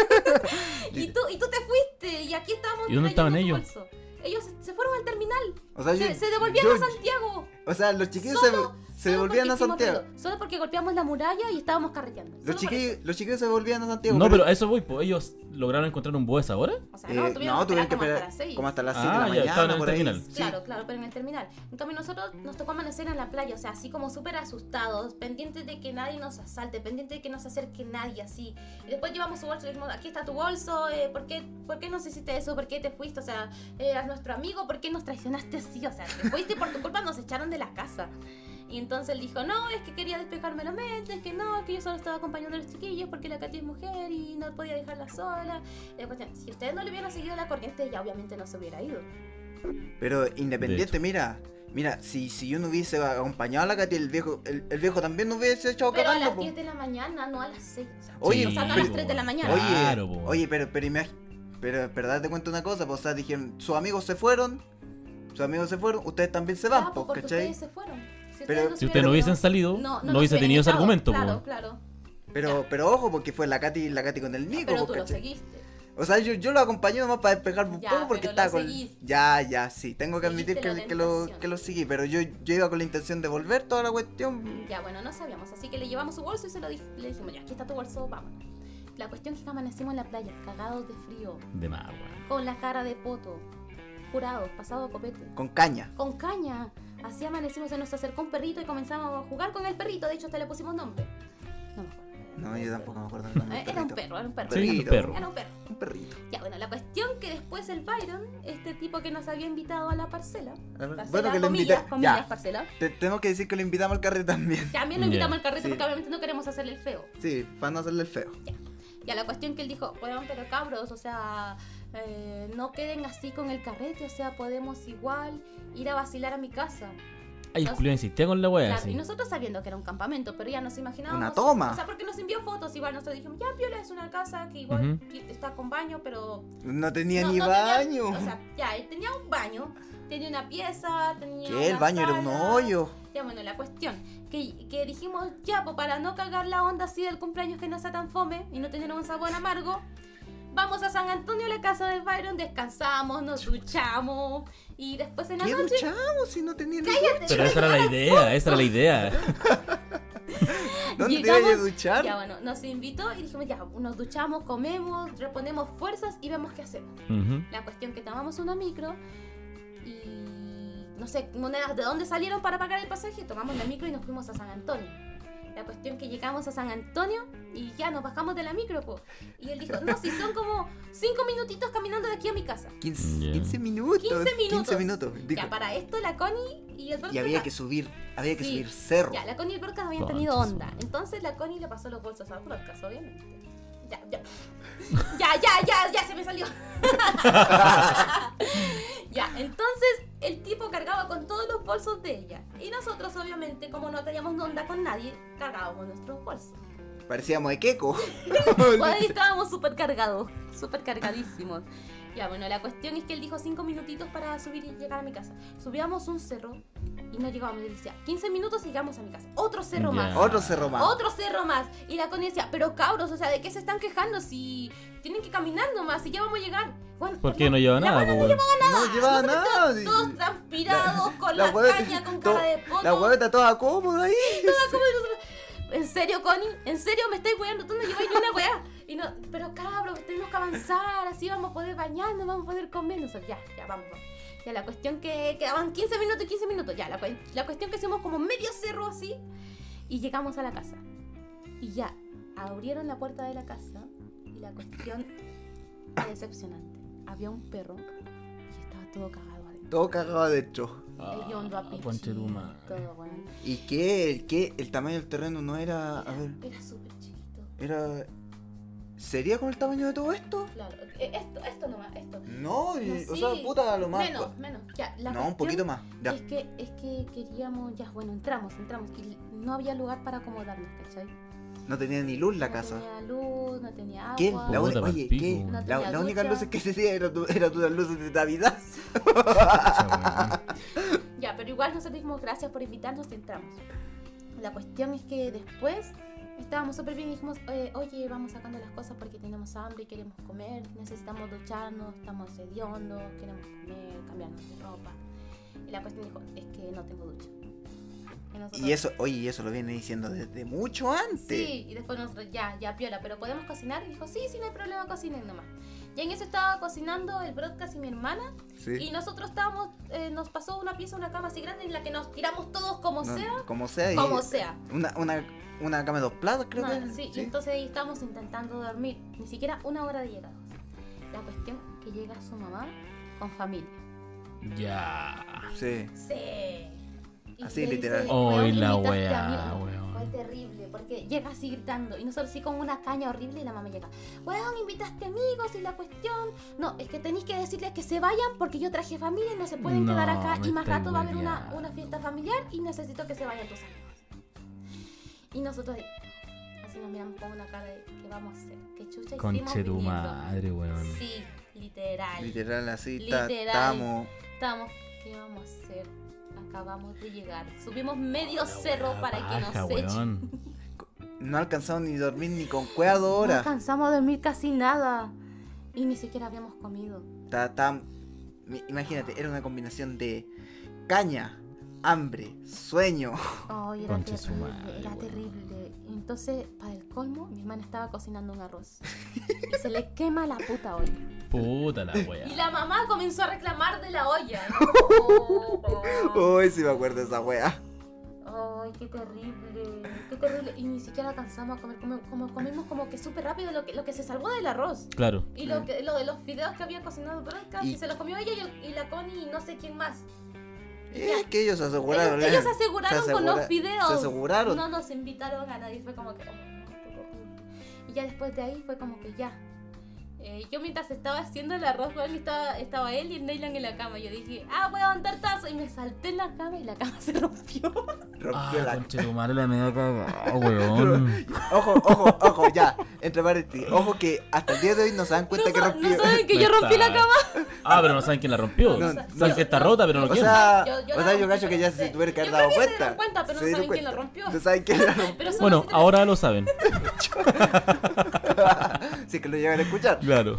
Speaker 3: y, tú, y tú te fuiste y aquí estábamos.
Speaker 2: ¿Y dónde estaban
Speaker 3: trayendo tu
Speaker 2: ellos?
Speaker 3: bolso. Ellos se- se fueron al terminal.
Speaker 4: O sea,
Speaker 3: se,
Speaker 4: yo-
Speaker 3: se devolvieron
Speaker 4: yo-
Speaker 3: a Santiago.
Speaker 4: O sea, los chiquillos
Speaker 3: Solo-
Speaker 4: se, se
Speaker 3: solo
Speaker 4: devolvían
Speaker 3: porque
Speaker 4: a
Speaker 3: hicimos
Speaker 4: Santiago.
Speaker 3: ruido, Solo porque golpeamos la muralla y estábamos carreteando.
Speaker 4: Los
Speaker 3: Solo por eso.
Speaker 4: chiquillos, los chiquillos se volvían a Santiago.
Speaker 2: No, pero a eso voy, pues. Ellos lograron encontrar un búho a esa hora.
Speaker 3: O sea,
Speaker 4: eh,
Speaker 3: Ah, no, tuvieron que esperar como
Speaker 4: esperar
Speaker 3: hasta las seis.
Speaker 4: como hasta las
Speaker 2: Ah,
Speaker 4: 6 de la
Speaker 2: ya,
Speaker 4: mañana.
Speaker 2: estaban en el
Speaker 4: por ahí.
Speaker 2: terminal.
Speaker 4: Sí.
Speaker 3: Claro, claro, pero en el terminal. Entonces nosotros nos tocó amanecer en la playa, o sea, así como súper asustados, pendientes de que nadie nos asalte, pendientes de que nos acerque nadie así. Y después llevamos su bolso y dijimos, aquí está tu bolso, eh, ¿por, qué, ¿por qué nos hiciste eso? ¿Por qué te fuiste? O sea, eras nuestro amigo, ¿por qué nos traicionaste así? O sea, te fuiste y por tu culpa nos echaron de la casa. Y entonces él dijo, no, es que quería despejarme la mente, es que no, es que yo solo estaba acompañando a los chiquillos porque la Katy es mujer y no podía dejarla sola. La cuestión, si ustedes no le hubieran seguido la corriente, ya obviamente no se hubiera ido.
Speaker 4: Pero independiente, mira. Mira, si, si yo no hubiese acompañado a la Katy, el viejo, el, el viejo también no hubiese echado
Speaker 3: Pero a
Speaker 4: cagando.
Speaker 3: las
Speaker 4: po.
Speaker 3: 10 de la mañana, no a las 6. O sea,
Speaker 4: Oye,
Speaker 3: o sea, no a
Speaker 4: pero-
Speaker 3: las 3 de la mañana.
Speaker 4: Oye,
Speaker 2: Claro, po.
Speaker 4: oye, pero, pero imagi- Pero, pero date cuenta una cosa, pues, o sea, dijeron, sus amigos se fueron, sus amigos se fueron, ustedes también se van,
Speaker 3: Ah,
Speaker 4: pues,
Speaker 3: porque
Speaker 4: ¿cachai?
Speaker 3: ustedes se fueron. Si
Speaker 4: Pero-
Speaker 3: no
Speaker 2: Si
Speaker 3: se
Speaker 2: ustedes no hubiesen
Speaker 3: ido,
Speaker 2: salido, no, hubiese
Speaker 3: hubieran
Speaker 2: tenido ese
Speaker 3: echado.
Speaker 2: argumento,
Speaker 3: Claro,
Speaker 2: po.
Speaker 3: claro.
Speaker 4: Pero, pero ojo, porque fue la Katy, la Katy con el Nico,
Speaker 3: pero
Speaker 4: pues,
Speaker 3: tú lo
Speaker 4: ¿cachai?
Speaker 3: seguiste.
Speaker 4: O sea, yo, yo lo acompañé nomás para despejar un
Speaker 3: Ya,
Speaker 4: poco
Speaker 3: pero
Speaker 4: porque estaba
Speaker 3: lo
Speaker 4: con.
Speaker 3: seguís.
Speaker 4: Ya, ya, sí. Tengo que
Speaker 3: Seguiste
Speaker 4: admitir que,
Speaker 3: la
Speaker 4: que lo,
Speaker 3: tentación.
Speaker 4: que lo seguí, pero yo, yo iba con la intención de volver toda la cuestión.
Speaker 3: Ya, bueno, no sabíamos. Así que le llevamos su bolso y se lo di- le dijimos, ya, aquí está tu bolso, vámonos. La cuestión es que amanecimos en la playa, cagados de frío,
Speaker 2: De más, weón.
Speaker 3: con la cara de poto, jurados, pasado a copete.
Speaker 4: Con caña.
Speaker 3: con caña. Así amanecimos, se nos acercó un perrito y comenzamos a jugar con el perrito. De hecho, hasta le pusimos nombre. No me acuerdo.
Speaker 4: No, yo tampoco me acuerdo del
Speaker 3: Eh,
Speaker 4: nombre.
Speaker 3: Era un perro, era un perro.
Speaker 2: Sí, un perro.
Speaker 3: Era un perro.
Speaker 4: Un perrito.
Speaker 3: Ya, bueno, la cuestión que después el Byron, este tipo que nos había invitado a la parcela, parcela
Speaker 4: Bueno, que lo
Speaker 3: comillas,
Speaker 4: invita-
Speaker 3: comillas,
Speaker 4: ya.
Speaker 3: parcela,
Speaker 4: Te- tenemos que decir que lo invitamos al carrete también.
Speaker 3: también lo invitamos
Speaker 2: Ya.
Speaker 3: al carrete
Speaker 4: Sí.
Speaker 3: porque obviamente no queremos hacerle el feo.
Speaker 4: Sí, para no hacerle el feo.
Speaker 3: Ya, la cuestión que él dijo, bueno, pero cabros, o sea, eh, no queden así con el carrete, o sea, podemos igual ir a vacilar a mi casa.
Speaker 2: Ay, el culiao insistía con la weá,
Speaker 3: Claro,
Speaker 2: así.
Speaker 3: y nosotros sabiendo que era un campamento, pero ya nos imaginábamos.
Speaker 4: Una toma.
Speaker 3: O sea, porque nos envió fotos, igual nosotros dijimos, ya Piola es una casa que igual
Speaker 2: Ujú.
Speaker 3: que está con baño, pero.
Speaker 4: No tenía
Speaker 3: no-
Speaker 4: ni
Speaker 3: no tenía-
Speaker 4: baño.
Speaker 3: o sea, ya, él tenía un baño, tenía una pieza, tenía.
Speaker 4: ¿Qué? El
Speaker 3: una
Speaker 4: baño era
Speaker 3: sala.
Speaker 4: un hoyo.
Speaker 3: Ya, bueno, la cuestión. Que, que dijimos, ya, pues para no cagar la onda así del cumpleaños que no sea tan fome y no tener un sabor amargo, vamos a San Antonio, la casa del Byron, descansamos, nos duchamos y después en la
Speaker 4: ¿Qué
Speaker 3: noche.
Speaker 4: duchamos si no tenía ni
Speaker 2: Pero esa era la idea, esa era la idea.
Speaker 4: ¿Dónde te
Speaker 3: Llegamos-
Speaker 4: ibas a duchar?
Speaker 3: Ya bueno, nos invitó y dijimos, ya, nos duchamos, comemos, reponemos fuerzas y vemos qué hacemos.
Speaker 2: Ujú.
Speaker 3: La cuestión que tomamos una micro y no sé, monedas de dónde salieron para pagar el pasaje, tomamos la micro y nos fuimos a San Antonio. La cuestión que llegamos a San Antonio y ya nos bajamos de la micro, po. Y él dijo, no, si son como 5 minutitos caminando de aquí a mi casa.
Speaker 4: 15,
Speaker 2: Ya.
Speaker 4: 15 minutos.
Speaker 3: 15 minutos.
Speaker 4: 15 minutos. Digo,
Speaker 3: Ya, para esto la Connie y el
Speaker 4: y
Speaker 3: Berto
Speaker 4: había que subir, había que
Speaker 3: Sí.
Speaker 4: subir cerro.
Speaker 3: Ya, la Connie y el Broadcast habían
Speaker 2: Concha
Speaker 3: tenido
Speaker 2: su
Speaker 3: onda.
Speaker 2: madre.
Speaker 3: Entonces la Connie le pasó los bolsos al Broadcast, obviamente. Ya, ya. Ya, ya, ya, ya se me salió. ya, entonces el tipo cargaba con todos los bolsos de ella. Y nosotros, obviamente, como no teníamos onda con nadie, cargábamos nuestros bolsos.
Speaker 4: Parecíamos de queco.
Speaker 3: Ahí estábamos súper cargados, súper cargadísimos. Ya, bueno, la cuestión es que él dijo cinco minutitos para subir y llegar a mi casa. Subíamos un cerro Y no llegábamos. Y decía, 15 minutos y llegamos a mi casa. Otro cerro más.
Speaker 2: Ya.
Speaker 4: Otro cerro más.
Speaker 3: Otro cerro más. Y la Connie decía, pero cabros, o sea, ¿de qué se están quejando? Si tienen que caminar nomás, si ya vamos a llegar. Bueno,
Speaker 2: ¿Por qué no lleva nada? pues, po, weón?
Speaker 4: No llevaba nada. sí.
Speaker 3: Todos transpirados, con la,
Speaker 4: hueá-
Speaker 3: caña, con
Speaker 4: to-
Speaker 3: cara de poto.
Speaker 4: La hueá está toda cómoda ahí.
Speaker 3: ¿En serio, Connie? ¿En serio me estáis weando? ¿Tú no lleváis ni una weá? Y no, pero cabros, tenemos que avanzar, así vamos a poder bañarnos, vamos a poder comer. Nosotros, ya, ya, vamos, vamos. Ya, la cuestión que quedaban 15 minutos, 15 minutos, ya, la, cue- la cuestión que hicimos como medio cerro así y llegamos a la casa. Y ya, abrieron la puerta de la casa y la cuestión
Speaker 2: Ah.
Speaker 3: es decepcionante. Había un perro y estaba todo cagado adentro.
Speaker 4: Todo cagado adentro.
Speaker 3: Hediondo a
Speaker 2: Ah,
Speaker 3: pichí,
Speaker 2: Ponche tu madre.
Speaker 3: todo, weón.
Speaker 4: ¿Y qué? ¿El qué? El tamaño del terreno no era. A ver.
Speaker 3: Era- Era súper chiquito.
Speaker 4: Era. ¿Sería con el tamaño de todo esto?
Speaker 3: Claro, eh, esto, esto nomás, esto.
Speaker 4: No,
Speaker 3: No,
Speaker 4: y- o
Speaker 3: sí.
Speaker 4: sea, puta, lo más.
Speaker 3: Menos, menos. Ya, la
Speaker 4: no, un
Speaker 3: cuestión
Speaker 4: poquito más. Ya.
Speaker 3: Es que, es que queríamos, ya, bueno, entramos, entramos. Y no había lugar para acomodarnos, ¿cachai?
Speaker 4: No tenía ni luz la
Speaker 3: no
Speaker 4: casa.
Speaker 3: tenía luz, no tenía agua.
Speaker 4: ¿Qué?
Speaker 2: Puta,
Speaker 4: La única,
Speaker 2: pa'l
Speaker 4: oye,
Speaker 2: pico,
Speaker 4: ¿qué?
Speaker 2: weón.
Speaker 3: No
Speaker 4: La,
Speaker 3: tenía
Speaker 4: la única
Speaker 3: ducha.
Speaker 4: luz que tenía era, tu, era tu luz de Navidad.
Speaker 2: Pucha, weón.
Speaker 3: Ya, pero igual nosotros dijimos gracias por invitarnos y entramos. La cuestión es que después estábamos súper bien y dijimos, eh, oye, vamos sacando las cosas porque tenemos hambre, queremos comer, necesitamos ducharnos, estamos hediondos, queremos comer, cambiarnos de ropa. Y la cuestión dijo, es que no tengo ducha. Y nosotros,
Speaker 4: Y eso, oye, y eso lo viene diciendo desde mucho antes.
Speaker 3: Sí, y después nosotros, ya, ya piola, pero podemos cocinar. Y dijo, sí, sí, no hay problema, cocinen nomás. Y en eso estaba cocinando el broadcast y mi hermana.
Speaker 4: Sí.
Speaker 3: Y nosotros estábamos, eh, nos pasó una pieza, una cama así grande en la que nos tiramos todos como
Speaker 4: No,
Speaker 3: sea,
Speaker 4: Como sea. y-
Speaker 3: como sea.
Speaker 4: Una, una, una cama de dos platos, creo
Speaker 3: No,
Speaker 4: que.
Speaker 3: sí,
Speaker 4: era,
Speaker 3: Y entonces ahí estábamos intentando dormir. Ni siquiera una hora de llegada. La cuestión que llega su mamá con familia.
Speaker 2: Ya.
Speaker 4: Sí.
Speaker 3: Sí. Y
Speaker 4: Así,
Speaker 3: le dice,
Speaker 4: literal.
Speaker 3: "Weón,
Speaker 2: Hoy la
Speaker 3: invitaste a mí".
Speaker 2: weá, weón.
Speaker 3: Fue terrible, porque llega así gritando. Y nosotros sí con una caña horrible y la mamá llega. Weón, invitaste amigos y la cuestión. No, es que tenéis que decirles que se vayan porque yo traje familia y no se pueden
Speaker 2: No,
Speaker 3: quedar acá.
Speaker 2: me
Speaker 3: Y más
Speaker 2: estáis
Speaker 3: rato va a haber una,
Speaker 2: hueveando.
Speaker 3: una fiesta familiar y necesito que se vayan tus amigos. Y nosotros ahí, así nos miramos con una cara de ¿qué vamos a hacer? ¿Qué chucha hicimos
Speaker 2: Conche tu
Speaker 3: viniendo?".
Speaker 2: madre, weón.
Speaker 3: Sí, literal.
Speaker 4: Literal, así
Speaker 3: Literal.
Speaker 4: estamos.
Speaker 3: Estamos, ¿qué vamos a hacer? Acabamos de llegar. Subimos medio
Speaker 2: La
Speaker 3: cerro
Speaker 2: weá
Speaker 3: para
Speaker 2: baja,
Speaker 3: que nos echen.
Speaker 2: weón.
Speaker 4: No alcanzamos ni dormir ni con cueva dos
Speaker 3: No
Speaker 4: horas.
Speaker 3: alcanzamos a dormir casi nada. Y ni siquiera habíamos comido.
Speaker 4: Ta- ta- mi- imagínate, era una combinación de caña, hambre, sueño.
Speaker 3: Ay, era
Speaker 2: Conche su
Speaker 3: terrible,
Speaker 2: madre,
Speaker 3: era
Speaker 2: weón.
Speaker 3: terrible. Y entonces, para el colmo, mi hermana estaba cocinando un arroz. Y se le quema la puta olla.
Speaker 2: Puta la weá.
Speaker 3: Y la mamá comenzó a reclamar de la olla. Oh, Ah.
Speaker 4: Uy, sí me acuerdo de esa wea.
Speaker 3: Ay, qué terrible, qué terrible. Y ni siquiera alcanzamos a comer, como, como comimos como que súper rápido lo que, lo que se salvó del arroz.
Speaker 2: Claro.
Speaker 3: Y lo,
Speaker 4: Mm.
Speaker 3: que, lo de los fideos que había cocinado Bronca,
Speaker 4: Y-
Speaker 3: y se los comió ella y, el- y la Connie y no sé quién más.
Speaker 4: Es que ellos aseguraron. eh.
Speaker 3: ellos, ellos aseguraron
Speaker 4: se
Speaker 3: con los
Speaker 4: asegura-
Speaker 3: fideos.
Speaker 4: se aseguraron.
Speaker 3: No nos invitaron a nadie, fue como que... oh, Y ya después de ahí fue como que ya. Eh, yo mientras estaba haciendo el arroz, weón, estaba, estaba él y el Neyland en la cama. Yo dije, ah, weón, tartazo. Y me salté en la cama y la cama se rompió.
Speaker 2: Ah,
Speaker 4: Rompió la-
Speaker 2: conche tu madre, la media cagada, weón.
Speaker 4: Ojo, ojo, ojo, ya. Entre paréntesis. Ojo que hasta el día de hoy no se dan cuenta
Speaker 3: no,
Speaker 4: que
Speaker 3: sa-
Speaker 4: rompió.
Speaker 3: no saben que
Speaker 2: No
Speaker 3: yo rompí la
Speaker 2: está.
Speaker 3: cama.
Speaker 2: Ah, pero no saben quién la rompió.
Speaker 4: No,
Speaker 2: saben
Speaker 4: no.
Speaker 2: que está rota, pero no
Speaker 4: O
Speaker 2: quién.
Speaker 4: sea,
Speaker 3: Yo- yo
Speaker 4: o
Speaker 3: la
Speaker 4: sea, yo
Speaker 3: rompí,
Speaker 4: cacho que ya
Speaker 3: sí.
Speaker 4: se tuvieron que
Speaker 3: Yo
Speaker 4: haber
Speaker 3: creo que
Speaker 4: dado
Speaker 3: se
Speaker 4: cuenta.
Speaker 3: dieron cuenta, pero no
Speaker 4: dieron
Speaker 3: saben quién la
Speaker 4: cuenta.
Speaker 3: rompió.
Speaker 4: No saben quién la rompió.
Speaker 3: Pero eso no
Speaker 2: Bueno,
Speaker 3: se trata-
Speaker 2: ahora lo saben.
Speaker 4: Si que lo llegan a escuchar.
Speaker 2: Claro.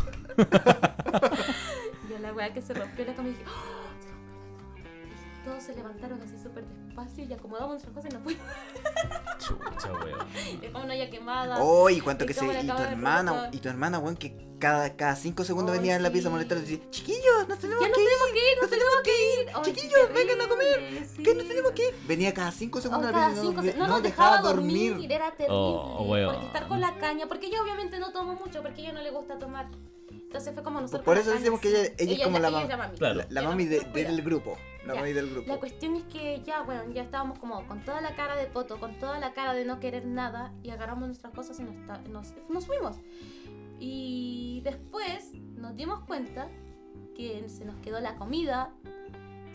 Speaker 3: Y a la weá que se rompió la cama y dije, ¡Ah! se rompió la cama. Y todos se levantaron así súper despacio y acomodamos nuestras cosas y nos fuimos.
Speaker 2: Chucha, weón.
Speaker 3: Dejamos una olla quemada.
Speaker 4: Oy, cuánto
Speaker 3: Y
Speaker 4: que se.
Speaker 3: cómo le
Speaker 4: Y tu
Speaker 3: acaba de
Speaker 4: hermana,
Speaker 3: preguntar.
Speaker 4: y tu hermana, weón, que cada, cada cinco segundos
Speaker 3: Ay,
Speaker 4: venía en la
Speaker 3: sí.
Speaker 4: pieza a molestar y decía, chiquillos, nos tenemos
Speaker 3: ya nos
Speaker 4: que ir.
Speaker 3: tenemos que ir, nos tenemos que ir. Ay,
Speaker 4: Chiquillos,
Speaker 3: qué
Speaker 4: vengan a comer.
Speaker 3: terrible,
Speaker 4: ¿Qué nos
Speaker 3: sí.
Speaker 4: tenemos que ir? Venía cada cinco
Speaker 3: Ay,
Speaker 4: segundos a la
Speaker 3: Oh, cada
Speaker 4: pieza y
Speaker 3: cinco se-
Speaker 4: nos-
Speaker 3: no nos dejaba dormir,
Speaker 4: dormir.
Speaker 3: era terrible.
Speaker 2: Oh, weón.
Speaker 3: Porque estar con la caña, porque ella obviamente no tomó mucho, porque a ella no le gusta tomar. Entonces fue como nosotros.
Speaker 4: Por
Speaker 3: con
Speaker 4: eso
Speaker 3: la caña,
Speaker 4: decimos que
Speaker 3: sí.
Speaker 4: ella- ella es como la mam-
Speaker 3: es mami.
Speaker 2: Claro.
Speaker 4: La, la
Speaker 3: Ella
Speaker 4: mami
Speaker 3: nos-
Speaker 4: de-
Speaker 3: nos cuida.
Speaker 4: del grupo. La
Speaker 3: Ya.
Speaker 4: mami del grupo.
Speaker 3: La cuestión es que ya, bueno, ya estábamos como con toda la cara de poto, con toda la cara de no querer nada y agarramos nuestras cosas y nos, ta- nos, nos fuimos. Y después nos dimos cuenta que se nos quedó la comida,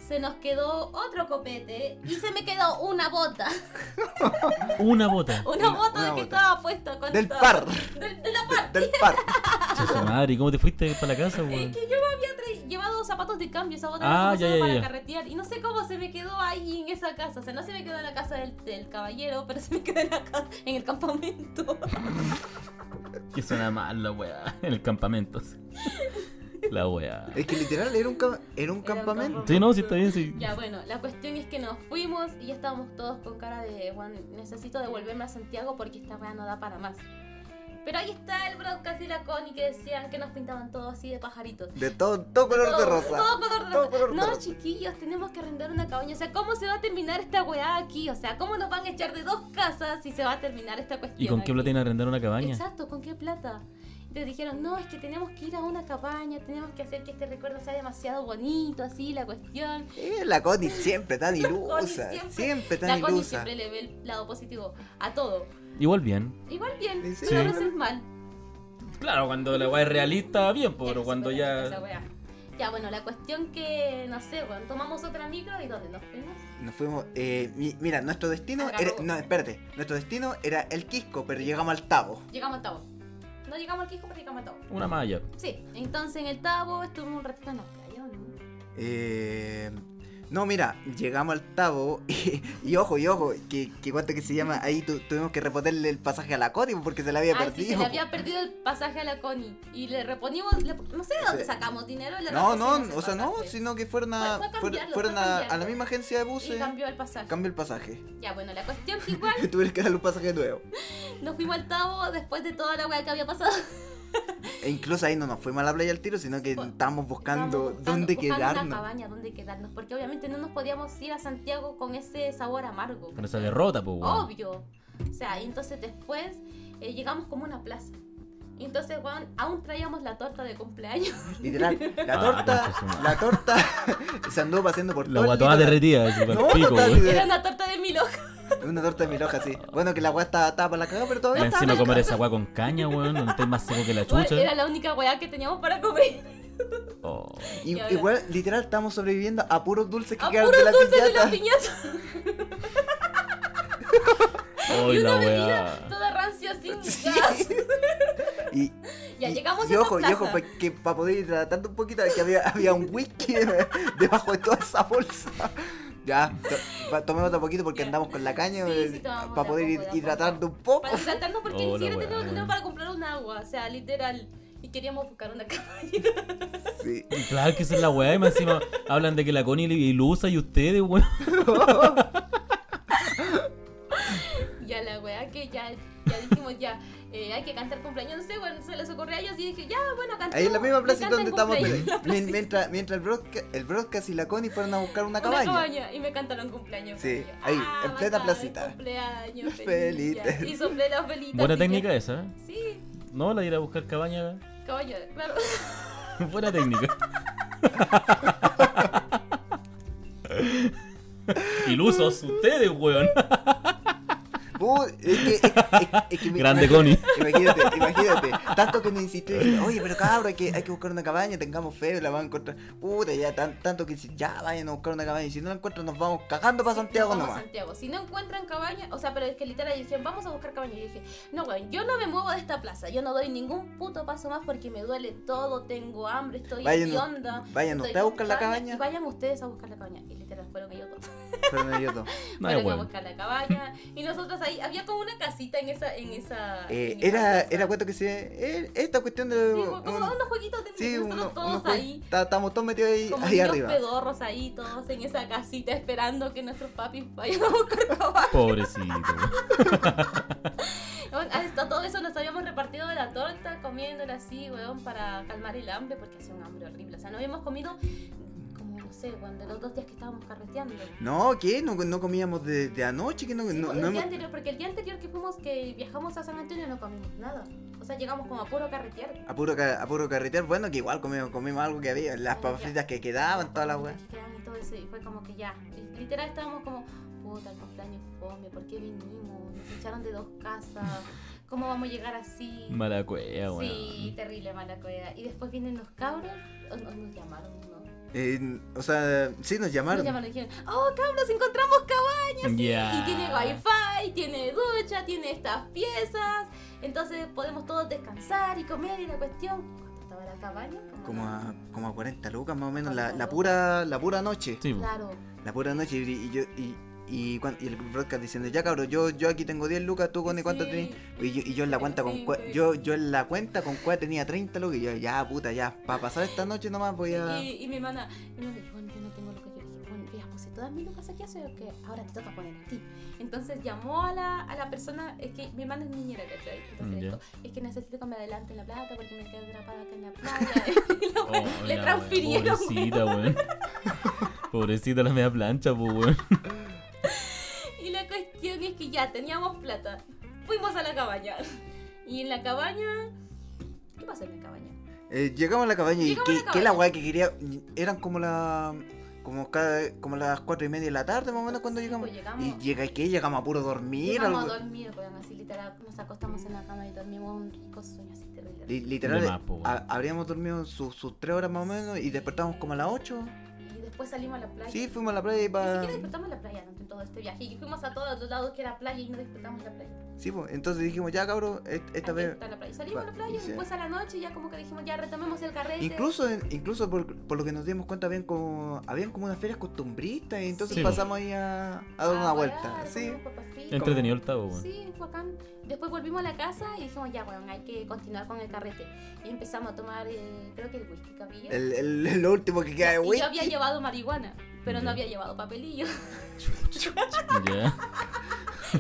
Speaker 3: se nos quedó otro copete y se me quedó una bota.
Speaker 2: Una bota.
Speaker 3: Una
Speaker 4: Una-
Speaker 3: bota
Speaker 4: una
Speaker 3: de que
Speaker 4: bota.
Speaker 3: estaba puesta con
Speaker 4: Del
Speaker 3: todo.
Speaker 4: par.
Speaker 3: Del- de la par.
Speaker 4: Del par.
Speaker 2: Chucha madre, ¿y cómo te fuiste para la casa,
Speaker 3: Es
Speaker 2: weón?
Speaker 3: que yo me había tra- llevado zapatos de y cambio, esa bota
Speaker 2: Ah,
Speaker 3: la
Speaker 2: ya,
Speaker 3: usaba
Speaker 2: ya,
Speaker 3: para
Speaker 2: ya.
Speaker 3: carretear. Y no sé cómo se me quedó ahí en esa casa. O sea, no se me quedó en la casa del, del caballero, pero se me quedó en, la ca- en el campamento.
Speaker 2: Que suena mal la weá. En el campamento. sí. La weá.
Speaker 4: Es que literal era un, ca- era un
Speaker 3: Era un
Speaker 4: campamento.
Speaker 2: Sí, no, sí, está bien, sí.
Speaker 3: ya, bueno, la cuestión es que nos fuimos y ya estábamos todos con cara de, bueno, necesito devolverme a Santiago porque esta weá no da para más. Pero ahí está el broadcast y la Connie que decían que nos pintaban todo así de pajaritos.
Speaker 4: De todo, todo color de
Speaker 3: Todo-
Speaker 4: rosa.
Speaker 3: Todo color de
Speaker 4: Todo
Speaker 3: rosa.
Speaker 4: color de
Speaker 3: no,
Speaker 4: rosa.
Speaker 3: chiquillos, tenemos que arrendar una cabaña. O sea, ¿cómo se va a terminar esta weá aquí? O sea, ¿cómo nos van a echar de dos casas si se va a terminar esta cuestión?
Speaker 2: ¿Y con
Speaker 3: aquí?
Speaker 2: qué plata iban a arrendar una cabaña?
Speaker 3: Exacto, ¿con qué plata? Entonces dijeron, no, es que tenemos que ir a una cabaña, tenemos que hacer que este recuerdo sea demasiado bonito, así, la cuestión.
Speaker 4: Eh, la Connie siempre tan
Speaker 3: Connie
Speaker 4: ilusa. Siempre, tan
Speaker 3: la Connie
Speaker 4: ilusa.
Speaker 3: siempre le ve el lado positivo a todo.
Speaker 2: Igual bien.
Speaker 3: Igual bien,
Speaker 4: Sí.
Speaker 3: no lo haces mal.
Speaker 2: Claro, cuando la weá es realista, bien,
Speaker 3: Ya que
Speaker 2: pero
Speaker 3: se
Speaker 2: cuando
Speaker 3: puede hacer esa
Speaker 2: ya.
Speaker 3: weá. Ya, bueno, la cuestión que, no sé, bueno, tomamos otra micro y ¿dónde nos fuimos?
Speaker 4: Nos fuimos. eh, mi- mira, nuestro destino
Speaker 3: Acabó.
Speaker 4: era. No, espérate. Nuestro destino era el Quisco, pero llegamos al Tabo.
Speaker 3: Llegamos al Tabo. No llegamos al Quisco, pero llegamos al Tabo.
Speaker 2: Una malla.
Speaker 3: Sí, entonces en el Tabo estuvimos un ratito en la playa, ¿o ¿no?
Speaker 4: Eh, no, mira, llegamos al Tabo. Y, y ojo, y ojo, que, que cuánto que se llama. Ahí tu- tuvimos que reponerle el pasaje a la Connie porque se la había
Speaker 3: Ay, sí,
Speaker 4: perdido.
Speaker 3: se le había perdido el pasaje a la Connie. Y le reponimos, le- no sé de dónde
Speaker 4: Sí.
Speaker 3: sacamos dinero. Le
Speaker 4: No,
Speaker 3: repusimos el
Speaker 4: no, o sea, no,
Speaker 3: pasaje.
Speaker 4: sino que fueron
Speaker 3: pues.
Speaker 4: a,
Speaker 3: Fue- fue a
Speaker 4: fuer-
Speaker 3: cambiarlo,
Speaker 4: fueron
Speaker 3: fue
Speaker 4: a,
Speaker 3: cambiarlo.
Speaker 4: a la misma agencia de buses.
Speaker 3: Y cambió el pasaje.
Speaker 4: Cambió el pasaje.
Speaker 3: Ya, bueno, la cuestión que igual
Speaker 4: Y tuvieron que dar un pasaje nuevo.
Speaker 3: nos fuimos al Tabo después de toda la weá que había pasado.
Speaker 4: E incluso ahí no nos fuimos a la playa al tiro, sino que
Speaker 3: Fue-
Speaker 4: estábamos buscando
Speaker 3: Pues, Estábamos
Speaker 4: dónde
Speaker 3: buscando Una
Speaker 4: quedarnos.
Speaker 3: cabaña donde quedarnos, porque obviamente no nos podíamos ir a Santiago con ese sabor amargo.
Speaker 2: Con esa derrota, pues, weón.
Speaker 3: Obvio. O sea, y entonces después eh, llegamos como a una plaza. Y entonces, weón, aún traíamos la torta de cumpleaños.
Speaker 4: Literal, la
Speaker 2: Ah,
Speaker 4: torta,
Speaker 2: concha su madre.
Speaker 4: la torta se andó paseando por
Speaker 2: La
Speaker 4: todo
Speaker 2: weá
Speaker 4: el
Speaker 2: toda
Speaker 4: litoral.
Speaker 2: derretida, así, para el
Speaker 4: No,
Speaker 2: pico,
Speaker 4: total,
Speaker 2: weón.
Speaker 3: Era una torta de mil hojas.
Speaker 4: Una torta de mil hojas, sí. Bueno, que la weá estaba tapada para la cagada, pero
Speaker 2: Y
Speaker 4: todavía estaba
Speaker 2: encima
Speaker 4: rica.
Speaker 2: comer esa weá con caña, weón. No estoy más seco que la
Speaker 3: Weón,
Speaker 2: chucha.
Speaker 3: Era la única weá que teníamos para comer.
Speaker 2: Oh.
Speaker 4: Y,
Speaker 3: Y ahora-
Speaker 4: igual, literal, estamos sobreviviendo a puros dulces que
Speaker 3: A
Speaker 4: quedaron
Speaker 3: puros
Speaker 4: de la
Speaker 3: dulces de
Speaker 4: piñata.
Speaker 3: la piñata.
Speaker 2: Ay, la
Speaker 3: Bebida
Speaker 2: weá.
Speaker 3: toda rancia sin
Speaker 4: Sí.
Speaker 3: gas.
Speaker 4: Y,
Speaker 3: Ya
Speaker 4: y-
Speaker 3: llegamos
Speaker 4: y
Speaker 3: a esa
Speaker 4: ojo, y ojo,
Speaker 3: plaza.
Speaker 4: pa- que para poder hidratarte un poquito, que había, había un whisky debajo de toda esa bolsa. Ya, to- pa- tomemos de a poquito porque
Speaker 3: Ya.
Speaker 4: andamos con la caña
Speaker 3: Sí, sí, tomamos de a
Speaker 4: para poder
Speaker 3: poco, de a
Speaker 4: hid-
Speaker 3: poco.
Speaker 4: hidratarnos un poco.
Speaker 3: Para hidratarnos porque
Speaker 2: Oh,
Speaker 3: ni
Speaker 2: la
Speaker 3: siquiera
Speaker 2: weá,
Speaker 3: teníamos dinero
Speaker 2: weón.
Speaker 3: para comprar un agua. O sea, literal. Y queríamos buscar una cabaña.
Speaker 4: Sí.
Speaker 2: Y Claro que esa es la weá. Y más encima hablan de que la Connie le- ilusa y ustedes, weón.
Speaker 3: Ya la weá que ya, ya dijimos ya, eh, hay que cantar cumpleaños, no sé, bueno, se les ocurrió a ellos y dije, ya, bueno, cantamos.
Speaker 4: Ahí en la misma plaza
Speaker 3: cantan
Speaker 4: donde estamos.
Speaker 3: cumpleaños.
Speaker 4: pero- mien- mientras, mientras el, broadca- el broadcast y la Connie fueron a buscar una
Speaker 3: Una
Speaker 4: cabaña.
Speaker 3: cabaña, Y me cantaron cumpleaños.
Speaker 4: Sí,
Speaker 3: Y yo,
Speaker 4: ahí,
Speaker 3: ah,
Speaker 4: en plena
Speaker 3: bacán,
Speaker 4: placita.
Speaker 3: Cumpleaños, feliz.
Speaker 4: Feliz.
Speaker 3: ya. Y soplé las velitas.
Speaker 2: Buena
Speaker 3: así que-
Speaker 2: técnica esa, ¿eh?
Speaker 3: Sí,
Speaker 2: No, la de ir a buscar cabaña.
Speaker 3: caballo, claro.
Speaker 2: Buena técnica. Ilusos ustedes, weón.
Speaker 4: Uh, es que- es que- es que me-
Speaker 2: Grande Connie.
Speaker 4: imagínate, Imagínate, imagínate. Tanto que nos insistió. diciendo, Oye, pero cabro, hay que, hay que buscar una cabaña. Tengamos fe, la van a encontrar. Puta, ya tan- tanto que insistió, ya vayan a buscar una cabaña. Y si no la encuentran, nos vamos cagando para Santiago
Speaker 3: Vamos a
Speaker 4: nomás.
Speaker 3: Santiago. Si no encuentran cabaña, o sea, pero es que literal dije, vamos a buscar cabaña. Y dije, no, weón, yo no me muevo de esta plaza. Yo no doy ningún puto paso más porque me duele todo, tengo hambre, estoy
Speaker 4: Vayan,
Speaker 3: hedionda.
Speaker 4: vayan
Speaker 3: Estoy
Speaker 4: ustedes a buscar la
Speaker 3: caña,
Speaker 4: cabaña.
Speaker 3: y Vayan ustedes a buscar la cabaña. Y literal, fueron ellos dos.
Speaker 4: Pero no yo no.
Speaker 2: No hay
Speaker 3: fueron a
Speaker 2: weón.
Speaker 3: buscar la cabaña. Y nosotros ahí, había como una casita en esa. En esa
Speaker 4: Eh,
Speaker 3: en esa
Speaker 4: era,
Speaker 3: plaza.
Speaker 4: era cuento que se. eh, Esta cuestión de.
Speaker 3: Sí, como como
Speaker 4: un-
Speaker 3: unos jueguitos de
Speaker 4: sí,
Speaker 3: nosotros
Speaker 4: uno-
Speaker 3: todos
Speaker 4: unos jue-
Speaker 3: ahí.
Speaker 4: ta- Estamos todos metidos ahí,
Speaker 3: Como
Speaker 4: ahí
Speaker 3: niños
Speaker 4: arriba.
Speaker 3: pedorros ahí, todos en esa casita esperando que nuestros papis vayan a buscar cabaña.
Speaker 2: Pobrecito. weón.
Speaker 3: Bueno, hasta ah, todo eso nos habíamos repartido de la torta, comiéndola así, weón, para calmar el hambre, porque hacía un hambre horrible. O sea, no habíamos comido como, no sé, cuando los dos días que estábamos carreteando.
Speaker 4: No, ¿qué? No, no comíamos de, de anoche, que no,
Speaker 3: Sí,
Speaker 4: no,
Speaker 3: pues,
Speaker 4: no
Speaker 3: el día
Speaker 4: hemos-
Speaker 3: anterior, porque el día anterior que fuimos, que viajamos a San Antonio, no comimos nada. O sea, llegamos como a puro carretear.
Speaker 4: A puro, ca- a puro carretear, bueno, que igual comimos, comimos algo que había, las
Speaker 3: Como
Speaker 4: papas
Speaker 3: que-
Speaker 4: fritas que quedaban, todas las weas.
Speaker 3: papitas que quedaban Y todo eso, y fue como que ya. Y Literal estábamos como, puta, el cumpleaños fome, ¿por qué vinimos? Nos echaron de dos casas, ¿cómo vamos a llegar así?
Speaker 2: Mala cueva, weón.
Speaker 3: Sí, terrible mala cueva. Y después vienen los cabros, o- o nos llamaron, ¿no?
Speaker 4: Eh, o sea, sí nos
Speaker 3: Nos
Speaker 4: llamaron.
Speaker 3: llamaron y dijeron, oh cabros, encontramos cabañas. sí,
Speaker 2: Ya.
Speaker 3: Y tiene wifi, tiene ducha, tiene estas piezas. Entonces podemos todos descansar y comer y la cuestión. Cuando estaba la cabaña.
Speaker 4: Como
Speaker 3: la-
Speaker 4: a, como a 40 lucas más o menos, la, la pura, la pura noche.
Speaker 2: Sí, po.
Speaker 3: Claro.
Speaker 4: La pura noche y, y yo... Y, y, cuan- y el broadcast diciendo, ya cabrón, yo, yo aquí tengo 10 lucas, tú con cuánto
Speaker 3: Sí.
Speaker 4: tenés. Y yo, y yo en la cuenta con cua-
Speaker 3: Sí.
Speaker 4: yo, yo en la cuenta con cuál tenía 30 lucas. Y yo, ya puta, ya, para pasar esta noche nomás voy a.
Speaker 3: Y, y mi hermana, mi hermana dijo, bueno, yo no tengo lucas. Yo le dije, bueno, ya puse todas mis lucas aquí, eso es lo que ahora te toca poner a ti. Entonces llamó a la, a la persona, es que mi hermana es niñera, ¿cachai? Entonces
Speaker 2: Mm, ya.
Speaker 3: dijo, es que necesito que me adelanten la plata porque me quedé atrapada acá en la playa. Y la wea-
Speaker 2: Oh,
Speaker 3: le
Speaker 2: la
Speaker 3: transfirieron.
Speaker 2: wea, Pobrecita, weón. Pobrecita la media plancha, po, weón.
Speaker 3: Y la cuestión es que ya teníamos plata. Fuimos a la cabaña. Y en la cabaña. ¿Qué pasó en la cabaña?
Speaker 4: Eh, llegamos a la cabaña y
Speaker 3: Llegamos a
Speaker 4: que,
Speaker 3: la
Speaker 4: que
Speaker 3: cabaña.
Speaker 4: la weá que quería. Eran como la. Como, cada, como las cuatro y media de la tarde más o menos cuando
Speaker 3: Sí,
Speaker 4: llegamos.
Speaker 3: pues, llegamos.
Speaker 4: Y llega que llegamos a puro dormir.
Speaker 3: Llegamos
Speaker 4: algo-
Speaker 3: a dormir, weón, así literal. Nos acostamos en la cama y dormimos un rico sueño así terrible.
Speaker 4: li- literal,
Speaker 2: De más, po, weón.
Speaker 4: ha- habríamos dormido sus sus tres horas más o menos y despertamos como a las ocho.
Speaker 3: Y después salimos a la playa.
Speaker 4: Sí, fuimos a la playa y
Speaker 3: Ni
Speaker 4: pa-
Speaker 3: siquiera despertamos en la playa durante todo este viaje. Y fuimos a todos los lados que era playa y no despertamos en la playa.
Speaker 4: Sí, pues, entonces dijimos, ya cabrón, est- esta
Speaker 3: Aquí
Speaker 4: vez.
Speaker 3: está la playa. Salimos a la
Speaker 4: Va,
Speaker 3: playa,
Speaker 4: sí.
Speaker 3: después a la noche ya como que dijimos, ya retomemos el carrete.
Speaker 4: Incluso, en- incluso por, por lo que nos dimos cuenta, habían como, habían como unas ferias costumbristas y entonces
Speaker 2: Sí, pues. po.
Speaker 4: pasamos ahí a, a
Speaker 3: A
Speaker 4: dar una
Speaker 3: parar,
Speaker 4: vuelta.
Speaker 3: comimos
Speaker 4: Sí.
Speaker 3: papas fritas.
Speaker 2: Entretenido el tabo, weón.
Speaker 3: Sí, bacán. Después volvimos a la casa y dijimos, ya, bueno, hay que continuar con el carrete. Y empezamos a tomar, eh, creo que el whisky que había.
Speaker 4: El, el- lo último que queda de
Speaker 3: y yo había
Speaker 4: whisky.
Speaker 3: llevado marihuana, pero no
Speaker 2: Ya.
Speaker 3: había llevado papelillo.
Speaker 2: Ya.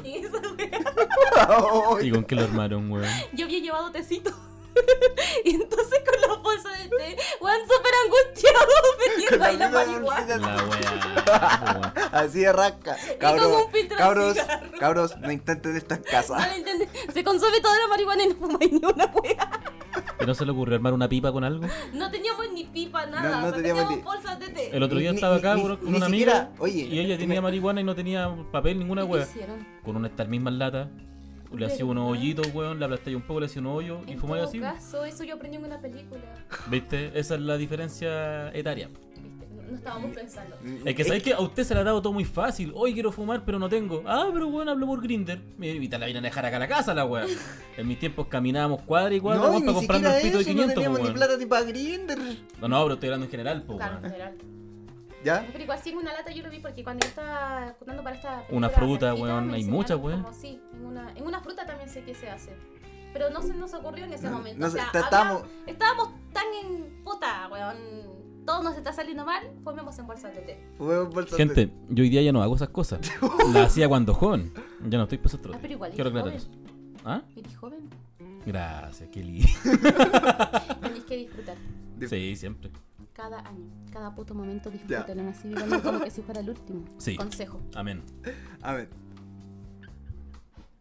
Speaker 3: Y eso fue-
Speaker 2: ¿Y con qué lo armaron, weón?
Speaker 3: yo había llevado tecito. Y entonces con la bolsa de té, weón, súper angustiado, metiendo ahí la
Speaker 4: misma
Speaker 3: marihuana.
Speaker 4: bolsita,
Speaker 2: La weá. po,
Speaker 4: Así arranca.
Speaker 3: como
Speaker 4: Cabros,
Speaker 3: un filtro de
Speaker 4: cabros,
Speaker 3: cigarro.
Speaker 4: cabros, no intenten estas
Speaker 3: No
Speaker 4: casas.
Speaker 3: lo entendí. Se consume toda la marihuana y no fumáis ni una wea.
Speaker 2: weón. ¿Y no se le ocurrió armar una pipa con algo?
Speaker 3: No teníamos ni pipa, nada.
Speaker 4: No, no
Speaker 3: o sea,
Speaker 4: teníamos
Speaker 3: teníamos,
Speaker 4: ni-
Speaker 3: bolsas de té.
Speaker 2: El otro día
Speaker 4: Ni-
Speaker 2: estaba
Speaker 4: ni-
Speaker 2: acá
Speaker 4: ni-
Speaker 2: weón, con
Speaker 4: ni
Speaker 2: una
Speaker 4: siquiera-
Speaker 2: amiga.
Speaker 4: oye,
Speaker 2: y ella tenía
Speaker 4: me-
Speaker 2: marihuana y no tenía papel, ninguna
Speaker 3: ¿Y qué
Speaker 2: weá.
Speaker 3: hicieron?
Speaker 2: Con una de estas mismas latas. Le hacía unos
Speaker 3: ¿Verdad?
Speaker 2: hoyitos, weón, le aplasté un poco, le hacía un hoyo y
Speaker 3: En
Speaker 2: fumaba
Speaker 3: todo
Speaker 2: así.
Speaker 3: caso, eso yo aprendí en una película.
Speaker 2: ¿Viste? Esa es la diferencia etaria.
Speaker 3: Viste, No, no estábamos pensando.
Speaker 2: Es que sabéis que a usted se le ha dado todo muy fácil. Hoy quiero fumar, pero no tengo. Ah, pero bueno, hablo por Grinder. Y te la vienen a dejar acá a la casa, la weá. En mis tiempos caminábamos cuadra y cuadra
Speaker 4: No, y
Speaker 2: weón,
Speaker 4: ni
Speaker 2: para comprarnos
Speaker 4: siquiera
Speaker 2: el pito de
Speaker 4: eso, no
Speaker 2: 500,
Speaker 4: teníamos
Speaker 2: po,
Speaker 4: ni
Speaker 2: weón.
Speaker 4: plata ni para Grinder.
Speaker 2: No, no, pero estoy hablando en general, po,
Speaker 3: Claro, en
Speaker 2: weón.
Speaker 3: general.
Speaker 4: ¿Ya?
Speaker 3: Pero igual sí en una lata yo lo vi porque cuando yo estaba contando para esta
Speaker 2: Una
Speaker 3: película
Speaker 2: fruta,
Speaker 3: fresquita,
Speaker 2: weón,
Speaker 3: me
Speaker 2: hay
Speaker 3: enseñaron
Speaker 2: muchas, weón.
Speaker 3: como, Sí, en una, en una fruta también sé que se hace. Pero no se nos ocurrió en ese
Speaker 4: No,
Speaker 3: momento.
Speaker 4: no
Speaker 3: o
Speaker 4: sé,
Speaker 3: sea,
Speaker 4: está-
Speaker 3: había-
Speaker 4: estábamos-
Speaker 3: estábamos tan en puta, weón. Todo nos está saliendo mal, pues fumemos en bolsas de té.
Speaker 4: Fue bolsa de-
Speaker 2: Gente, yo hoy día ya no hago esas cosas. Las hacía cuando joven. Ya no estoy pues otro.
Speaker 3: Ah, pero igual
Speaker 2: Quiero
Speaker 3: eres
Speaker 2: aclarar eso.
Speaker 3: joven.
Speaker 2: ¿Ah?
Speaker 3: Eres joven,
Speaker 2: Gracias, qué lindo.
Speaker 3: tenéis que disfrutar.
Speaker 2: Sí, siempre.
Speaker 3: Cada año, cada puto momento
Speaker 4: Ya.
Speaker 3: disfrútenlo así, vivanlo como que si fuera el último.
Speaker 2: Sí.
Speaker 3: Consejo.
Speaker 2: Amén.
Speaker 4: A ver,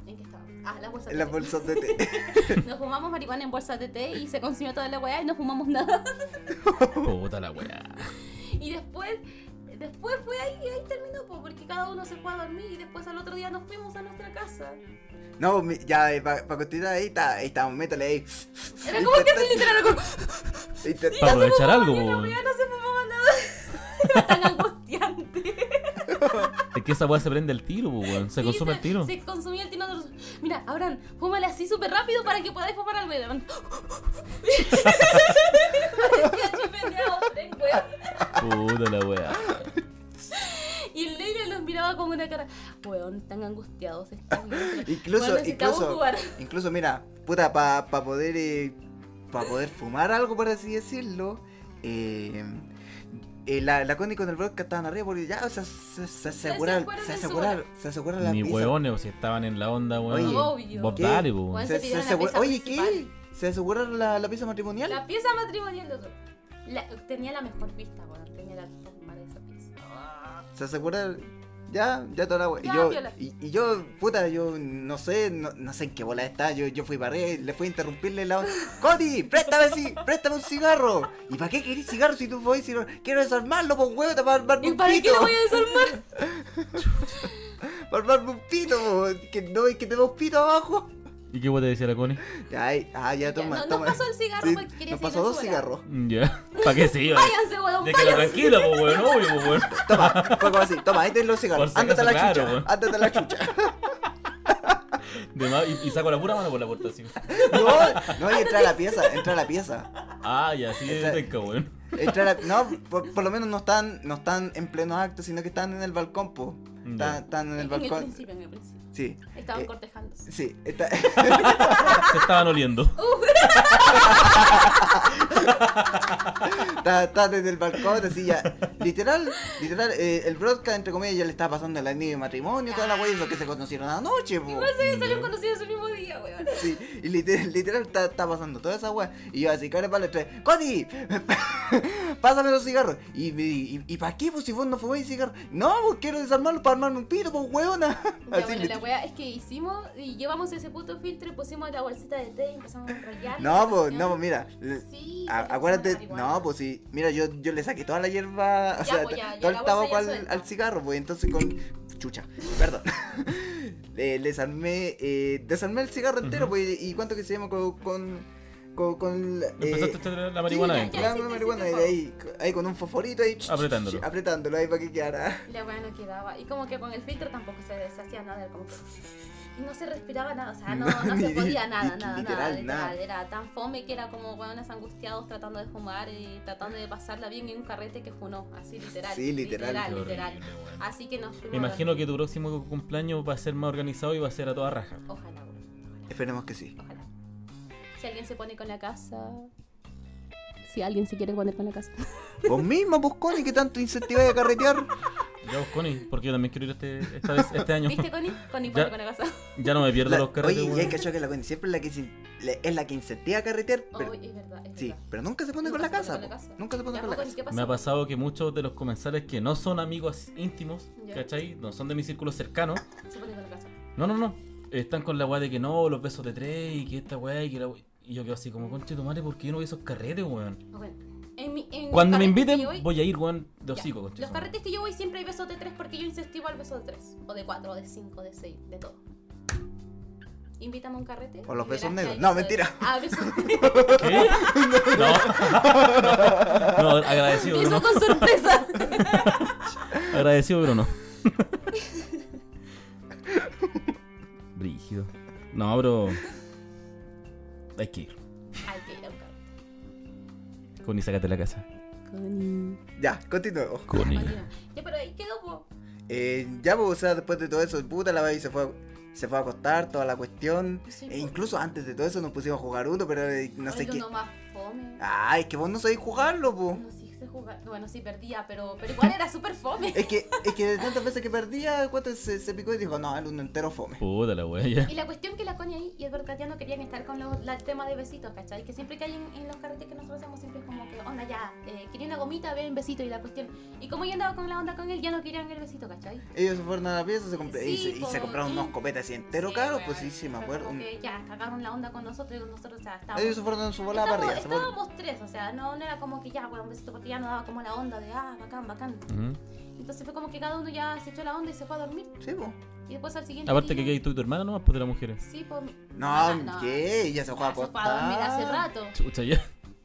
Speaker 3: ¿En qué estaba? Ah, las bolsas
Speaker 4: en
Speaker 3: de
Speaker 4: la
Speaker 3: té.
Speaker 4: bolsa de té.
Speaker 3: Nos fumamos marihuana en bolsas de té y se consumió toda la weá y no fumamos nada.
Speaker 2: Puta la weá.
Speaker 3: Y después, después fue ahí y ahí terminó, po, porque cada uno se fue a dormir y después al otro día nos fuimos a nuestra casa.
Speaker 4: No, mi- ya, para continuar ahí, está, ahí estamos, métale ahí.
Speaker 3: Era como que así literal, como...
Speaker 4: Intent-
Speaker 2: Para aprovechar algo,
Speaker 3: Y la
Speaker 2: po,
Speaker 3: weá
Speaker 2: weón.
Speaker 3: no se fumaba nada. tan angustiante.
Speaker 2: Es que esa weá se prende el tiro, po, weón. Se
Speaker 3: Sí,
Speaker 2: consume el tiro.
Speaker 3: Se consumía el tiro. nosotros, Mira, Abraham, fúmale así súper rápido para que podáis fumar algo. Y la man- Parecía chupendeado, tren, weón.
Speaker 2: Puta la weá.
Speaker 3: Y el negro los miraba con una cara, weón, tan angustiados están.
Speaker 4: Incluso,
Speaker 3: Bueno, necesitamos
Speaker 4: incluso,
Speaker 3: jugar.
Speaker 4: incluso, mira, puta, para poder, para poder fumar algo, por así decirlo, eh, eh, la, la Connie con el broadcast estaban arriba porque ya, se, se, se aseguraron,
Speaker 3: fueron
Speaker 4: se
Speaker 3: en su
Speaker 4: aseguraron, se aseguraron la
Speaker 2: Ni
Speaker 4: pieza.
Speaker 2: weones, o si estaban en la onda, weón.
Speaker 3: Obvio.
Speaker 2: Vos
Speaker 4: ¿Qué?
Speaker 2: dale, po, weón.
Speaker 3: Weón,
Speaker 4: Se-
Speaker 3: se
Speaker 4: se
Speaker 3: pidieron la
Speaker 4: asegura-
Speaker 3: pieza
Speaker 4: Oye, ¿qué?
Speaker 3: principal.
Speaker 4: ¿Se aseguraron la, la pieza matrimonial?
Speaker 3: La pieza matrimonial de otro. La- tenía la mejor vista, weón, tenía la vista del mar de esa pieza.
Speaker 4: se asegura ya, ya toda la wea. Y
Speaker 3: Ya,
Speaker 4: yo,
Speaker 3: piola.
Speaker 4: y, y yo, puta, yo no sé, no, no sé en qué bola está. Yo, yo fui para arriba, y le fui a interrumpirle la. ¡Cody! ¡Préstame, sí, préstame un cigarro! ¿Y para qué querés cigarro si tú voy si no- quiero desarmarlo, pues huevo, te va a armarme
Speaker 3: ¿Y
Speaker 4: un
Speaker 3: para qué
Speaker 4: pito?
Speaker 3: lo voy a desarmar?
Speaker 4: Para armarme un pito, po, que no es que tenemos pito abajo.
Speaker 2: ¿Y qué weá te decía la Connie?
Speaker 4: Ya, ay, ah, ya,
Speaker 3: Ya,
Speaker 4: toma,
Speaker 3: no- nos
Speaker 4: toma.
Speaker 3: pasó el cigarro porque quería seguir
Speaker 4: Nos pasó
Speaker 3: en
Speaker 4: dos
Speaker 3: su bola.
Speaker 4: cigarros.
Speaker 2: Mm, Ya. ¿Para qué se iba?
Speaker 3: Váyanse, weón,
Speaker 2: Déjalo
Speaker 3: váyanse.
Speaker 2: tranquila, po, weón. Obvio, po, weón.
Speaker 4: Toma, fue como así, toma, ahí tenés los cigarros.
Speaker 2: Por si
Speaker 4: ándate a la
Speaker 2: acaso,
Speaker 4: chucha,
Speaker 2: claro, pues. po.
Speaker 4: ándate a la chucha.
Speaker 2: De más- y, y saco la pura mano por la puerta, así.
Speaker 4: No, no, y entra a la pieza, entra a la pieza.
Speaker 2: Ah, ya, sí, es penca, weón.
Speaker 4: Entrar a- no, por, por lo menos no están, no están en pleno acto, sino que están en el balcón, po. Están,
Speaker 2: Ya.
Speaker 4: están en el
Speaker 3: en el
Speaker 4: balcón.
Speaker 3: principio, en el principio.
Speaker 4: sí.
Speaker 3: Estaban
Speaker 4: Eh,
Speaker 3: cortejándose.
Speaker 4: Sí, está-
Speaker 2: Se estaban oliendo.
Speaker 4: Eh, está, está desde el balcón, así ya. Literal, literal, eh, el broadcast, entre comillas, ya le estaba pasando el anillo de matrimonio, toda la wea, eso que se conocieron anoche, po.
Speaker 3: Igual se salieron conocidos el mismo día, weón.
Speaker 4: Sí, y literal, literal está, está pasando toda esa wea. Y yo así, cara, para tres, ¡Cody! Pásame los cigarros. Y, y, y, para qué, pues si vos no fumáis cigarros? No, pues quiero desarmarlo para armarme un pito, pues weona.
Speaker 3: Ya,
Speaker 4: Así,
Speaker 3: bueno,
Speaker 4: literal.
Speaker 3: la weá es que hicimos y llevamos ese puto filtro y pusimos la bolsita de té y empezamos a enrollar.
Speaker 4: No, pues, no, pues mira. le-
Speaker 3: Sí,
Speaker 4: a-
Speaker 3: la persona
Speaker 4: acuérdate,
Speaker 3: marihuana.
Speaker 4: no, pues sí, mira, yo, yo le saqué toda la hierba, o
Speaker 3: Ya,
Speaker 4: sea,
Speaker 3: pues, ya, ya
Speaker 4: todo
Speaker 3: la
Speaker 4: el
Speaker 3: bolsa
Speaker 4: tabaco
Speaker 3: ya
Speaker 4: al,
Speaker 3: suelta.
Speaker 4: al cigarro, pues entonces con. Chucha, perdón. le, les armé, eh, desarmé el cigarro entero,
Speaker 2: Ujú.
Speaker 4: pues, y cuánto que se llama con. con, con, con la-
Speaker 2: Empezaste
Speaker 4: eh,
Speaker 2: a tener la marihuana
Speaker 3: ya,
Speaker 2: adentro.
Speaker 4: la
Speaker 3: sí, sí,
Speaker 4: marihuana
Speaker 3: sí,
Speaker 4: y
Speaker 3: por
Speaker 4: de ahí, ahí con un fosforito ahí. ch- ch- ch-
Speaker 2: Apretándolo.
Speaker 4: Apretándolo ahí para que quedara.
Speaker 3: La weá no quedaba. Y como que con el filtro tampoco se deshacía nada, era como. Y no se respiraba nada, o sea, no, no se
Speaker 4: Ni-
Speaker 3: podía
Speaker 4: ni-
Speaker 3: nada, nada, nada,
Speaker 4: literal, nada.
Speaker 3: literal. Era tan fome que era como weones angustiados tratando de fumar y tratando de pasarla bien en un carrete que funó, así literal.
Speaker 4: Sí, literal.
Speaker 2: Qué
Speaker 3: Literal,
Speaker 2: horrible,
Speaker 3: literal.
Speaker 2: weón.
Speaker 3: Así que nos fuimos.
Speaker 2: Me imagino que tu próximo cumpleaños va a ser más organizado y va a ser a toda raja.
Speaker 3: Ojalá, weón.
Speaker 4: Esperemos que sí.
Speaker 3: Ojalá. Si alguien se pone con la casa. Si alguien se quiere poner con la casa.
Speaker 4: Vos misma, pues, Connie, que tanto incentivas a carretear.
Speaker 2: Ya vos, Connie, porque yo también quiero ir este, esta vez- este año.
Speaker 3: ¿Viste, Connie? Connie pone
Speaker 2: Ya.
Speaker 3: con la casa.
Speaker 2: Ya no me pierdo
Speaker 4: La-
Speaker 2: los carretes,
Speaker 4: oye, y hay
Speaker 2: weón.
Speaker 4: cachado que la Connie siempre es la que, se- le- es la que incentiva a carretear. pero-
Speaker 3: Uy, es verdad, es
Speaker 4: Sí,
Speaker 3: verdad.
Speaker 4: pero nunca se pone con la
Speaker 3: Nunca se
Speaker 4: casa.
Speaker 3: pone con la
Speaker 4: po.
Speaker 3: casa.
Speaker 4: Nunca se pone
Speaker 3: Ya,
Speaker 4: con la
Speaker 3: Connie,
Speaker 4: casa.
Speaker 3: ¿qué pasó?
Speaker 2: Me ha pasado que muchos de los comensales que no son amigos íntimos,
Speaker 3: Ya.
Speaker 2: ¿cachai? No son de mi círculo cercano.
Speaker 3: Se pone con la casa.
Speaker 2: No, no, no. Están con la weá de que no, los besos de tres y que esta weá y que la we- Y yo quedo así como, conche tu madre, ¿por qué yo no vi esos carretes, weón?
Speaker 3: Ah, bueno. En mi- en
Speaker 2: Cuando
Speaker 3: los
Speaker 2: me
Speaker 3: carretes
Speaker 2: inviten,
Speaker 3: que yo voy-
Speaker 2: voy a ir, weón, de
Speaker 3: Ya.
Speaker 2: hocico, conche
Speaker 3: Los
Speaker 2: su madre.
Speaker 3: carretes que yo voy siempre hay besos de tres porque yo incentivo al beso de tres. O de cuatro, o de cinco, de seis, de todo. Invítame a un carrete.
Speaker 4: O los
Speaker 3: y
Speaker 4: besos
Speaker 3: verás que
Speaker 4: negros.
Speaker 3: hay
Speaker 4: No,
Speaker 3: beso de-
Speaker 4: mentira.
Speaker 3: Ah, besos
Speaker 2: ¿Qué? No. No, agradecido, Bruno.
Speaker 3: Beso con sorpresa.
Speaker 2: Agradecido, Bruno. Brígido. No, bro. Hay que ir.
Speaker 3: Hay que ir a un carrete.
Speaker 2: Connie, sácate de la casa.
Speaker 4: Ya, continuemos.
Speaker 2: Connie.
Speaker 3: Imagina. Ya, pero ahí quedó, po.
Speaker 4: Eh, ya, pues, o sea, después de todo eso, puta, la Baby se fue a, se fue a acostar, toda la cuestión.
Speaker 3: Sí,
Speaker 4: e
Speaker 3: pues.
Speaker 4: incluso antes de todo eso nos pusimos a jugar uno, pero eh, no
Speaker 3: Ahora
Speaker 4: sé
Speaker 3: yo
Speaker 4: qué. Ah.
Speaker 3: no más fome.
Speaker 4: Ay, es que vos no sabés jugarlo, po.
Speaker 3: No sí sé jugar. Bueno, sí perdía, pero, pero igual era súper fome.
Speaker 4: Es que, es que de tantas veces que perdía, cuánto se, se picó y dijo, no, el uno entero fome.
Speaker 2: Puta la wea, ya.
Speaker 3: Y la cuestión que la Connie ahí y el ya no querían estar con los- la- el tema de besitos, ¿cachai? Que siempre que hay en, en los carretes que nosotros hacemos, siempre es como que, onda, ya, eh, quería una gomita, ven, besito y la cuestión. Y como yo andaba con la onda con él, ya no querían el besito, ¿cachai?
Speaker 4: Ellos se fueron a la pieza se compra- y,
Speaker 3: Sí,
Speaker 4: se, y se
Speaker 3: po,
Speaker 4: compraron
Speaker 3: y-
Speaker 4: unos copetes así enteros
Speaker 3: Sí,
Speaker 4: caros,
Speaker 3: weón,
Speaker 4: pues sí, sí, me
Speaker 3: fue
Speaker 4: acuerdo.
Speaker 3: Como
Speaker 4: Un-
Speaker 3: que ya, cagaron la onda con nosotros y nosotros, o sea, estábamos...
Speaker 4: Ellos se fueron en su bola para
Speaker 3: estábamos,
Speaker 4: arriba. se fueron-
Speaker 3: estábamos tres, o sea, no, no era como que ya, bueno, un besito, porque ya no daba como la onda de, ah, bacán, bacán.
Speaker 2: Ujú.
Speaker 3: Entonces fue como que cada uno ya se echó la onda y se fue a dormir.
Speaker 4: Sí, po.
Speaker 3: Y después al siguiente
Speaker 2: Aparte
Speaker 3: día-
Speaker 2: que hay tú y tu hermana nomás, pues de las mujeres.
Speaker 3: Sí, pues... mi-
Speaker 4: No,
Speaker 3: no,
Speaker 4: ¿qué? Ella se
Speaker 3: Se
Speaker 4: fue a
Speaker 3: fue a dormir hace
Speaker 4: acostar.
Speaker 3: rato.
Speaker 2: Chucha, ya.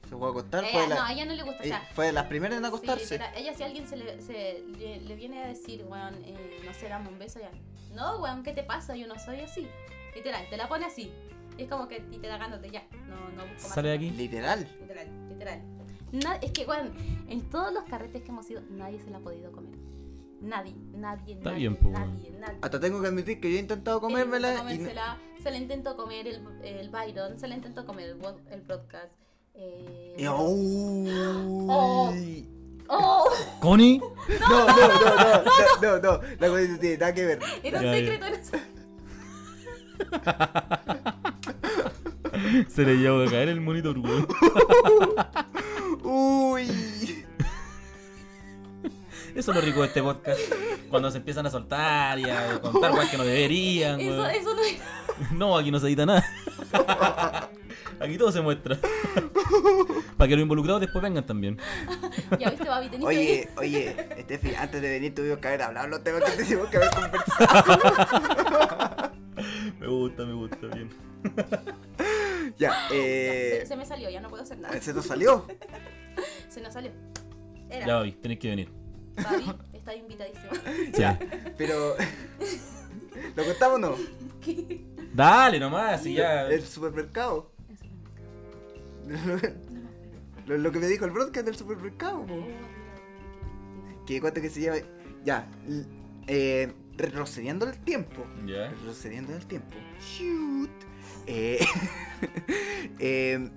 Speaker 4: Se fue a acostar,
Speaker 3: Ella-
Speaker 4: fue
Speaker 3: No, a
Speaker 4: la.
Speaker 3: ella no le gusta. O
Speaker 4: eh,
Speaker 3: sea,
Speaker 4: Fue de las primeras en
Speaker 3: sí,
Speaker 4: acostarse.
Speaker 3: literal, ella si alguien se le, se le, le viene a decir, weón, eh, no sé, dame un beso ya. No, weón, ¿qué te pasa? Yo no soy así. Literal, te la pone así. Y es como que y te da ganas de ya. No, no busco más.
Speaker 2: Sale de aquí.
Speaker 4: Literal.
Speaker 3: Literal, literal. Na- es que, weón, en todos los carretes que hemos ido, nadie se la ha podido comer. Nadie, nadie,
Speaker 2: Está
Speaker 3: nadie,
Speaker 2: bien, po, weón.
Speaker 3: nadie, nadie.
Speaker 4: Hasta tengo que admitir que yo he intentado
Speaker 3: Él
Speaker 4: comérmela
Speaker 3: intentó
Speaker 4: y no-
Speaker 3: comérsela, Se la intentó comer el, el Byron, se la intentó comer el, bo- el podcast. eh,
Speaker 4: y. ¡Au!
Speaker 3: Oh. ¡Oh!
Speaker 2: Connie.
Speaker 4: No, no, no, no, no, no, no, la cosa no tiene nada que ver.
Speaker 3: Era
Speaker 2: Ya,
Speaker 3: un
Speaker 2: ya.
Speaker 3: secreto, era un secreto.
Speaker 2: Se le llevó a caer el monitor, weón.
Speaker 4: Uy.
Speaker 2: Eso es lo rico de este podcast. Cuando se empiezan a soltar y a contar weas que no deberían,
Speaker 3: Eso,
Speaker 2: weón.
Speaker 3: eso no es.
Speaker 2: No, aquí no se edita nada. Aquí todo se muestra. Para que los involucrados después vengan también.
Speaker 3: Ya viste, Babi, tenés que ir.
Speaker 4: Oye, oye, Estefi, antes de venir tuvimos que haber hablado los temas que tuvimos que haber conversado.
Speaker 2: Me gusta, me gusta, bien.
Speaker 4: Ya,
Speaker 3: Ya,
Speaker 4: eh. pues,
Speaker 3: se, se me salió, ya no puedo hacer nada.
Speaker 4: Se nos salió.
Speaker 3: Se nos salió.
Speaker 2: Ya,
Speaker 3: Era.
Speaker 2: Babi, tenés que venir.
Speaker 3: Babi está invitadísimo.
Speaker 2: Ya.
Speaker 4: Pero. ¿Lo contamos o no?
Speaker 3: ¿Qué?
Speaker 2: Dale nomás, y ya.
Speaker 4: El supermercado.
Speaker 3: Eso no.
Speaker 4: Lo, lo que me dijo el broadcast del supermercado, po. Que cuánto que se lleva. Ya, l- eh, retrocediendo el tiempo.
Speaker 2: Ya.
Speaker 4: Retrocediendo en el tiempo. Shoot. Eh, eh,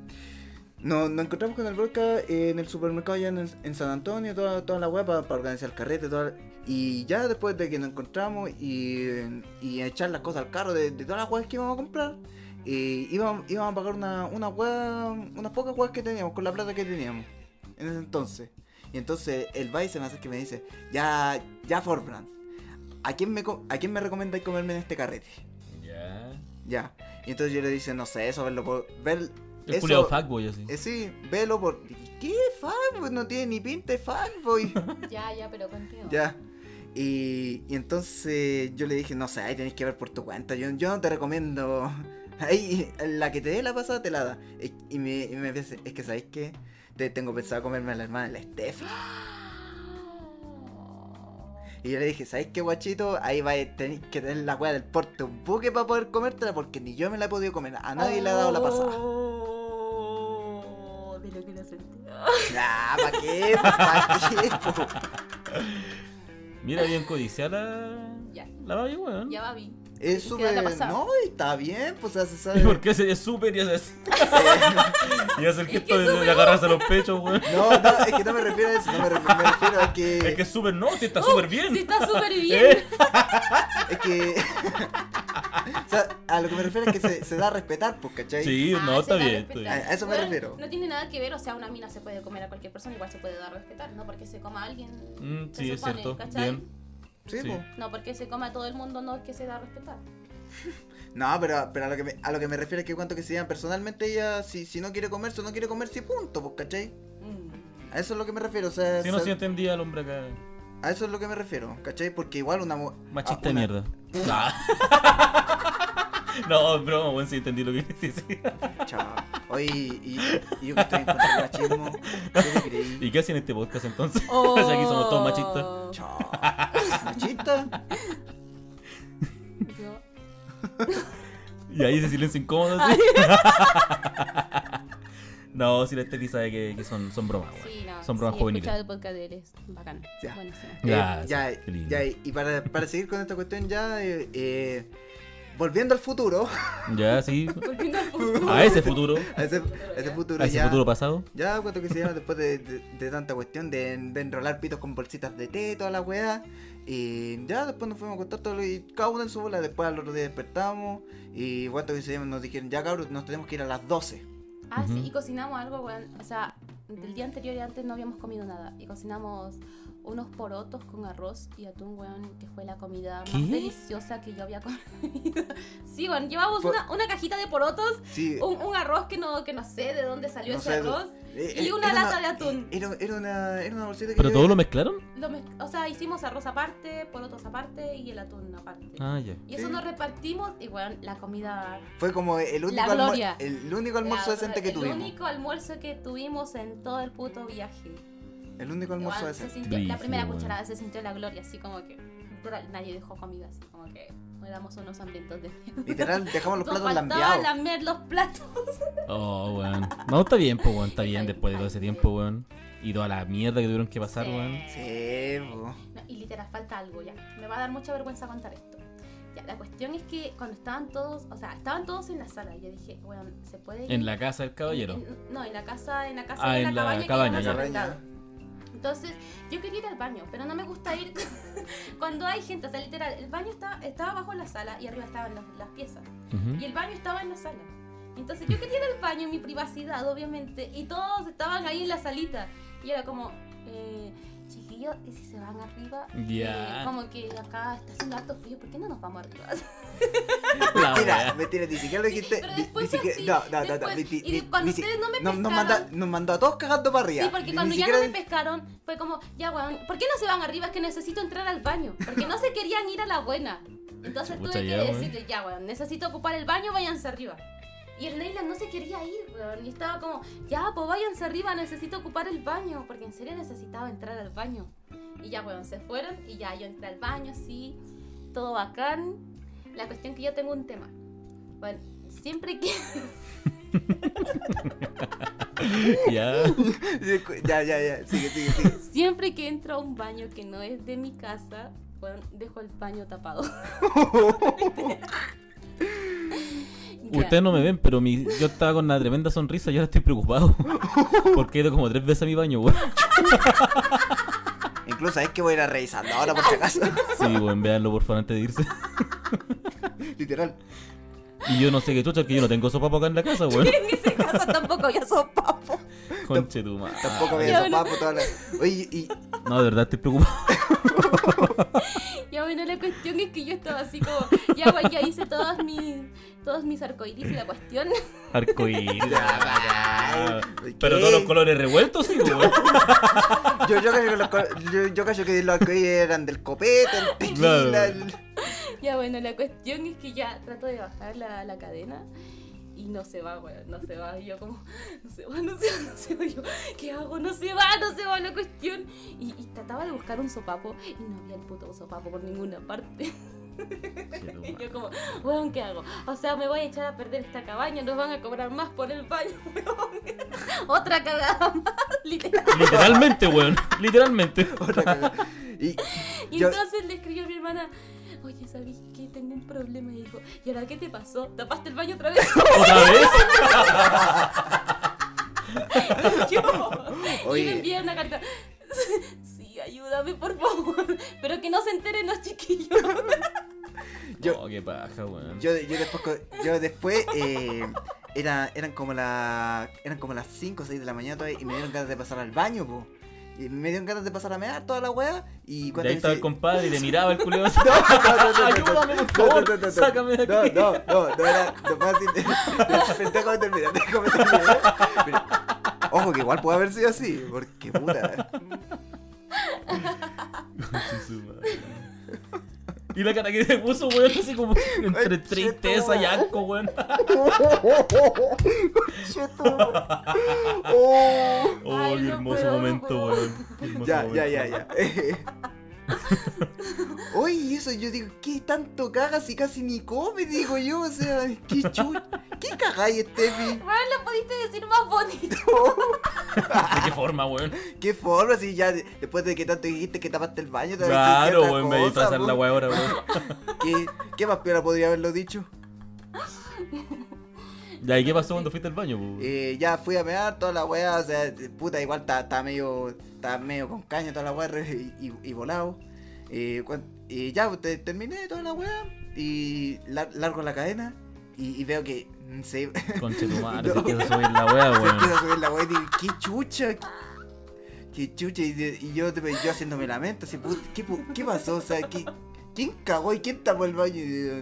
Speaker 4: no- nos encontramos con el Broca eh, en el supermercado allá en, en San Antonio, toda, toda la weá para, organizar el carrete. toda la- y ya después de que nos encontramos y, y echar las cosas al carro de, de todas las weas que íbamos a comprar, eh, íbamos, íbamos a pagar una, una weá, unas pocas weas que teníamos, con la plata que teníamos en ese entonces. Y entonces el Vice se me hace que me dice, ya, ya Forbrand, ¿a quién me, co- a quién me recomendáis comerme en este carrete?
Speaker 2: Ya.
Speaker 4: Ya. Y entonces yo le dice, no sé, eso verlo por. Ver,
Speaker 2: El
Speaker 4: eso-
Speaker 2: culiado fuckboy así.
Speaker 4: eh, sí, velo por. ¿Qué fanboy? No tiene ni pinta de fanboy.
Speaker 3: Ya, ya, pero continúa.
Speaker 4: ya. Y, y entonces yo le dije, no sé, ahí tenés que ver por tu cuenta. Yo, yo no te recomiendo. Ahí, la que te dé la pasada te la da. Y, y me, y me dice, es que sabéis que te tengo pensado comerme a la hermana de la Steffi. Y yo le dije, ¿sabéis qué, guachito? Ahí va a tener que tener la weá del porte un buque para poder comértela porque ni yo me la he podido comer. A nadie le ha dado la pasada.
Speaker 3: Oh, De lo que lo sentí.
Speaker 4: Ah, ¿para qué? ¿Para qué? po?
Speaker 2: Mira, bien codiciada
Speaker 3: Ya.
Speaker 2: la. La Babi, weón.
Speaker 3: Ya, Babi.
Speaker 4: Es
Speaker 3: Y
Speaker 4: súper.
Speaker 3: queda la pasada.
Speaker 4: No, y está bien, pues o sea, se
Speaker 2: ¿Y
Speaker 4: sabe.
Speaker 2: por qué se es súper y haces y hace el
Speaker 3: Es que
Speaker 2: gesto de, de
Speaker 3: súper.
Speaker 2: agarrarse a los pechos, weón?
Speaker 4: No, no, es que no me refiero a eso, no me refiero, me refiero a que.
Speaker 2: Es que es súper, no, si está
Speaker 3: Oh,
Speaker 2: súper bien.
Speaker 3: Sí, está súper bien.
Speaker 2: ¿Eh?
Speaker 4: Es que. o sea, a lo que me refiero es que se, se da a respetar, pues, ¿cachai?
Speaker 2: Sí,
Speaker 3: Ah,
Speaker 2: no,
Speaker 3: se
Speaker 2: está
Speaker 3: da a
Speaker 2: bien, está
Speaker 3: respetar.
Speaker 4: A,
Speaker 2: bien.
Speaker 4: a eso me
Speaker 3: Bueno,
Speaker 4: refiero.
Speaker 3: No tiene nada que ver, o sea, una mina se puede comer a cualquier persona, igual se puede dar a respetar, no porque se coma a alguien.
Speaker 2: Mm,
Speaker 3: se
Speaker 2: sí, es
Speaker 3: supone,
Speaker 2: cierto.
Speaker 3: ¿cachai?
Speaker 2: Bien.
Speaker 4: Sí,
Speaker 2: sí.
Speaker 4: pues.
Speaker 3: No porque se coma a todo el mundo, no es que se da a respetar.
Speaker 4: No, pero, pero a, lo que me, a lo que me refiero es que cuanto que se llama personalmente ella, si, si no quiere comerse o no quiere comerse, punto, pues, ¿cachai? A eso es lo que me refiero, o sea.
Speaker 2: Si no,
Speaker 4: se-
Speaker 2: si entendía al hombre acá.
Speaker 4: A eso es lo que me refiero, ¿cachai? Porque igual una. mu-
Speaker 2: Machista
Speaker 4: a
Speaker 2: de
Speaker 4: Ah, una-
Speaker 2: mierda. Ah. No, es broma, weón, sí entendí lo que decía.
Speaker 4: Chao. Oye, y, y yo que estoy en contra del machismo, yo te creí.
Speaker 2: ¿Y qué hacen en este podcast entonces?
Speaker 3: Oh.
Speaker 2: Si aquí somos todos machistas.
Speaker 4: Chao. ¿Machista?
Speaker 3: Yo-
Speaker 2: Y ahí ese silencio incómodo. así. no, si la Steffi sabe que, que son, son bromas, weón.
Speaker 3: Sí, no.
Speaker 2: Son bromas
Speaker 3: sí, he
Speaker 2: juveniles.
Speaker 3: escuchado el podcast de él, es bacán.
Speaker 4: Ya.
Speaker 3: Buenísimo.
Speaker 4: Eh,
Speaker 2: Gracias,
Speaker 4: ya,
Speaker 2: qué lindo.
Speaker 4: ya, y para, para seguir con esta cuestión ya, eh, eh, volviendo al futuro,
Speaker 2: Ya, sí.
Speaker 3: Volviendo al punto.
Speaker 2: A ese futuro.
Speaker 4: a ese, a ese futuro
Speaker 2: A ese
Speaker 4: ya,
Speaker 2: futuro pasado.
Speaker 4: ya cuánto que se llama después de, de- de tanta cuestión de, de enrolar pitos con bolsitas de té, toda la weá, y ya después nos fuimos a acostar todo y cada uno en su bola, después al otro día despertamos, y cuánto que se llama nos dijeron, ya cabros, nos tenemos que ir a las 12.
Speaker 3: Ah, sí,
Speaker 2: Ujú.
Speaker 3: y cocinamos algo, weón. O sea, del día anterior y antes no habíamos comido nada. Y cocinamos unos porotos con arroz y atún, weón, que fue la comida
Speaker 2: ¿Qué?
Speaker 3: más deliciosa que yo había comido. sí, weón, llevamos
Speaker 4: Por-
Speaker 3: una, una cajita de porotos,
Speaker 4: Sí,
Speaker 3: un, un arroz que no, que no sé de dónde salió
Speaker 4: Eh, No
Speaker 3: ese
Speaker 4: sé,
Speaker 3: arroz.
Speaker 4: eh,
Speaker 3: y
Speaker 4: eh,
Speaker 3: una
Speaker 4: era
Speaker 3: lata de atún.
Speaker 4: Era, era una, era una bolsita que
Speaker 2: ¿Pero
Speaker 4: yo-
Speaker 2: todos lo mezclaron?
Speaker 3: Lo mez- o sea, hicimos arroz aparte, porotos aparte y el atún aparte.
Speaker 2: Ah, ya.
Speaker 3: Y eso
Speaker 4: Sí.
Speaker 3: nos repartimos y, weón, la comida
Speaker 4: Fue como el único, almuer-
Speaker 3: gloria.
Speaker 4: el único almuerzo
Speaker 3: La-
Speaker 4: decente que
Speaker 3: el
Speaker 4: tuvimos.
Speaker 3: único almuerzo que tuvimos en todo el puto viaje.
Speaker 4: El único almuerzo
Speaker 3: Igual se
Speaker 4: decente.
Speaker 3: sintió- la primera
Speaker 2: Brígido,
Speaker 3: cucharada se sintió la gloria, así como que literal, nadie dejó comida, así como que nos damos unos hambrientos de mierda.
Speaker 4: Literal, dejamos los
Speaker 3: Nos
Speaker 4: platos
Speaker 3: faltaba
Speaker 4: lambeados.
Speaker 3: lamer los platos.
Speaker 2: Oh, weón. No, está bien, pues, weón. Está bien después de todo ese tiempo, weón. Y toda la mierda que tuvieron que pasar,
Speaker 3: Sí.
Speaker 2: weón.
Speaker 4: Sí, po.
Speaker 3: No, y literal, falta algo ya. Me va a dar mucha vergüenza contar esto. Ya, la cuestión es que cuando estaban todos, o sea, estaban todos en la sala, yo dije, bueno, se puede ir?
Speaker 2: En la casa del caballero.
Speaker 3: En- no, en la casa, en la casa
Speaker 2: Ah,
Speaker 3: de la
Speaker 2: en la
Speaker 3: cabaña,
Speaker 2: cabaña,
Speaker 3: que
Speaker 2: ya.
Speaker 3: habíamos arrendado. Entonces, yo quería ir al baño, pero no me gusta ir cuando hay gente. O sea, literal, el baño estaba, estaba bajo la sala y arriba estaban las, las piezas. Y
Speaker 2: Ujú.
Speaker 3: el baño estaba en la sala. Entonces, yo quería ir al baño en mi privacidad, obviamente. Y todos estaban ahí en la salita. Y era como, eh, chiquillos, ¿y si se van arriba?
Speaker 2: Ya.
Speaker 3: Eh, como que acá está haciendo harto frío, ¿por qué no nos vamos arriba?
Speaker 2: La
Speaker 4: Mentira,
Speaker 2: Ah, weá.
Speaker 4: mentira, ni siquiera lo dijiste.
Speaker 3: pero
Speaker 4: ni-
Speaker 3: después
Speaker 4: ni siquiera-
Speaker 3: así,
Speaker 4: No, no, no, no.
Speaker 3: después.
Speaker 4: ni-
Speaker 3: Y
Speaker 4: ni-
Speaker 3: cuando
Speaker 4: ni
Speaker 3: ustedes
Speaker 4: si-
Speaker 3: no me
Speaker 4: nos- nos
Speaker 3: pescaron-
Speaker 4: manda- Nos mandó a todos cagando para arriba.
Speaker 3: Sí, porque
Speaker 4: Ni
Speaker 3: cuando ya
Speaker 4: siquiera-
Speaker 3: no me pescaron, fue como, ya weón, ¿por qué no se van arriba? Es que necesito entrar al baño. Porque no se querían ir a la buena. Entonces
Speaker 2: Chuta,
Speaker 3: tuve que
Speaker 2: ya, weón.
Speaker 3: decirle, ya weón, necesito ocupar el baño, váyanse arriba. Y el Neyland no se quería ir, weón. Y estaba como, ya, pues váyanse arriba, necesito ocupar el baño. Porque en serio necesitaba entrar al baño. Y ya, weón, se fueron. Y ya yo entré al baño, sí. Todo bacán. La cuestión que yo tengo un tema. Bueno, Siempre que.
Speaker 2: ya.
Speaker 4: Ya, ya, ya. Sigue, sigue, sigue.
Speaker 3: Siempre que entro a un baño que no es de mi casa, weón, dejo el baño tapado. Ya.
Speaker 2: Ustedes no me ven, pero mi, yo estaba con una tremenda sonrisa y ahora estoy preocupado. Porque he ido como tres veces a mi baño, weón.
Speaker 4: Incluso es que voy a ir a revisando ahora por si acaso.
Speaker 2: Sí, weón, véanlo por favor antes de irse.
Speaker 4: Literal.
Speaker 2: Y yo no sé qué chucha, que yo no tengo sopapo acá en la casa, weón.
Speaker 3: En ese caso tampoco yo soy papo.
Speaker 2: Conche tu madre.
Speaker 4: Tampoco me
Speaker 3: Ya,
Speaker 4: a
Speaker 3: bueno.
Speaker 4: sopapo toda la. Oye, y.
Speaker 2: No, de verdad estoy preocupado.
Speaker 3: Ya bueno, la cuestión es que yo estaba así como, ya güey, ya hice todos mis, todos mis arcoíris y la cuestión.
Speaker 2: Arcoíris.
Speaker 4: ya, ya.
Speaker 2: Pero todos los colores revueltos, sí, weón.
Speaker 4: Yo, yo cacho que los co- yo, yo cacho que los que eran del copete, el tequila,
Speaker 2: Claro.
Speaker 4: el-
Speaker 3: Ya bueno, la cuestión es que ya trato de bajar la, la cadena y no se va, güey, no se va. Y yo como, no se va, no se va, no se va. Yo, ¿qué hago? No se va, no se va la cuestión. Y, y trataba de buscar un sopapo y no había el puto sopapo por ninguna parte. Y yo como, weón, ¿qué hago? O sea, me voy a echar a perder esta cabaña, nos van a cobrar más por el baño, weón. Otra cagada más, literal.
Speaker 2: Literalmente, weón. Literalmente.
Speaker 4: otra cosa. Y
Speaker 3: Y
Speaker 4: yo-
Speaker 3: entonces le escribió a mi hermana, oye, ¿sabes qué? Tengo un problema. Y dijo, ¿y ahora qué te pasó? ¿Tapaste el baño otra vez?
Speaker 2: ¿Otra vez?
Speaker 3: yo. Y
Speaker 4: Oye.
Speaker 3: le envié una carta. Sí, ayúdame, por favor. Pero que no se enteren los chiquillos.
Speaker 4: Yo-
Speaker 2: Oh, qué paja, weón.
Speaker 4: yo, yo después, co- yo después eh, era- eran como la, eran como las 5 o 6 de la mañana todavía y me dieron ganas de pasar al baño, po. Y me dieron ganas de pasar a mear toda la wea y
Speaker 2: Y ahí estaba el
Speaker 4: no,
Speaker 2: compadre y le miraba el culiado.
Speaker 4: no, no, no,
Speaker 2: Ayúdame, por
Speaker 4: no, no,
Speaker 2: favor,
Speaker 4: no, no, no.
Speaker 2: sácame de aquí.
Speaker 4: No, no, no, no era, no fue así. Déjame terminar, déjame terminar. Mira, ojo que igual puede haber sido así, porque puta.
Speaker 2: Y la cara que se puso, weón, así como entre
Speaker 4: Ay,
Speaker 2: tristeza y asco, weón.
Speaker 4: Oh.
Speaker 2: Oh,
Speaker 3: Ay,
Speaker 2: qué
Speaker 3: no
Speaker 2: hermoso
Speaker 3: puedo, no
Speaker 2: momento,
Speaker 3: puedo.
Speaker 2: weón. Qué hermoso
Speaker 4: Ya,
Speaker 2: momento.
Speaker 4: ya, ya, ya. Oye, y eso yo digo, ¿qué tanto cagas y casi ni come? Digo yo, o sea, qué chulo. ¿Qué cagáis, Steffi?
Speaker 3: Bueno, lo pudiste decir más bonito.
Speaker 2: ¿De qué forma, weón?
Speaker 4: ¿Qué forma? Si ya de- después de que tanto dijiste que tapaste el baño, te
Speaker 2: Claro,
Speaker 4: dijiste otra
Speaker 2: weón, me voy a
Speaker 4: cosa,
Speaker 2: disfrazar la
Speaker 4: po.
Speaker 2: weá ahora, weón.
Speaker 4: ¿Qué, qué más peor podría haberlo dicho?
Speaker 2: Ya, ¿y qué pasó cuando fuiste al baño, weón?
Speaker 4: Eh, ya fui a mear toda la weá, o sea, puta, igual estaba medio, está medio con caña toda la weá re- y, y- y volado. Eh, cuan- y ya te- terminé toda la weá y la- largo la cadena y, y veo que mm, se, se
Speaker 2: Conche tu madre,
Speaker 4: No.
Speaker 2: se quiso subir la weá, weón.
Speaker 4: empieza a subir la weá y digo, qué chucha, qué, qué chucha. Y, de- y yo, yo haciéndome la mente, así, "Put- ¿qué, pu- qué pasó? O sea, ¿qué- ¿quién cagó y quién tapó el baño? Y,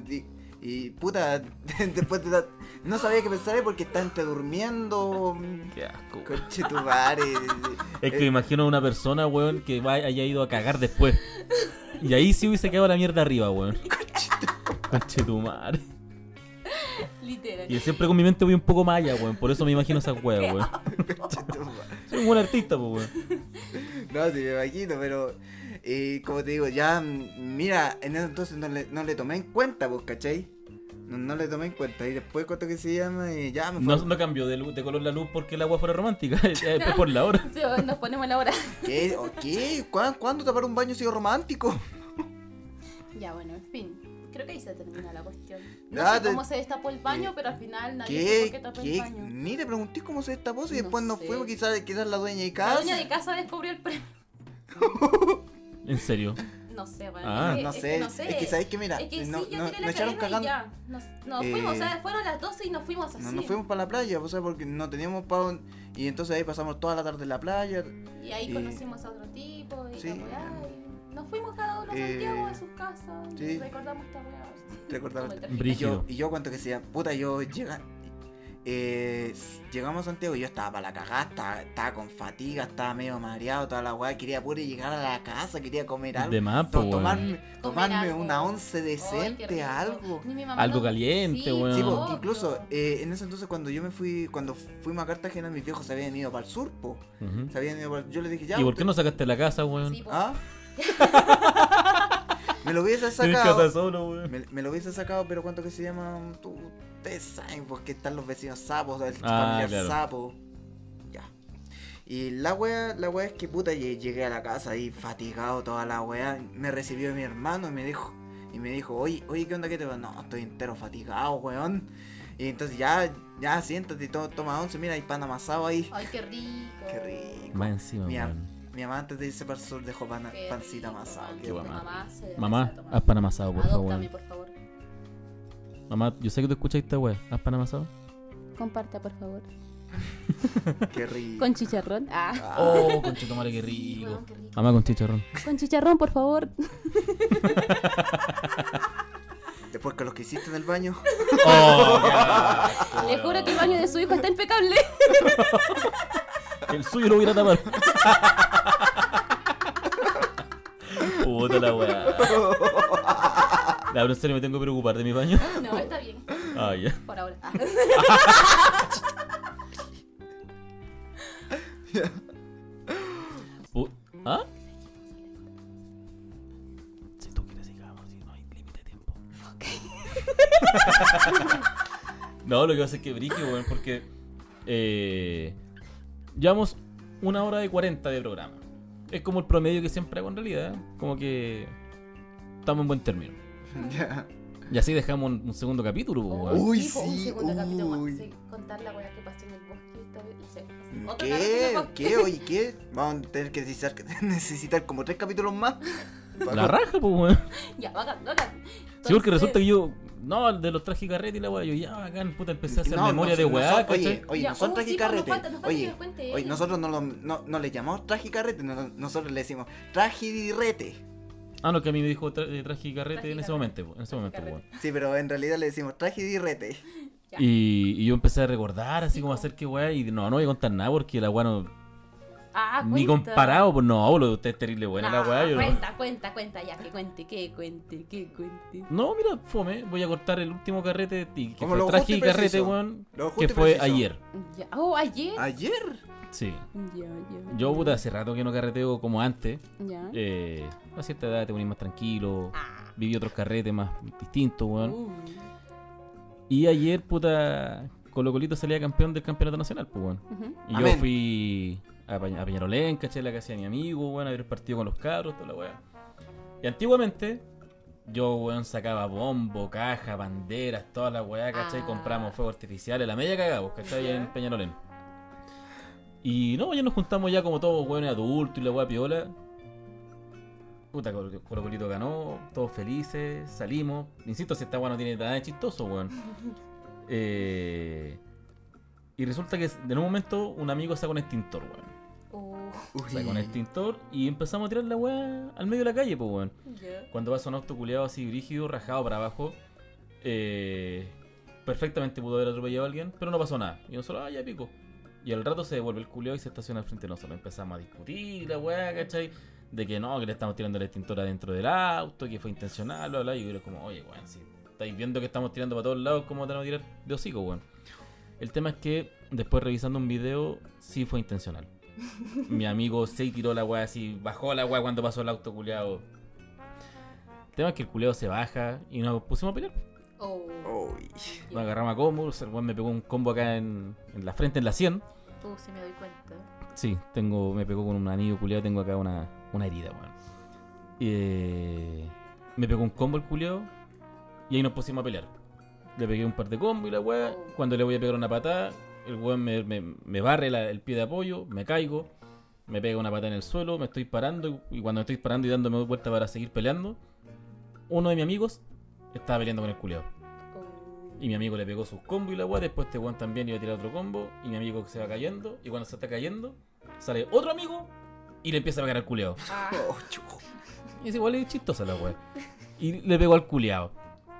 Speaker 4: y- y, puta, después de la- no sabía qué pensar ¿eh? porque estaba entre durmiendo. mm,
Speaker 2: Qué asco, weón.
Speaker 4: Conche tu madre.
Speaker 2: Es que me imagino una persona, weón, que va- haya ido a cagar después. Y ahí sí hubiese quedado la mierda arriba, weón. Conche tu madre.
Speaker 3: Literal.
Speaker 2: Y siempre con mi mente voy un poco más allá, weón. Por eso me imagino esa weá, weón.
Speaker 4: Conche tu madre.
Speaker 2: Soy un buen artista, pues, weón.
Speaker 4: No, sí, me imagino, pero eh, como te digo, ya, mm, mira, en ese entonces no le, no le tomé en cuenta, pues, ¿cachai? No, no le tomé en cuenta. Y después, ¿cuánto que se llama? Y ya me fue.
Speaker 2: No, no cambió de, luz- de color la luz porque el agua fuera romántica. Es es por la hora.
Speaker 3: Sí, Nos ponemos la hora.
Speaker 4: ¿Qué? ¿O qué? ¿Cuá- ¿Cuándo tapar un baño ha sido romántico?
Speaker 3: Ya bueno, en fin. Creo que ahí se termina la cuestión. No
Speaker 4: Ya,
Speaker 3: sé
Speaker 4: te- Eh,
Speaker 3: cómo se destapó el baño, pero al final nadie supo que
Speaker 4: ¿Qué?
Speaker 3: tapó el
Speaker 4: ¿Qué?
Speaker 3: baño.
Speaker 4: Ni te pregunté cómo se destapó y
Speaker 3: No
Speaker 4: después nos
Speaker 3: sé.
Speaker 4: fuimos, quizás quizás la dueña de
Speaker 3: La
Speaker 4: casa.
Speaker 3: dueña de casa descubrió el premio.
Speaker 2: En serio.
Speaker 3: No sé, bueno,
Speaker 2: Ah.
Speaker 3: es que-
Speaker 4: No
Speaker 3: es que
Speaker 4: sé,
Speaker 3: no sé.
Speaker 4: es que sabes que mira,
Speaker 3: Es que
Speaker 4: no,
Speaker 3: sí, yo
Speaker 4: no-
Speaker 3: tiré
Speaker 4: nos
Speaker 3: la cadena
Speaker 4: echaron
Speaker 3: y
Speaker 4: cagando.
Speaker 3: ya. pues, Nos, nos fuimos, o
Speaker 4: Eh,
Speaker 3: sea, fueron las 12 y nos fuimos así.
Speaker 4: No nos fuimos para la playa, o sea, porque no teníamos para un... Y entonces ahí pasamos toda la tarde en la playa.
Speaker 3: Y ahí
Speaker 4: y-
Speaker 3: conocimos a otro tipo y
Speaker 4: Sí,
Speaker 3: la weá, y nos fuimos cada uno a
Speaker 4: eh,
Speaker 3: Santiago de sus casas y
Speaker 4: sí.
Speaker 3: recordamos esta weá.
Speaker 4: Recordamos
Speaker 3: Como el
Speaker 4: esta-
Speaker 3: tráfico.
Speaker 4: Y
Speaker 2: Brígido.
Speaker 4: yo, y yo cuánto que sea, puta, yo llega, eh, s- llegamos a Santiago y yo estaba para la cagada, estaba, estaba con fatiga, estaba medio mareado, toda la weá, quería puro llegar a la casa, quería comer algo.
Speaker 2: De más, po,
Speaker 4: to-
Speaker 2: weón.
Speaker 4: tomarme
Speaker 3: Comer
Speaker 4: tomarme
Speaker 3: algo.
Speaker 4: una once
Speaker 3: Ay, qué
Speaker 4: decente,
Speaker 3: rico.
Speaker 4: algo.
Speaker 3: Ni mi mamá
Speaker 2: Algo
Speaker 3: no-
Speaker 2: caliente,
Speaker 3: Sí,
Speaker 2: weón.
Speaker 4: Sí, po,
Speaker 3: obvio.
Speaker 4: incluso eh, en ese entonces cuando yo me fui, cuando fuimos a Cartagena, mis viejos se habían ido para el sur, po.
Speaker 2: Ujú.
Speaker 4: Se habían ido para- Yo les dije, ya.
Speaker 2: ¿Y por qué
Speaker 4: usted-
Speaker 2: no sacaste la casa, weón?
Speaker 3: Sí, po.
Speaker 4: ¿Ah? me lo hubiese
Speaker 2: En casa
Speaker 4: sacado.
Speaker 2: solo, weón.
Speaker 4: Me, me lo hubiese sacado, pero ¿cuánto que se llama? Tú- ustedes saben, porque están los vecinos sapos, el
Speaker 2: Ah,
Speaker 4: familiar
Speaker 2: claro.
Speaker 4: sapo. Ya. Y la wea, la wea es que puta, lle- llegué a la casa ahí fatigado, toda la wea. Me recibió mi hermano y me dijo, y me dijo, oye, oye, ¿qué onda que te va? No, estoy entero fatigado, weón. Y entonces ya, ya siéntate, to- toma once, mira, hay pan amasado ahí.
Speaker 3: Ay, qué rico.
Speaker 4: Qué rico.
Speaker 2: Más encima,
Speaker 4: Mi, am-
Speaker 2: weón.
Speaker 4: mi mamá antes de irse para el sur dejó pana-
Speaker 3: Qué
Speaker 4: pancita
Speaker 3: rico,
Speaker 4: amasada.
Speaker 3: mamá.
Speaker 4: qué
Speaker 2: guapa.
Speaker 4: rico.
Speaker 3: Mamá, se
Speaker 2: Mamá,
Speaker 3: se-
Speaker 2: haz pan amasado, por
Speaker 3: Adóptame,
Speaker 2: favor.
Speaker 3: por favor.
Speaker 2: Mamá, yo sé que tú escuchas esta weá. ¿Haz pan amasado?
Speaker 3: Comparta, por favor.
Speaker 4: Qué rico.
Speaker 3: Con chicharrón. Ah,
Speaker 4: Ah,
Speaker 2: Oh, conchetumare, qué
Speaker 3: Sí,
Speaker 2: rico.
Speaker 3: weón, qué rico.
Speaker 2: Mamá con chicharrón.
Speaker 3: con chicharrón, por favor.
Speaker 4: Después que los que hiciste en el baño.
Speaker 3: Le juro que el baño de su hijo está impecable.
Speaker 2: El suyo lo voy a ir a tapar. Puta la weá. La pero en serio me tengo que preocupar de mi baño.
Speaker 3: No, está bien.
Speaker 2: Ah, ya.
Speaker 3: Por ahora. Ah.
Speaker 2: Pu- ¿Ah? Si tú quieres sigamos, si no hay límite de tiempo. no, lo que pasa es que brillo, weón, porque eh, llevamos una hora de 40 de programa. Es como el promedio que siempre hago en realidad. ¿eh? Como que estamos en buen término.
Speaker 4: Ya.
Speaker 2: Y así dejamos un, un segundo capítulo, po, weón.
Speaker 4: Uy,
Speaker 3: po, Un
Speaker 4: sí,
Speaker 3: segundo capítulo
Speaker 4: uy.
Speaker 3: más. Sí, contar la weá que pasó en el bosque. esta vez, No sé. Otro
Speaker 4: ¿Qué?
Speaker 3: capítulo.
Speaker 4: ¿Qué? Oye, ¿qué? Vamos a tener que necesitar, necesitar como tres capítulos más. Pa-
Speaker 2: La raja, pues, weón.
Speaker 3: Ya, bacán, bacán.
Speaker 2: Sí, porque
Speaker 3: Entonces-
Speaker 2: resulta que yo. No, de los trajes carrete y la weá. Yo ya, bacán, puta, empecé a hacer
Speaker 4: No,
Speaker 2: memoria
Speaker 4: no,
Speaker 2: de
Speaker 4: no
Speaker 2: weá,
Speaker 4: son-
Speaker 2: ¿cachai?
Speaker 4: Oye, oye,
Speaker 3: Ya,
Speaker 4: nosotros
Speaker 3: oh, sí, pues, nos
Speaker 4: tragicarrete.
Speaker 3: falta- nos falta que
Speaker 4: oye,
Speaker 3: nos cuente
Speaker 4: oye,
Speaker 3: ella.
Speaker 4: nosotros no, lo- no, no le llamamos tragicarrete, no- nosotros le decimos trajidirrete.
Speaker 2: Ah, no, que a mí me dijo tra- eh, traje y carrete en ese
Speaker 3: Traje y
Speaker 2: momento, po, en ese momento,
Speaker 3: carrete.
Speaker 2: weón.
Speaker 4: Sí, pero en realidad le decimos trajidirrete.
Speaker 3: Ya.
Speaker 2: Y, y yo empecé a recordar así
Speaker 3: Sí,
Speaker 2: como
Speaker 3: po.
Speaker 2: hacer que weá, y no, no voy a contar nada porque la weá no.
Speaker 3: Ah,
Speaker 2: Ni
Speaker 3: cuenta.
Speaker 2: comparado, pues no, lo de usted es terrible buena la
Speaker 3: No,
Speaker 2: weá. Yo no-
Speaker 3: Cuenta, cuenta, cuenta, ya, que cuente, que cuente, que cuente.
Speaker 2: No, mira, fome, voy a cortar el último carrete, y- que
Speaker 4: Como
Speaker 2: fue
Speaker 4: lo
Speaker 2: traje
Speaker 4: justo y
Speaker 2: y carrete,
Speaker 4: preciso.
Speaker 2: weón,
Speaker 4: Lo justo
Speaker 2: que
Speaker 4: y
Speaker 2: fue
Speaker 4: preciso.
Speaker 2: ayer.
Speaker 3: Ya. Oh, ayer.
Speaker 4: Ah. ¿Ayer?
Speaker 2: Sí.
Speaker 3: Ya, ya.
Speaker 2: Yo, puta, hace rato que no carreteo como antes.
Speaker 3: Ya.
Speaker 2: Eh, a cierta edad te ponís más tranquilo,
Speaker 3: Ah.
Speaker 2: viví otros carretes más distintos, weón.
Speaker 3: Uh.
Speaker 2: Y ayer, puta, Colo Colito salía campeón del campeonato nacional, pues, weón.
Speaker 3: Ujú.
Speaker 2: Y yo
Speaker 4: Amén.
Speaker 2: fui a, Peña- a Peñarolén, caché la casa de mi amigo, weón, a ver el partido con los cabros, toda la weá. Y antiguamente, yo, weón, sacaba bombo, caja, banderas, toda la weá, caché, y
Speaker 3: Ah.
Speaker 2: compramos fuegos artificiales, la media cagamos, caché, en Peñarolén. Y no, ya nos juntamos ya como todos, weón, adultos y la weá piola. Puta, Colo Colo Colito ganó, todos felices, salimos. Insisto, si esta weá no tiene nada de chistoso, weón. Eh, y resulta que en un momento un amigo saca un extintor, weón.
Speaker 3: Uh,
Speaker 4: Uy.
Speaker 2: Saca un extintor y empezamos a tirar la weá al medio de la calle, pues, weón.
Speaker 3: ya.
Speaker 2: Cuando vas a un auto culeado así rígido, rajado para abajo, eh, perfectamente pudo haber atropellado a alguien, pero no pasó nada. Y nosotros, ah, ya pico. Y al rato se devuelve el culeado y se estaciona al frente de nosotros. Empezamos a discutir la weá, ¿cachai? De que no, que le estamos tirando el extintor adentro del auto, que fue intencional, bla, bla. Y yo era como, oye, weón, si estáis viendo que estamos tirando para todos lados, ¿cómo te van a tirar de hocico, weón? El tema es que después revisando un video, sí fue intencional. Mi amigo se tiró la weá así, bajó la weá cuando pasó el auto culeado. El tema es que el culeo se baja y nos pusimos a pelear.
Speaker 3: Oh.
Speaker 4: Uy.
Speaker 2: Nos agarramos a combos, el weón me pegó un combo acá en, en la frente, en la sien.
Speaker 3: Uh, sí me doy cuenta.
Speaker 2: Sí, tengo, me pegó con un anillo culeado, tengo acá una, una herida, weón. Eh, me pegó un combo el culeado y ahí nos pusimos a pelear. Le pegué un par de combos y la weá. Cuando le voy a pegar una patada, el weón me, me- me barre la- el pie de apoyo, me caigo, me pega una patada en el suelo, me estoy parando y cuando estoy parando y dándome vuelta para seguir peleando, uno de mis amigos estaba peleando con el culeado.
Speaker 3: Oh.
Speaker 2: Y mi amigo le pegó sus combos y la weá. Después este weón también iba a tirar otro combo. Y mi amigo se va cayendo. Y cuando se está cayendo, sale otro amigo y le empieza a pegar al culeado.
Speaker 3: Ah.
Speaker 4: Oh, chu.
Speaker 2: Y es igual es chistosa la weá. Y le pegó al culeado.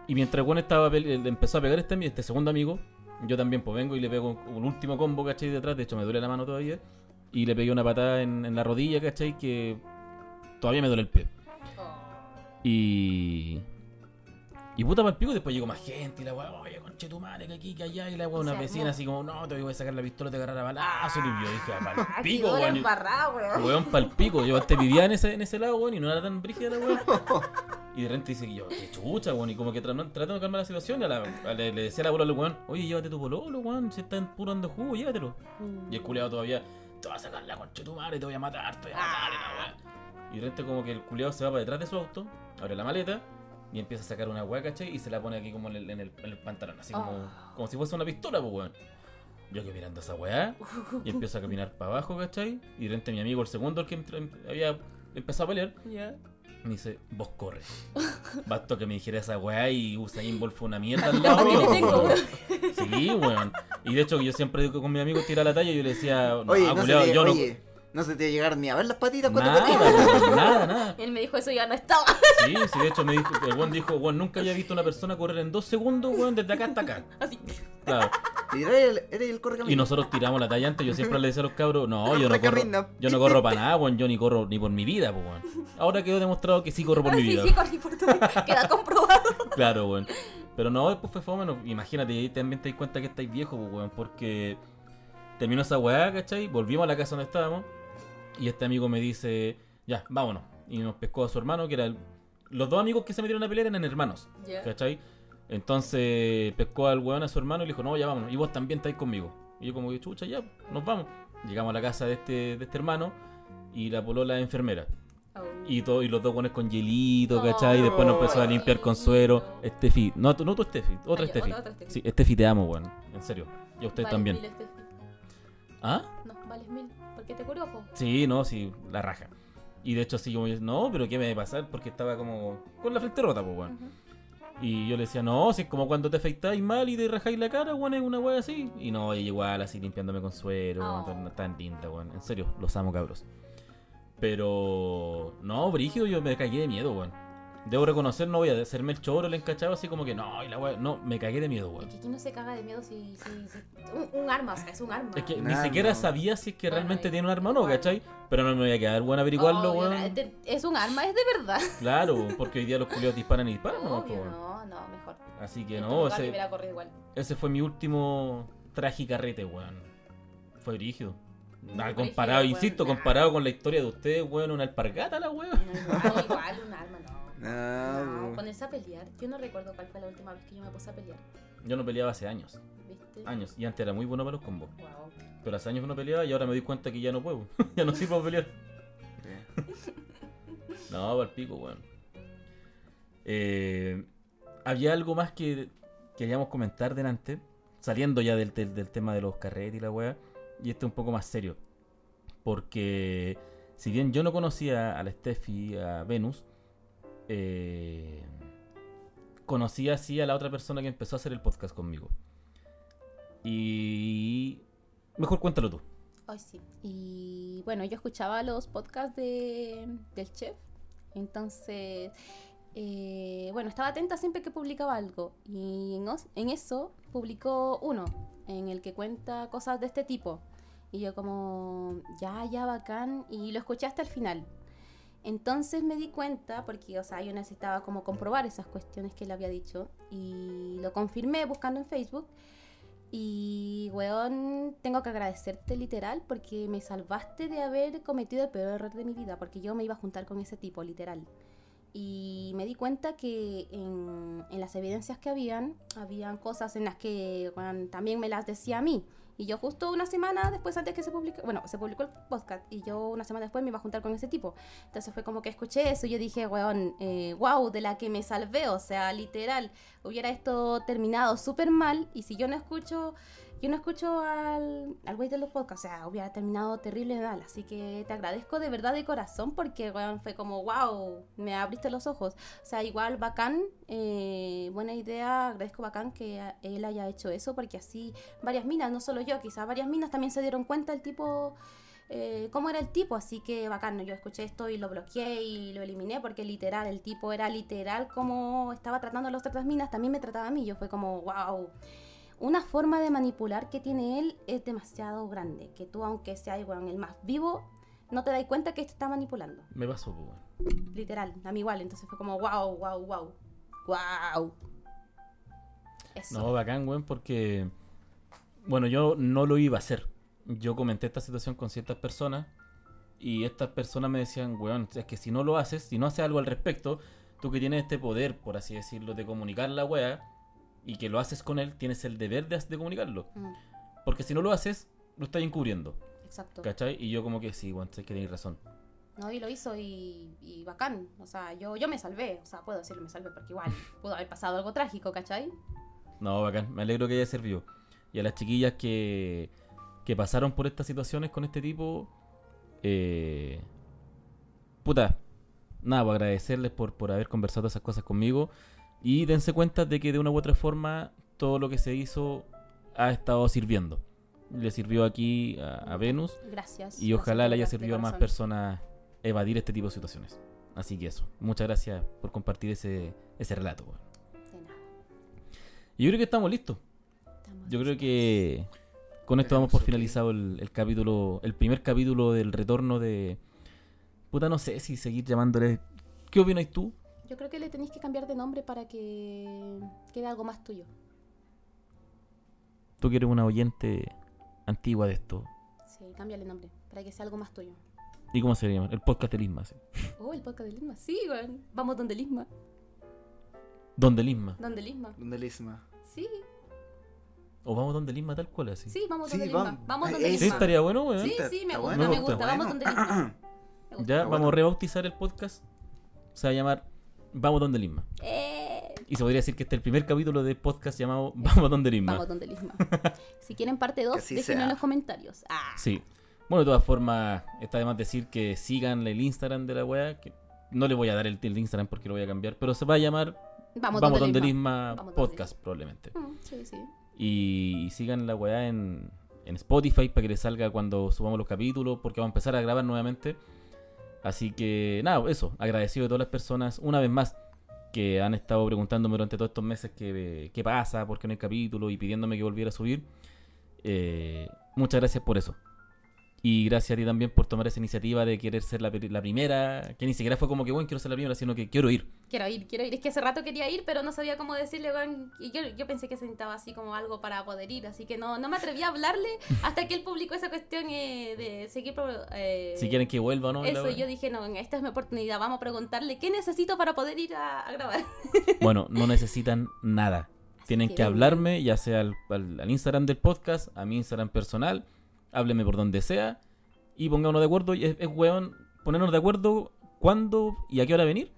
Speaker 2: Y mientras el weón estaba pele- le empezó a pegar este, ami- este segundo amigo, yo también pues vengo y le pego un último combo, ¿cachai? Detrás, de hecho me duele la mano todavía. Y le pegué una patada en, en la rodilla, ¿cachai? Que todavía me duele el pie.
Speaker 3: Oh.
Speaker 2: Y. Y puta pa'l pico, después llegó más gente y la weá, oye, conche tu madre, que aquí, que allá, y la weá,
Speaker 3: Y
Speaker 2: una
Speaker 3: se
Speaker 2: vecina
Speaker 3: armó.
Speaker 2: así como, no, te voy a sacar la pistola, te agarrar a balazo, y yo dije,
Speaker 3: Ah,
Speaker 2: pa'l
Speaker 3: qué
Speaker 2: pico,
Speaker 3: dura
Speaker 2: weón. y-
Speaker 3: embarrada, weón.
Speaker 2: Weón, pa'l pico, yo antes vivía en ese, en ese lado, weón, y no era tan brígida la weá. Y de repente dice, yo, qué chucha, weón. Y como que tratando tratando de calmar la situación, y a la- a- le, le decía a la abuela al weón, oye, llévate tu pololo, weón. Se están puro dando jugo, llévatelo. Y el culeado todavía, te vas a sacar la concha de tu madre, te voy a matar, te voy a matar, y la weá. Y de repente como que el culeado se va para detrás de su auto, abre la maleta y empieza a sacar una weá, ¿cachai? Y se la pone aquí como en el, en el- en el pantalón, así como,
Speaker 3: Ah.
Speaker 2: como si fuese una pistola, pues weón. Yo que mirando esa weá y empiezo a caminar para abajo, ¿cachai? Y de repente mi amigo, el segundo, el que entró- em- había empezado a pelear,
Speaker 3: Ya.
Speaker 2: me dice, vos corres. Basta que me dijera esa weá y Usain Bolt fue una mierda al
Speaker 3: La
Speaker 2: lado
Speaker 3: opinión
Speaker 2: mío,
Speaker 3: que tengo,
Speaker 2: weón. Sí, weón. Y de hecho yo siempre digo con mi amigo tira la talla y yo le decía, no, ah,
Speaker 4: Oye, no,
Speaker 2: culiao,
Speaker 4: se te,
Speaker 2: yo no.
Speaker 4: oye, no se te va a llegar ni a ver las patitas cuando
Speaker 2: Nada,
Speaker 4: patitas.
Speaker 2: weón, nada, nada.
Speaker 3: Él me dijo eso ya no estaba.
Speaker 2: Sí, sí, de hecho me dijo, el weón dijo, weón, nunca había visto una persona correr en dos segundos, weón, desde acá hasta acá.
Speaker 3: Así.
Speaker 2: Claro.
Speaker 4: Literal, eres el, eres el correcamino.
Speaker 2: Y nosotros tiramos la talla antes, yo siempre le decía a los cabros, no, yo no corro,
Speaker 4: Correcamino.
Speaker 2: yo no corro para nada, weón, yo ni corro ni por mi vida, pues, weón. Ahora quedó demostrado que sí corro por
Speaker 3: Ah,
Speaker 2: mi
Speaker 3: sí,
Speaker 2: vida.
Speaker 3: sí, corrí por todo. Queda comprobado.
Speaker 2: Claro, weón. Pero no, después fue fome, no, imagínate, y ahí también te das cuenta que estáis viejo, pues, weón, porque terminó esa weá, ¿cachai? Volvimos a la casa donde estábamos y este amigo me dice, ya, vámonos. Y nos pescó a su hermano, que era el- Los dos amigos que se metieron a pelear eran hermanos,
Speaker 3: Ya.
Speaker 2: ¿cachai? Entonces pescó al weón a su hermano y le dijo, no, ya vámonos, y vos también estáis conmigo. Y yo como que, chucha, ya, nos vamos. Llegamos a la casa de este, de este hermano y la polola es enfermera.
Speaker 3: Oh.
Speaker 2: Y, todo, y los dos pones con hielito, ¿cachai? Y después nos empezó a
Speaker 4: Ay.
Speaker 2: limpiar con suero. Estefi, no, tú- no tú Estefi, otra
Speaker 3: Ah, ya,
Speaker 2: Estefi.
Speaker 3: otra- otra Estefi.
Speaker 2: Sí, Estefi te amo, weón. En serio. Y a usted
Speaker 3: Vales
Speaker 2: también.
Speaker 3: mil, Estefi.
Speaker 2: ¿Ah?
Speaker 3: No, vales mil. Porque te curó, po.
Speaker 2: Sí, no, sí, la raja. Y de hecho así como, no, pero ¿qué me va a pasar? Porque estaba como con la frente rota, pues, weón.
Speaker 3: Ujú.
Speaker 2: Y yo le decía, no, si es como cuando te afeitáis mal y te rajáis la cara, weón, es una weá así. Y no, ella igual, así limpiándome con suero,
Speaker 3: Oh.
Speaker 2: tan, tan linda, weón. En serio, los amo, cabros. Pero, no, brígido, yo me cagué de miedo, weón. Debo reconocer, no voy a hacerme el choro, le encachaba así como que, no, y la weá, no, me cagué de miedo,
Speaker 3: Es
Speaker 2: weón.
Speaker 3: que aquí no se caga de miedo si. si, si- Un, un arma, o sea, es un arma.
Speaker 2: Es que ni
Speaker 4: Nah,
Speaker 2: siquiera
Speaker 4: no.
Speaker 2: sabía si es que
Speaker 3: Bueno,
Speaker 2: realmente
Speaker 3: y-
Speaker 2: tiene un arma o no,
Speaker 3: igual.
Speaker 2: ¿cachai? Pero no me voy a quedar, weón, averiguarlo,
Speaker 3: Obvio,
Speaker 2: weón.
Speaker 3: de- Es un arma, es de verdad.
Speaker 2: Claro, porque hoy día los culiados disparan y disparan, ¿no?
Speaker 3: Obvio,
Speaker 2: weón.
Speaker 3: no, no, mejor.
Speaker 2: Así que
Speaker 3: En
Speaker 2: no,
Speaker 3: tu lugar
Speaker 2: ese...
Speaker 3: yo hubiera corrido igual.
Speaker 2: Ese fue mi último trágicarrete, weón. Fue brígido. Nada, comparado,
Speaker 3: Brígido,
Speaker 2: insisto,
Speaker 3: weón.
Speaker 2: comparado con la historia de ustedes, weón, una alpargata la weón.
Speaker 3: No, no, igual un arma, no.
Speaker 4: Ah,
Speaker 3: No,
Speaker 4: bu.
Speaker 3: ponerse a pelear. Yo no recuerdo cuál fue la última vez que yo me puse a pelear.
Speaker 2: Yo no peleaba hace años.
Speaker 3: ¿Viste?
Speaker 2: Años. Y antes era muy bueno para los combos.
Speaker 3: Wow.
Speaker 2: Pero hace años que no peleaba y ahora me di cuenta que ya no puedo. ya no sirvo para pelear. No, para el pico, weón. Eh, había algo más que queríamos comentar delante, saliendo ya del, del- del tema de los carretes y la weá, y este un poco más serio. Porque si bien yo no conocía a la Steffi, a Venus, eh, conocía así a la otra persona que empezó a hacer el podcast conmigo. Y... Mejor cuéntalo tú.
Speaker 3: Ay, sí. Y bueno, yo escuchaba los podcasts de, del chef. Entonces, eh, bueno, estaba atenta siempre que publicaba algo. Y en, os- en eso publicó uno, en el que cuenta cosas de este tipo. Y yo como, ya, ya, bacán. Y lo escuché hasta el final. Entonces me di cuenta, porque, o sea, yo necesitaba como comprobar esas cuestiones que él había dicho. Y lo confirmé buscando en Facebook. Y, weón, tengo que agradecerte literal porque me salvaste de haber cometido el peor error de mi vida, porque yo me iba a juntar con ese tipo, literal. Y me di cuenta que en, en las evidencias que habían, habían cosas en las que weón, también me las decía a mí. Y yo justo una semana después, antes que se publicó, bueno, se publicó el podcast, y yo una semana después me iba a juntar con ese tipo. Entonces fue como que escuché eso y yo dije, weón, eh, wow, de la que me salvé, o sea, literal, hubiera esto terminado súper mal y si yo no escucho, yo no escucho al, al güey de los podcasts, o sea, hubiera terminado terrible mal. Así que te agradezco de verdad de corazón porque, weón, fue como, wow, me abriste los ojos. O sea, igual bacán, eh, buena idea, agradezco bacán que a- él haya hecho eso porque así varias minas, no solo yo, quizás varias minas también se dieron cuenta el tipo eh, cómo era el tipo, así que bacán, yo escuché esto y lo bloqueé y lo eliminé porque literal, el tipo era literal como estaba tratando a las otras minas, también me trataba a mí, yo fue como, wow, una forma de manipular que tiene él es demasiado grande, que tú aunque seas weón, el más vivo, no te das cuenta que te está manipulando,
Speaker 2: Me pasó, pues, weón.
Speaker 3: literal, a mí igual, entonces fue como, wow, wow, wow, wow. Eso.
Speaker 2: No, bacán, weón, porque. Bueno, yo no lo iba a hacer. Yo comenté esta situación con ciertas personas y estas personas me decían, weón, es que si no lo haces, si no haces algo al respecto, tú que tienes este poder, por así decirlo, de comunicar la wea y que lo haces con él, tienes el deber de, de comunicarlo.
Speaker 3: Mm,
Speaker 2: Porque si no lo haces, lo estás encubriendo.
Speaker 3: exacto.
Speaker 2: ¿Cachai? Y yo como que sí, bueno, sé que tenéis razón.
Speaker 3: No, y lo hizo y, y bacán. O sea, yo, yo me salvé. O sea, puedo decirlo, me salvé porque igual pudo haber pasado algo trágico, ¿cachai?
Speaker 2: No, bacán, me alegro que haya servido. Y a las chiquillas que, que pasaron por estas situaciones con este tipo, eh, puta, nada, pues agradecerles por, por haber conversado esas cosas conmigo y dense cuenta de que de una u otra forma todo lo que se hizo ha estado sirviendo. Le sirvió aquí a, a Venus
Speaker 3: Gracias.
Speaker 2: y ojalá le haya servido a más
Speaker 3: personas.
Speaker 2: personas evadir este tipo de situaciones. Así que eso, muchas gracias por compartir ese, ese relato. weón. Y yo creo que estamos listos. Yo creo que con esto damos por
Speaker 4: Eso,
Speaker 2: finalizado el, el capítulo, el primer capítulo del retorno de. Puta, no sé si seguir llamándole. ¿Qué opinas tú?
Speaker 3: Yo creo que le tenéis que cambiar de nombre para que quede algo más tuyo.
Speaker 2: Tú que eres una oyente antigua de esto.
Speaker 3: Sí, cámbiale nombre para que sea algo más tuyo.
Speaker 2: ¿Y cómo se le llama? El podcast del Isma. sí.
Speaker 3: Oh, el podcast de Lisma. Sí, weón. Vamos donde Lisma.
Speaker 2: Donde el Isma.
Speaker 3: Donde Lisma.
Speaker 4: Donde el Isma.
Speaker 3: Sí,
Speaker 2: O vamos donde el Isma tal cual, así.
Speaker 3: sí, vamos
Speaker 4: Sí,
Speaker 3: donde Lisma.
Speaker 4: vam-
Speaker 3: Vamos
Speaker 4: eh,
Speaker 3: donde
Speaker 4: eh,
Speaker 2: Sí,
Speaker 3: Lisma.
Speaker 2: estaría bueno, weón.
Speaker 3: Sí,
Speaker 4: Está-
Speaker 3: sí, me
Speaker 4: está
Speaker 3: gusta,
Speaker 4: bueno,
Speaker 3: me
Speaker 4: está
Speaker 3: gusta. Vamos
Speaker 4: bueno.
Speaker 3: donde Lisma. Me gusta.
Speaker 2: Ya,
Speaker 4: bueno.
Speaker 2: vamos a rebautizar el podcast. Se va a llamar Vamos donde el Isma.
Speaker 3: Eh,
Speaker 2: Y se podría decir que este es el primer capítulo de podcast llamado Vamos donde el Isma.
Speaker 3: vamos donde Lisma. Si quieren parte
Speaker 4: Que
Speaker 3: 2,
Speaker 4: así
Speaker 3: déjenlo
Speaker 4: sea.
Speaker 3: en los comentarios. Ah,
Speaker 2: Sí. Bueno, de todas formas, está de más decir que sigan el Instagram de la weá. Que no le voy a dar el, el Instagram porque lo voy a cambiar, pero se va a llamar
Speaker 3: vamos,
Speaker 2: Vamos
Speaker 3: donde
Speaker 2: Donde
Speaker 3: Lisma.
Speaker 2: Lisma
Speaker 3: Vamos Donde
Speaker 2: Podcast, probablemente.
Speaker 3: Mm, sí, sí.
Speaker 2: Y, sigan la weá en, en Spotify para que les salga cuando subamos los capítulos, porque vamos a empezar a grabar nuevamente. Así que, nada, eso. Agradecido de todas las personas, una vez más, que han estado preguntándome durante todos estos meses qué, qué pasa, por qué no hay capítulo y pidiéndome que volviera a subir. Eh, muchas gracias por eso. Y gracias a ti también por tomar esa iniciativa de querer ser la, pri- la primera, que ni siquiera fue como que, bueno, quiero ser la primera, sino que quiero ir.
Speaker 3: Quiero ir, quiero ir. Es que hace rato quería ir, pero no sabía cómo decirle, weón. Y yo, yo pensé que se necesitaba así como algo para poder ir, así que no, no me atreví a hablarle hasta que él publicó esa cuestión eh, de seguir... pro- eh,
Speaker 2: Si quieren que vuelva o no. la
Speaker 3: Eso,
Speaker 2: weá.
Speaker 3: yo dije, no, esta es mi oportunidad, vamos a preguntarle qué necesito para poder ir a, a grabar.
Speaker 2: Bueno, no necesitan nada. Tienen
Speaker 3: que
Speaker 2: que,
Speaker 3: vengan.
Speaker 2: hablarme, ya sea al, al- al Instagram del podcast, a mi Instagram personal, hábleme por donde sea y pongámonos de acuerdo. Y es, es weón, ponernos de acuerdo cuándo y a qué hora venir,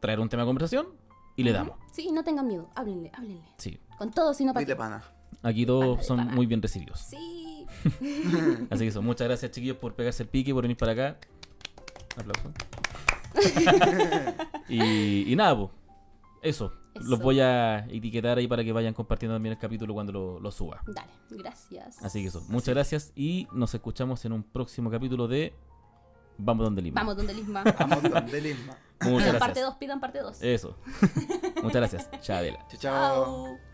Speaker 2: traer un tema de conversación y le damos.
Speaker 3: Sí, no tengan miedo, háblenle, háblenle.
Speaker 2: Sí,
Speaker 3: Con todo, sino
Speaker 4: Muy de
Speaker 3: para
Speaker 4: pana.
Speaker 2: aquí
Speaker 3: Para
Speaker 2: todos
Speaker 3: de
Speaker 2: son
Speaker 3: parar.
Speaker 2: muy bien recibidos.
Speaker 3: Sí,
Speaker 2: Así que eso, muchas gracias chiquillos por pegarse el pique, por venir para acá. Aplauso. y, y nada, po. Eso.
Speaker 3: Eso.
Speaker 2: Los voy a etiquetar ahí para que vayan compartiendo también el capítulo cuando lo, lo suba.
Speaker 3: dale, gracias.
Speaker 2: Así que eso. Muchas gracias y nos escuchamos en un próximo capítulo de Vamos donde Lima.
Speaker 3: Vamos donde Lisma.
Speaker 4: Vamos donde el Isma.
Speaker 2: Muchas
Speaker 3: Pidan parte
Speaker 2: gracias. Eh,
Speaker 3: 2, pidan parte 2.
Speaker 2: Eso. Muchas gracias. Chadela.
Speaker 4: Chao, chao.
Speaker 3: Chao.